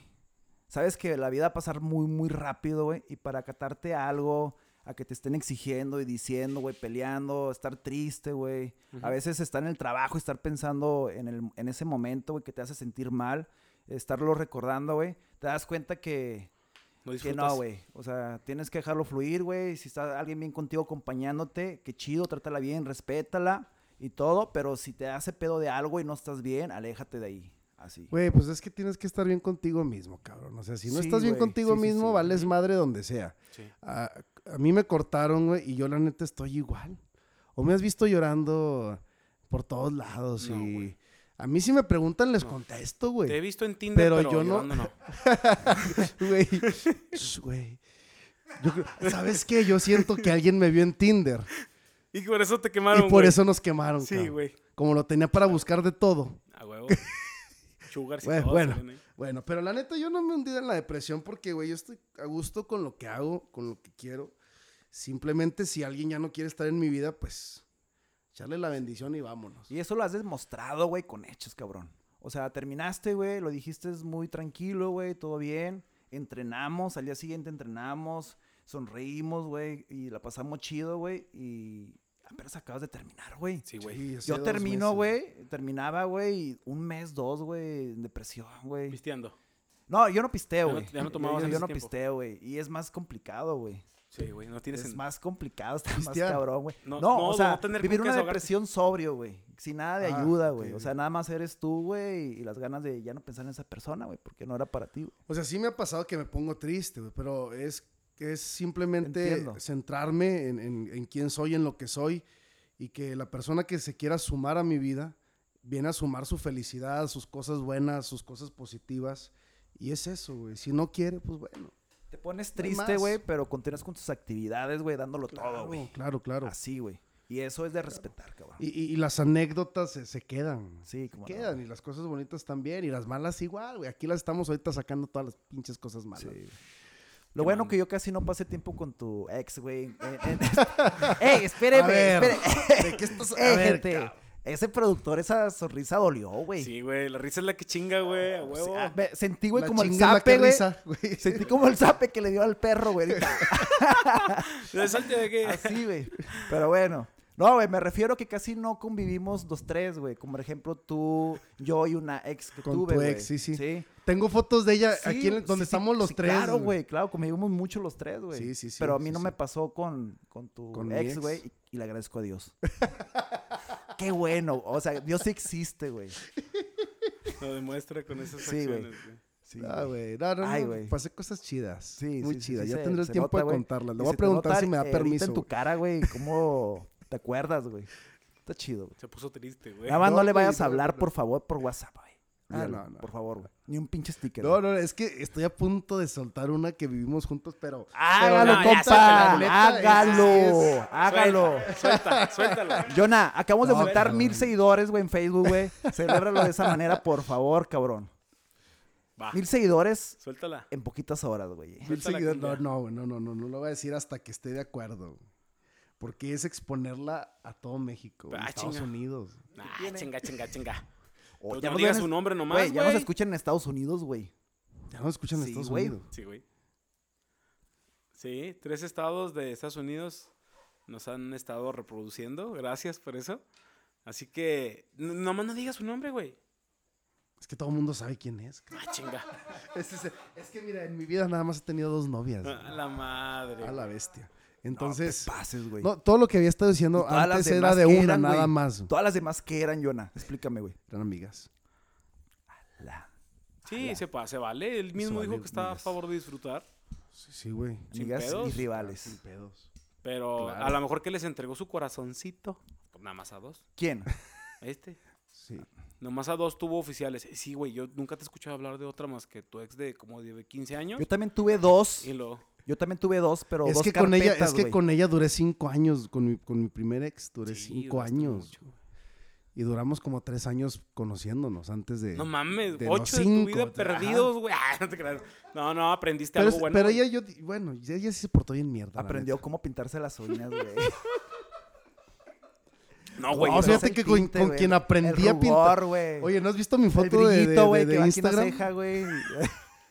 Speaker 2: Sabes que la vida va a pasar muy, muy rápido, güey. Y para acatarte a algo, a que te estén exigiendo y diciendo, güey, peleando, estar triste, güey. A veces estar en el trabajo, estar pensando en, el, en ese momento, güey, que te hace sentir mal. Estarlo recordando, güey. Te das cuenta que,
Speaker 1: No
Speaker 2: que
Speaker 1: disfrutas.
Speaker 2: no, güey. O sea, tienes que dejarlo fluir, güey. Si está alguien bien contigo acompañándote, qué chido, trátala bien, respétala y todo. Pero si te hace pedo de algo y no estás bien, aléjate de ahí. Así.
Speaker 3: Güey, pues es que tienes que estar bien contigo mismo, cabrón. O sea, si no
Speaker 2: Sí,
Speaker 3: estás bien
Speaker 2: güey.
Speaker 3: contigo
Speaker 2: Sí, sí,
Speaker 3: mismo,
Speaker 2: sí.
Speaker 3: vales madre donde sea.
Speaker 1: Sí.
Speaker 3: A, a mí me cortaron, güey, y yo la neta estoy igual. O me has visto llorando por todos lados
Speaker 1: No,
Speaker 3: y...
Speaker 1: güey.
Speaker 3: A mí si me preguntan les
Speaker 1: No.
Speaker 3: contesto,
Speaker 1: Te he
Speaker 3: güey.
Speaker 1: visto en Tinder, pero,
Speaker 3: Pero yo no-
Speaker 1: llorando no.
Speaker 2: [LAUGHS]
Speaker 3: [LAUGHS] Güey. Sh, Güey. Yo creo- ¿Sabes qué? Yo siento que alguien me vio en Tinder.
Speaker 1: Y por eso te quemaron,
Speaker 3: y por
Speaker 1: güey.
Speaker 3: eso nos quemaron,
Speaker 1: Sí,
Speaker 3: cabrón.
Speaker 1: güey.
Speaker 3: Como lo tenía para buscar de todo.
Speaker 1: A
Speaker 2: [LAUGHS]
Speaker 1: huevo. Sugar, sí,
Speaker 3: Güey,
Speaker 1: todos
Speaker 3: bueno.
Speaker 1: salen ahí.
Speaker 3: Bueno, pero la neta yo no me he hundido en la depresión porque, güey, yo estoy a gusto con lo que hago, con lo que quiero. Simplemente si alguien ya no quiere estar en mi vida, pues echarle la bendición y vámonos.
Speaker 2: Y eso lo has demostrado, güey, con hechos, cabrón. O sea, terminaste, güey, lo dijiste es muy tranquilo, güey, todo bien. Entrenamos, al día siguiente entrenamos, sonreímos, güey, y la pasamos chido, güey. Y apenas acabas de terminar, güey.
Speaker 1: Sí, güey.
Speaker 3: Sí, hace
Speaker 2: Yo
Speaker 3: dos
Speaker 2: termino,
Speaker 3: meses.
Speaker 2: güey, terminaba, güey, y un mes, dos, güey, en depresión, güey.
Speaker 1: Pisteando.
Speaker 2: No, yo no
Speaker 1: Ya
Speaker 2: pisteo,
Speaker 1: no-
Speaker 2: güey.
Speaker 1: ya no
Speaker 2: Yo-
Speaker 1: tomabas
Speaker 2: yo,
Speaker 1: en
Speaker 2: yo
Speaker 1: ese
Speaker 2: no
Speaker 1: tiempo.
Speaker 2: pisteo, güey. Y es más complicado, güey.
Speaker 1: Sí, güey. No tienes
Speaker 2: Es
Speaker 1: en-
Speaker 2: más complicado, está más
Speaker 3: Pistear.
Speaker 2: cabrón, güey.
Speaker 1: No,
Speaker 2: No,
Speaker 1: no,
Speaker 2: o
Speaker 1: de
Speaker 2: sea,
Speaker 1: no tener con
Speaker 2: vivir
Speaker 1: qué
Speaker 2: una
Speaker 1: desahogarte.
Speaker 2: depresión sobrio, güey. Sin nada de
Speaker 3: Ah,
Speaker 2: ayuda,
Speaker 3: ok,
Speaker 2: güey. O
Speaker 3: ok.
Speaker 2: sea, nada más eres tú, güey, y las ganas de ya no pensar en esa persona, güey, porque no era para ti, güey.
Speaker 3: O sea, sí me ha pasado que me pongo triste, güey, pero es, es simplemente
Speaker 2: Entiendo.
Speaker 3: centrarme en, en- en quién soy, en lo que soy, y que la persona que se quiera sumar a mi vida viene a sumar su felicidad, sus cosas buenas, sus cosas positivas. Y es eso, güey. Si no quiere, pues bueno.
Speaker 2: Te pones
Speaker 3: No hay
Speaker 2: triste,
Speaker 3: más.
Speaker 2: güey, pero continúas con tus actividades, güey, dándolo todo,
Speaker 3: Claro,
Speaker 2: güey.
Speaker 3: claro, claro.
Speaker 2: Así, güey. Y eso es de respetar, cabrón.
Speaker 3: Y, y- y las anécdotas se, se quedan.
Speaker 2: Sí, como
Speaker 3: quedan. Y las cosas bonitas también. Y las malas igual, güey. Aquí las estamos ahorita sacando todas las pinches cosas malas.
Speaker 2: Lo bueno
Speaker 1: mando.
Speaker 2: que yo casi no pasé tiempo con tu ex,
Speaker 3: [LAUGHS]
Speaker 2: güey. En- en- ¡Ey, espéreme!
Speaker 3: A ver,
Speaker 2: espere.
Speaker 3: ¿de [LAUGHS] qué estás-
Speaker 2: [LAUGHS]
Speaker 3: a
Speaker 2: ¡Ey,
Speaker 3: ver,
Speaker 2: Eh, gente!
Speaker 3: cabrón.
Speaker 2: Ese productor, esa sonrisa dolió, güey.
Speaker 1: Sí, güey. La risa es la que chinga, güey. A
Speaker 2: Sí,
Speaker 1: huevo. [LAUGHS]
Speaker 2: ah, ve- Sentí, güey,
Speaker 3: La
Speaker 2: como el
Speaker 3: chinga es la que
Speaker 2: zape, güey.
Speaker 3: risa, güey. [LAUGHS]
Speaker 2: Sentí como el zape que le dio al perro, güey. ahorita.
Speaker 1: ¿Le salte de
Speaker 2: [LAUGHS]
Speaker 1: qué?
Speaker 2: Así, güey. Pero bueno. No, güey, me refiero que casi no convivimos los tres, güey. Como por ejemplo tú, yo y una ex que
Speaker 3: Con
Speaker 2: tuve,
Speaker 3: tu
Speaker 2: güey.
Speaker 3: ex, sí, sí.
Speaker 2: Sí.
Speaker 3: Tengo fotos de ella
Speaker 2: Sí,
Speaker 3: aquí en el-
Speaker 2: sí,
Speaker 3: donde
Speaker 2: sí,
Speaker 3: estamos los
Speaker 2: sí,
Speaker 3: tres.
Speaker 2: Claro, güey, claro, convivimos mucho los tres, güey.
Speaker 3: Sí, sí, sí,
Speaker 2: Pero a mí
Speaker 3: sí,
Speaker 2: no
Speaker 3: sí.
Speaker 2: me pasó con, con tu
Speaker 3: Con mi
Speaker 2: ex,
Speaker 3: ex.
Speaker 2: güey, y, y le agradezco a Dios. [LAUGHS] Qué bueno, o sea, Dios sí existe, güey.
Speaker 1: Lo demuestra con esas
Speaker 2: Sí, güey.
Speaker 1: acciones, güey.
Speaker 2: Sí,
Speaker 3: Ah, güey. No, no, no,
Speaker 2: Ay, güey.
Speaker 3: Pasé cosas chidas.
Speaker 2: Sí,
Speaker 3: Muy
Speaker 2: sí, sí,
Speaker 3: chidas.
Speaker 2: sí,
Speaker 3: ya
Speaker 2: se-
Speaker 3: tendré el
Speaker 2: se
Speaker 3: tiempo
Speaker 2: nota,
Speaker 3: de
Speaker 2: güey.
Speaker 3: contarlas. Le
Speaker 2: Y
Speaker 3: voy a
Speaker 2: se te
Speaker 3: preguntar
Speaker 2: nota
Speaker 3: si me da
Speaker 2: ahorita
Speaker 3: permiso.
Speaker 2: en tu
Speaker 3: güey.
Speaker 2: cara, güey, cómo te acuerdas, güey. Está chido, güey.
Speaker 1: Se puso triste, güey.
Speaker 2: Nada más no,
Speaker 3: no,
Speaker 2: le
Speaker 3: güey,
Speaker 2: vayas a
Speaker 3: no,
Speaker 2: hablar,
Speaker 3: no.
Speaker 2: por favor, por WhatsApp, güey.
Speaker 3: Ah,
Speaker 2: Míralo,
Speaker 3: no, no.
Speaker 2: Por favor, güey. Ni un pinche sticker.
Speaker 3: No,
Speaker 2: güey.
Speaker 3: no, es que estoy a punto de soltar una que vivimos juntos, pero.
Speaker 2: Hágalo,
Speaker 1: Ah, no, ya,
Speaker 2: compa.
Speaker 1: suéltalo,
Speaker 2: Hágalo.
Speaker 1: Suelta,
Speaker 2: Hágalo.
Speaker 1: Suelta,
Speaker 2: [LAUGHS]
Speaker 1: suéltala.
Speaker 2: Jonah, acabamos de
Speaker 3: No,
Speaker 2: montar
Speaker 3: cabrón.
Speaker 2: mil seguidores, güey, en
Speaker 1: [LAUGHS]
Speaker 2: Facebook, güey. Celébralo de esa manera, por favor, cabrón.
Speaker 1: Va.
Speaker 2: Mil seguidores
Speaker 1: Suéltala.
Speaker 2: en poquitas horas, güey.
Speaker 3: Mil
Speaker 1: Suelta la
Speaker 3: seguidores. No,
Speaker 1: cumbia.
Speaker 3: no, güey, no, no, no, no lo voy a decir hasta que esté de acuerdo. güey. Porque es exponerla a todo México, güey,
Speaker 1: Ah,
Speaker 3: Estados
Speaker 1: chinga.
Speaker 3: Unidos.
Speaker 1: Nah, chinga, chinga, chinga.
Speaker 2: O
Speaker 1: Pues
Speaker 2: Oh, ya
Speaker 1: no
Speaker 2: nos
Speaker 1: digas
Speaker 2: ven en-
Speaker 1: su nombre nomás,
Speaker 2: Güey, ya nos
Speaker 1: güey.
Speaker 2: escuchan en Estados Unidos, güey.
Speaker 3: Ya no escuchan en
Speaker 2: Sí,
Speaker 3: Estados
Speaker 2: güey.
Speaker 3: Unidos.
Speaker 1: Sí, güey. Sí, tres estados de Estados Unidos nos han estado reproduciendo. Gracias por eso. Así que, n- nomás no digas su nombre, güey.
Speaker 3: Es que todo el mundo sabe quién
Speaker 2: [LAUGHS]
Speaker 3: es. cabrón.
Speaker 1: Ah, chinga.
Speaker 3: Es, es- es que, mira, en mi vida nada más he tenido dos novias.
Speaker 1: A la madre.
Speaker 3: güey. A la bestia.
Speaker 2: Ah, No, te
Speaker 3: Entonces.
Speaker 2: pases, güey.
Speaker 3: No, todo lo que había estado
Speaker 2: Y
Speaker 3: diciendo
Speaker 2: todas las
Speaker 3: antes era
Speaker 2: demás
Speaker 3: de
Speaker 2: que
Speaker 3: una
Speaker 2: eran,
Speaker 3: nada
Speaker 2: güey.
Speaker 3: más. güey.
Speaker 2: Todas las demás que eran, Jonah. Explícame, güey.
Speaker 3: Eran amigas.
Speaker 2: La
Speaker 1: Sí, se, pa- se vale. Él mismo
Speaker 3: vale,
Speaker 1: dijo que estaba a
Speaker 3: amigas.
Speaker 1: favor de disfrutar.
Speaker 3: Sí, sí, güey.
Speaker 1: Sin
Speaker 2: amigas y
Speaker 1: pedos.
Speaker 3: Sin
Speaker 2: rivales.
Speaker 3: pedos.
Speaker 1: Pero
Speaker 3: Claro.
Speaker 1: a lo mejor que les entregó su corazoncito. Pues nada más a dos. [LAUGHS]
Speaker 2: ¿Quién?
Speaker 1: A este.
Speaker 3: Sí.
Speaker 1: Nomás a dos tuvo oficiales. Sí, güey, yo nunca te he escuchado hablar de otra más que tu ex de como de 15 años.
Speaker 2: Yo también tuve dos.
Speaker 1: Y lo.
Speaker 2: Yo también tuve dos, pero
Speaker 3: Es
Speaker 2: dos
Speaker 3: que con ella, es
Speaker 2: carpetas,
Speaker 3: que
Speaker 2: güey.
Speaker 3: con ella duré cinco años, con mi, con mi primer ex duré
Speaker 1: Sí,
Speaker 3: cinco
Speaker 1: duraste
Speaker 3: años.
Speaker 1: mucho, güey.
Speaker 3: Y duramos como tres años conociéndonos antes de.
Speaker 1: No mames,
Speaker 3: de los
Speaker 1: ocho de tu
Speaker 3: cinco,
Speaker 1: vida
Speaker 3: ajá.
Speaker 1: perdidos, güey. [LAUGHS] Ah, no te creas. No, no, aprendiste
Speaker 3: pero,
Speaker 1: algo
Speaker 3: es-
Speaker 1: bueno.
Speaker 3: pero
Speaker 1: güey.
Speaker 3: ella, yo, di- bueno, ella sí se portó bien mierda. la
Speaker 2: Aprendió cómo pintarse las
Speaker 1: [LAUGHS]
Speaker 2: uñas, güey.
Speaker 1: No, Ah, güey.
Speaker 3: No,
Speaker 1: o sea,
Speaker 2: Pero
Speaker 3: fíjate
Speaker 2: es el
Speaker 3: que con- con
Speaker 2: güey.
Speaker 3: quien aprendí
Speaker 2: El
Speaker 3: a pintar.
Speaker 2: rubor, güey.
Speaker 3: neta. Oye, ¿no has visto mi
Speaker 2: el
Speaker 3: foto de- de,
Speaker 2: brillito,
Speaker 3: de-
Speaker 2: güey,
Speaker 3: de
Speaker 2: que va aquí en la
Speaker 3: Instagram?
Speaker 2: ceja, güey.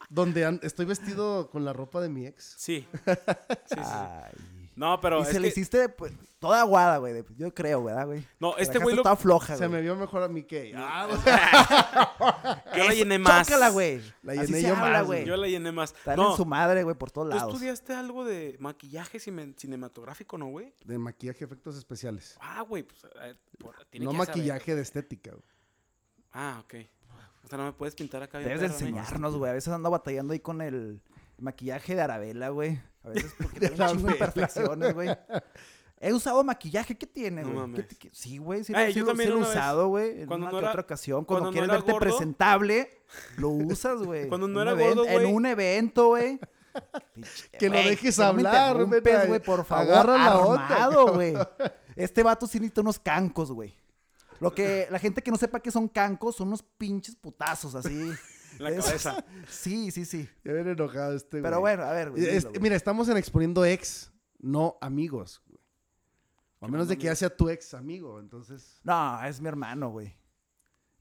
Speaker 3: Donde an- estoy vestido con la ropa de mi ex.
Speaker 1: Sí. Sí, sí, sí.
Speaker 2: Ay.
Speaker 1: No, pero.
Speaker 2: Ah. y
Speaker 1: es
Speaker 2: se le
Speaker 1: que-
Speaker 2: hiciste pues, toda aguada, güey. de- Yo creo, ¿verdad, güey?
Speaker 1: No,
Speaker 2: La
Speaker 1: este
Speaker 2: casa
Speaker 1: güey lo-
Speaker 2: Estaba floja,
Speaker 3: Se
Speaker 2: güey.
Speaker 3: me vio mejor a mí que ella.
Speaker 1: [LAUGHS] Yo la llené más.
Speaker 2: Chócala, güey.
Speaker 3: La
Speaker 2: Así
Speaker 3: llené
Speaker 2: se
Speaker 3: yo
Speaker 2: habla,
Speaker 3: más,
Speaker 2: güey.
Speaker 1: Yo la llené más.
Speaker 2: Dale
Speaker 1: no,
Speaker 2: en su madre, güey, por todos
Speaker 1: ¿tú
Speaker 2: lados.
Speaker 1: estudiaste algo de maquillaje cine- cinematográfico, no, güey?
Speaker 3: De maquillaje, efectos especiales.
Speaker 1: Ah, güey, pues. eh, por- tiene
Speaker 3: No
Speaker 1: que saber.
Speaker 3: maquillaje de estética. güey.
Speaker 1: Ah, ok. O sea, no me puedes pintar acá. bien
Speaker 2: Debes de
Speaker 1: perro, ¿no? "Pues,
Speaker 2: enseñarnos, güey. A veces ando batallando ahí con el maquillaje de Arabella, güey. A
Speaker 1: [LAUGHS]
Speaker 2: veces porque
Speaker 3: De
Speaker 2: tengo un chingo de
Speaker 3: Arabella.
Speaker 2: imperfecciones, güey. He usado maquillaje, ¿qué tiene,
Speaker 1: No
Speaker 2: güey? ¿Qué
Speaker 1: mames.
Speaker 2: te- qué- Sí, güey, sí,
Speaker 1: Ay,
Speaker 2: sí
Speaker 1: yo
Speaker 2: lo- sí
Speaker 1: también
Speaker 2: lo he
Speaker 1: una vez,
Speaker 2: usado, güey, en
Speaker 1: cuando
Speaker 2: una
Speaker 1: no
Speaker 2: que
Speaker 1: era-
Speaker 2: otra ocasión. Cuando,
Speaker 1: cuando no
Speaker 2: quieres
Speaker 1: era
Speaker 2: verte
Speaker 1: gordo-
Speaker 2: presentable, lo usas, güey.
Speaker 1: [LAUGHS] Cuando no
Speaker 2: En un
Speaker 1: era gordo,
Speaker 2: evento- En
Speaker 1: güey.
Speaker 2: un evento,
Speaker 1: [LAUGHS]
Speaker 2: güey. Pinche-
Speaker 3: Que lo
Speaker 2: güey,
Speaker 3: dejes
Speaker 2: que no me
Speaker 3: hablar,
Speaker 2: interrumpes,
Speaker 3: vete,
Speaker 2: güey, por favor.
Speaker 3: agarra la onda,
Speaker 2: armado, güey. Este vato sí necesita unos cancos, güey. Lo que la gente que no sepa que son cancos son unos pinches putazos así.
Speaker 1: En [LAUGHS] la cabeza.
Speaker 2: Sí, sí, sí.
Speaker 3: Ya viene enojado este güey.
Speaker 2: Pero bueno, a ver, güey.
Speaker 3: Es-
Speaker 2: dilo, güey.
Speaker 3: mira, estamos en exponiendo ex, no amigos. güey. O a menos de que ya sea tu ex amigo, entonces.
Speaker 2: No, es mi hermano, güey.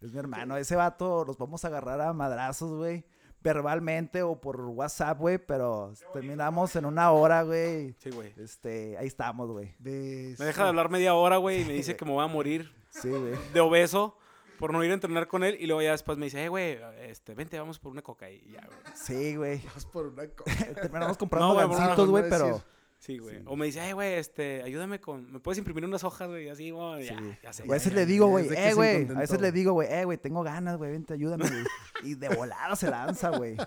Speaker 2: Es mi hermano. Ese vato los vamos a agarrar a madrazos, güey. Verbalmente o por WhatsApp, güey. Pero terminamos en una hora, güey.
Speaker 1: Sí, güey.
Speaker 2: Este, ahí estamos, güey.
Speaker 3: De...
Speaker 1: Me deja de hablar media hora, güey, y me
Speaker 2: [LAUGHS]
Speaker 1: dice que me voy a morir
Speaker 2: Sí, güey.
Speaker 1: de obeso por no ir a entrenar con él. Y luego ya después me dice, eh, güey, este, vente, vamos por una coca. Y ya, güey.
Speaker 2: Sí, güey.
Speaker 3: [LAUGHS]
Speaker 2: [LAUGHS]
Speaker 3: Vas por una cosa.
Speaker 2: Terminamos comprando
Speaker 1: No, güey, por una
Speaker 2: gancitos,
Speaker 3: razón
Speaker 2: güey,
Speaker 3: de
Speaker 2: pero...
Speaker 3: decir-
Speaker 1: Sí, güey. O me dice, eh, güey, este, ayúdame con. ¿Me puedes imprimir unas hojas, güey? Y Así, güey. Ya,
Speaker 2: Sí.
Speaker 1: ya sé.
Speaker 2: O a veces
Speaker 1: ya,
Speaker 2: le
Speaker 1: ya.
Speaker 2: digo,
Speaker 3: ya,
Speaker 2: güey,
Speaker 3: es de que
Speaker 2: eh,
Speaker 3: es
Speaker 2: güey. A
Speaker 3: incontento.
Speaker 2: veces le digo, güey, eh, güey, tengo ganas, güey, vente, ayúdame.
Speaker 3: [LAUGHS]
Speaker 2: güey. y de volada se lanza, güey.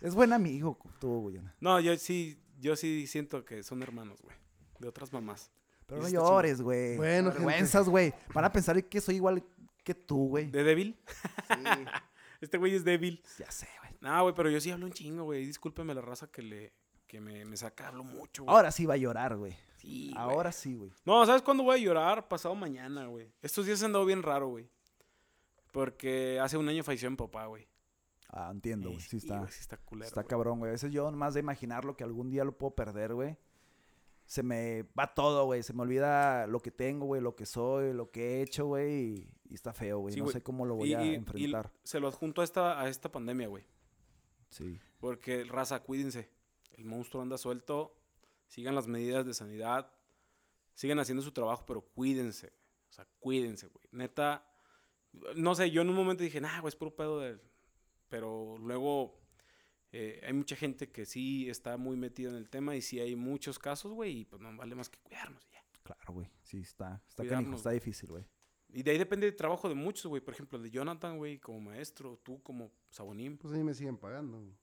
Speaker 2: Es buen amigo tú, güey.
Speaker 1: No, yo sí, yo sí siento que son hermanos, güey. De otras mamás.
Speaker 2: Pero
Speaker 1: Y
Speaker 2: no
Speaker 1: está
Speaker 2: llores, güey.
Speaker 3: Bueno,
Speaker 2: Bueno,
Speaker 3: gente.
Speaker 2: vergüenzas, güey. Van a pensar que soy igual que tú, güey.
Speaker 1: ¿De débil? [LAUGHS]
Speaker 2: Sí,
Speaker 1: Este güey es débil.
Speaker 2: ya sé, güey.
Speaker 1: No, güey, pero yo sí hablo un chingo, güey. Discúlpeme la raza que le. Que me, me saca, hablo mucho, güey.
Speaker 2: Ahora sí va a llorar, güey.
Speaker 1: Sí, güey.
Speaker 2: Ahora sí, güey.
Speaker 1: No, ¿sabes cuándo voy a llorar? Pasado mañana, güey. Estos días han andado bien raro, güey. Porque hace un año falleció mi papá, güey.
Speaker 2: Ah, entiendo, güey. Sí
Speaker 1: Y,
Speaker 2: está.
Speaker 1: güey, sí está culero.
Speaker 2: Está
Speaker 1: güey.
Speaker 2: cabrón, güey. A veces yo nomás de imaginarlo que algún día lo puedo perder, güey. Se me va todo, güey. Se me olvida lo que tengo, güey, lo que soy, lo que he hecho, güey. Y, y está feo, güey.
Speaker 1: Sí,
Speaker 2: no
Speaker 1: güey.
Speaker 2: sé cómo lo voy
Speaker 1: Y-
Speaker 2: a
Speaker 1: y- y
Speaker 2: enfrentar.
Speaker 1: se lo adjunto a esta, a esta pandemia, güey.
Speaker 2: Sí.
Speaker 1: Porque, raza, cuídense. El monstruo anda suelto. Sigan las medidas de sanidad. Sigan haciendo su trabajo, pero cuídense. O sea, cuídense, güey. Neta, no sé, yo en un momento dije, nah, güey, es puro pedo del... Pero luego eh, hay mucha gente que sí está muy metida en el tema y sí hay muchos casos, güey, y pues no vale más que cuidarnos y ya.
Speaker 2: Claro, güey. Sí, está. Está
Speaker 1: Cuidarnos,
Speaker 2: canijo, está
Speaker 1: güey.
Speaker 2: difícil, güey.
Speaker 1: Y de ahí depende el trabajo de muchos, güey. Por ejemplo, el de Jonathan, güey, como maestro, tú como sabonín.
Speaker 3: Pues a mí me siguen pagando. güey.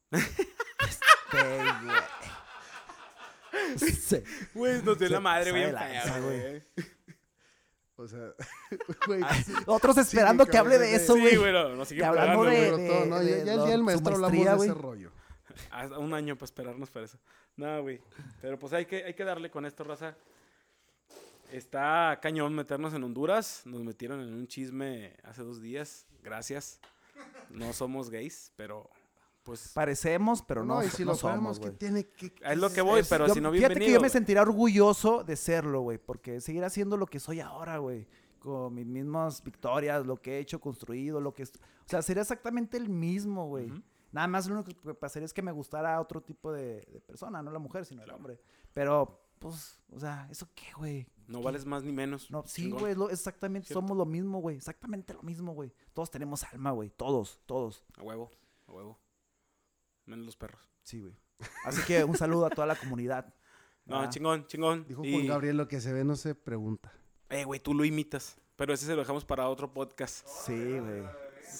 Speaker 2: Güey, güey. [LAUGHS] Sí.
Speaker 1: Güey, nos dio [LAUGHS]
Speaker 2: Se
Speaker 1: la madre,
Speaker 2: pasa
Speaker 1: güey.
Speaker 2: de lanza,
Speaker 1: fea,
Speaker 2: güey.
Speaker 1: güey.
Speaker 3: O sea, [LAUGHS] güey.
Speaker 2: Ay, Otros esperando que hable de
Speaker 3: cabrón,
Speaker 2: eso, güey.
Speaker 1: Sí, güey, no, nos sigue
Speaker 2: Que hablando
Speaker 1: pagando,
Speaker 2: de-
Speaker 1: güey.
Speaker 3: pero todo, ¿no?
Speaker 2: de-
Speaker 3: Ya, ya el día
Speaker 2: su
Speaker 3: del maestro hablamos
Speaker 2: maestría,
Speaker 3: de ese
Speaker 2: güey.
Speaker 3: rollo.
Speaker 1: Hasta un año para esperarnos para eso. No, güey. Pero pues hay que, hay que darle con esto, raza. Está cañón meternos en Honduras. Nos metieron en un chisme hace dos días. Gracias. No somos gays, pero pues
Speaker 2: Parecemos, pero no,
Speaker 3: No, y si
Speaker 2: no
Speaker 3: lo
Speaker 2: somos,
Speaker 3: fuéramos, que
Speaker 2: güey.
Speaker 3: tiene que.
Speaker 1: es lo que voy,
Speaker 3: es-
Speaker 1: pero
Speaker 2: Yo-
Speaker 1: si no
Speaker 2: fíjate
Speaker 1: bienvenido.
Speaker 2: que yo me
Speaker 1: güey.
Speaker 2: sentiré orgulloso de serlo, güey, porque seguir haciendo lo que soy ahora, güey, con mis mismas victorias, lo que he hecho, construido, lo que... est- O sea, sería exactamente el mismo, güey.
Speaker 1: Ujú.
Speaker 2: Nada más lo único que pasaría es que me gustara otro tipo de, de persona, no la mujer, sino el hombre. Pero, pues, o sea, ¿eso qué, güey?
Speaker 1: No vales más ni menos.
Speaker 2: No, sí,
Speaker 1: Chingón.
Speaker 2: güey, lo- exactamente,
Speaker 1: Cierto.
Speaker 2: somos lo mismo, güey, exactamente lo mismo, güey. Todos tenemos alma, güey, todos, todos.
Speaker 1: A huevo, a huevo. Menos los perros.
Speaker 2: Sí, güey. Así que un saludo a toda la comunidad.
Speaker 1: [LAUGHS] No,
Speaker 2: Ah,
Speaker 1: chingón, chingón.
Speaker 3: Dijo
Speaker 1: Y-
Speaker 3: Juan Gabriel, lo que se ve no se pregunta.
Speaker 1: Eh, güey, tú lo imitas. Pero ese se lo dejamos para otro podcast.
Speaker 2: Sí, güey.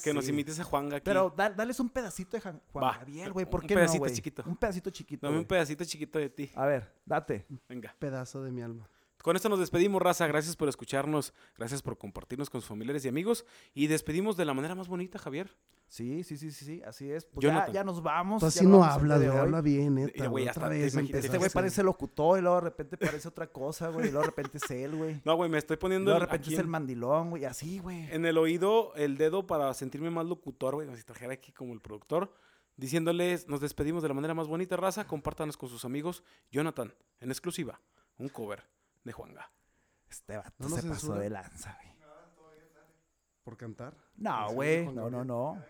Speaker 1: Que nos
Speaker 2: Sí.
Speaker 1: imites a Juanga aquí.
Speaker 2: Pero da- dales un pedacito de Jan- Juan
Speaker 1: Va,
Speaker 2: Gabriel, güey.
Speaker 1: un-
Speaker 2: ¿Por
Speaker 1: un
Speaker 2: qué
Speaker 1: pedacito
Speaker 2: no, güey?
Speaker 1: chiquito.
Speaker 2: Un pedacito chiquito.
Speaker 1: Dame un
Speaker 2: güey.
Speaker 1: pedacito chiquito de ti.
Speaker 2: A ver, date.
Speaker 1: Venga.
Speaker 3: Pedazo de mi alma.
Speaker 1: Con esto nos despedimos, raza. Gracias por escucharnos. Gracias por compartirnos con sus familiares y amigos. Y despedimos de la manera más bonita, Javier.
Speaker 2: Sí, sí, sí, sí, sí, así es. Pues ya,
Speaker 1: Jonathan.
Speaker 2: ya nos vamos.
Speaker 3: Tú
Speaker 2: ya
Speaker 3: así
Speaker 2: nos
Speaker 3: no
Speaker 2: vamos el
Speaker 3: hablas,
Speaker 2: día
Speaker 3: güey.
Speaker 2: de hoy.
Speaker 3: Habla bien, neta.
Speaker 1: Ya, güey,
Speaker 3: güey,
Speaker 1: hasta
Speaker 3: otra
Speaker 1: te
Speaker 3: vez
Speaker 1: imaginas-
Speaker 2: Este güey
Speaker 3: empezaste.
Speaker 2: parece locutor y luego de repente parece otra cosa, güey. Y luego de repente es él, güey.
Speaker 1: [LAUGHS] No, güey, me estoy
Speaker 2: Y
Speaker 1: poniendo
Speaker 2: luego de
Speaker 1: el-
Speaker 2: repente
Speaker 1: aquí
Speaker 2: es el
Speaker 1: en,
Speaker 2: mandilón, güey. Así, güey.
Speaker 1: en el oído el dedo para sentirme más locutor, güey. Como si trajera aquí como el productor. Diciéndoles, nos despedimos de la manera más bonita, raza. Compártanos con sus amigos. Jonathan, en exclusiva, un cover de Juanga.
Speaker 2: Este vato
Speaker 3: No nos
Speaker 2: se pasó
Speaker 3: censura.
Speaker 2: de lanza, güey.
Speaker 3: Por cantar.
Speaker 2: No,
Speaker 3: Sí,
Speaker 2: güey.
Speaker 3: con
Speaker 2: No, no,
Speaker 3: Gabriel.
Speaker 2: no.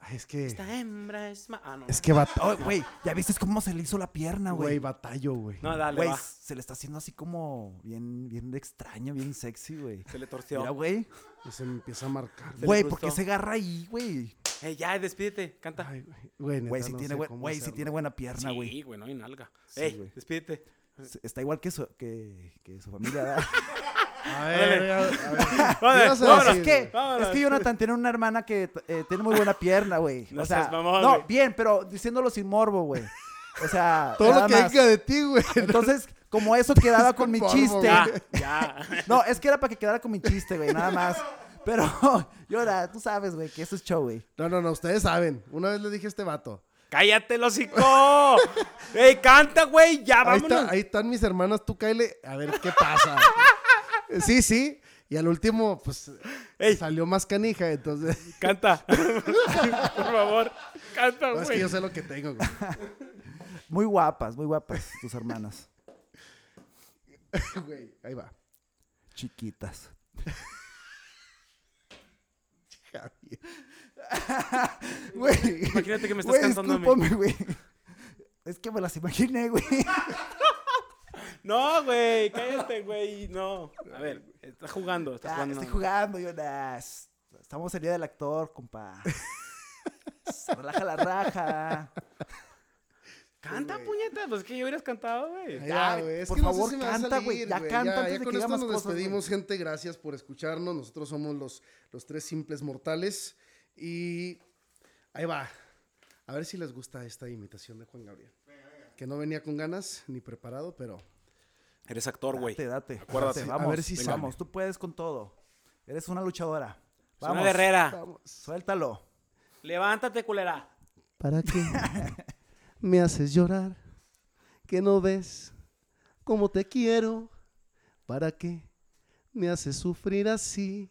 Speaker 3: Ay, es que.
Speaker 2: Eh.
Speaker 1: Esta hembra es ma- Ah, no.
Speaker 3: Es que batallo.
Speaker 2: Oh, güey, ya viste cómo se le hizo la pierna,
Speaker 3: Güey,
Speaker 2: Ah, güey.
Speaker 3: batallo, güey.
Speaker 1: No, dale,
Speaker 2: Güey,
Speaker 1: va.
Speaker 2: se le está haciendo así como bien, bien de extraño, bien sexy, güey.
Speaker 1: Se le torció.
Speaker 2: Mira, güey.
Speaker 3: Y se me empieza a marcar.
Speaker 1: le
Speaker 2: Güey,
Speaker 1: incrustó.
Speaker 2: ¿por qué se agarra ahí, güey?
Speaker 1: Ey, ya, despídete. Canta.
Speaker 3: Ay, güey. Güey, neta,
Speaker 2: Güey, si
Speaker 3: no
Speaker 2: tiene,
Speaker 3: sé
Speaker 2: buen-
Speaker 3: cómo
Speaker 2: güey, si
Speaker 3: hacerlo.
Speaker 2: tiene buena pierna, güey.
Speaker 1: Sí, güey, no hay nalga.
Speaker 2: Sí,
Speaker 1: Ey,
Speaker 2: güey.
Speaker 1: despídete.
Speaker 2: Se- Está igual que su, que, que su familia. ¿verdad?
Speaker 3: [LAUGHS] A ver, a ver.
Speaker 2: [LAUGHS]
Speaker 1: Órale,
Speaker 3: Ibas a
Speaker 2: No,
Speaker 1: vámonos.
Speaker 2: es
Speaker 3: decir,
Speaker 2: que,
Speaker 1: vámonos.
Speaker 2: es que Jonathan tiene una hermana que eh, tiene muy buena pierna, güey.
Speaker 1: [LAUGHS] No
Speaker 2: o sea,
Speaker 1: seas mamón,
Speaker 2: no,
Speaker 1: güey.
Speaker 2: bien, pero diciéndolo sin morbo, güey. O sea,
Speaker 3: [LAUGHS] Todo
Speaker 2: nada
Speaker 3: lo que
Speaker 2: más.
Speaker 3: diga de ti,
Speaker 2: [LAUGHS]
Speaker 3: güey.
Speaker 2: Entonces, como eso
Speaker 3: [LAUGHS]
Speaker 2: quedaba
Speaker 3: con
Speaker 2: con mi
Speaker 3: morbo,
Speaker 2: chiste.
Speaker 1: Ya, ya.
Speaker 2: [LAUGHS] No, es que era para que quedara con mi chiste, güey, nada más. Pero, [LAUGHS] Yona, tú sabes, güey, que eso es show, güey.
Speaker 3: No, no, no, ustedes saben. Una vez le dije a este vato.
Speaker 1: ¡Cállate, el hocico! ¡Ey, canta, güey! ¡Ya, Ah,
Speaker 3: Ahí,
Speaker 1: vámonos!
Speaker 3: está, ahí están mis hermanas, tú cáele. A ver qué
Speaker 2: [LAUGHS]
Speaker 3: pasa. sí, sí. Y al último, pues,
Speaker 1: Ey.
Speaker 3: salió más canija, entonces.
Speaker 1: Canta. [LAUGHS] Por favor, canta,
Speaker 3: No, es que
Speaker 1: güey.
Speaker 3: yo sé lo que tengo, güey. [LAUGHS]
Speaker 2: Muy guapas, muy guapas tus hermanas.
Speaker 3: Güey, Ahí va.
Speaker 2: Chiquitas.
Speaker 3: Javier.
Speaker 2: [LAUGHS] Güey.
Speaker 1: Imagínate que me estás
Speaker 2: Güey,
Speaker 1: cantando a mí.
Speaker 2: discúlpame, güey. Es que me las imaginé, güey.
Speaker 1: No, güey, cállate, güey. No. A ver, está jugando, está
Speaker 2: Ah,
Speaker 1: jugando.
Speaker 2: estoy jugando, Jonas. Estamos en día del actor, compa. Relaja la raja.
Speaker 1: Canta, puñeta. Pues que yo hubieras cantado, güey.
Speaker 3: Ahí
Speaker 2: Ya,
Speaker 3: va, güey. Es
Speaker 2: por
Speaker 3: que no sé
Speaker 2: favor,
Speaker 3: si me va a
Speaker 2: canta, güey.
Speaker 3: salir,
Speaker 2: Ya canta
Speaker 3: Ya,
Speaker 2: antes de que
Speaker 3: con
Speaker 2: diga
Speaker 3: esto
Speaker 2: más
Speaker 3: nos
Speaker 2: cosas, güey.
Speaker 3: despedimos, gente. Gracias por escucharnos. Nosotros somos los, los tres simples mortales. Y ahí va. A ver si les gusta esta imitación de Juan Gabriel. Que no venía con ganas ni preparado, pero
Speaker 1: Eres actor, güey.
Speaker 2: Date, date.
Speaker 1: Acuérdate.
Speaker 2: Date,
Speaker 1: Sí,
Speaker 3: a
Speaker 2: vamos,
Speaker 3: ver si
Speaker 2: venga,
Speaker 3: sale.
Speaker 2: vamos. Tú puedes con todo. Eres una luchadora.
Speaker 1: Es una
Speaker 2: Vamos.
Speaker 1: guerrera.
Speaker 3: vamos.
Speaker 2: Suéltalo.
Speaker 1: Levántate, culera.
Speaker 3: ¿Para [LAUGHS] qué me haces llorar? ¿Que no ves cómo te quiero? ¿Para qué me haces sufrir así?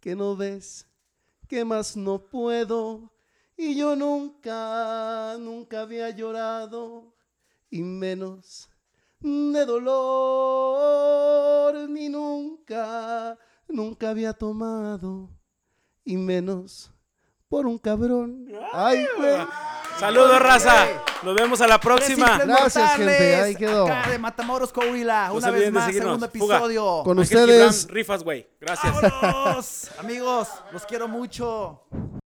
Speaker 3: ¿Que no ves que más no puedo? Y yo nunca, nunca había llorado, y menos de dolor, ni nunca, nunca había tomado, y menos por un cabrón. Ay, güey.
Speaker 1: Saludos, raza. Nos vemos a la próxima.
Speaker 2: Simples
Speaker 3: Gracias,
Speaker 2: mortales,
Speaker 3: gente, ahí quedó.
Speaker 2: Acá de Matamoros, Coahuila.
Speaker 1: No se
Speaker 2: una vez
Speaker 1: olviden de
Speaker 2: más,
Speaker 1: seguirnos.
Speaker 2: segundo
Speaker 1: Fuga.
Speaker 2: episodio.
Speaker 3: Con
Speaker 1: Ángel
Speaker 3: ustedes.
Speaker 1: Gibran, Rifas, güey. Gracias.
Speaker 2: ¡Vámonos! Amigos, los quiero mucho.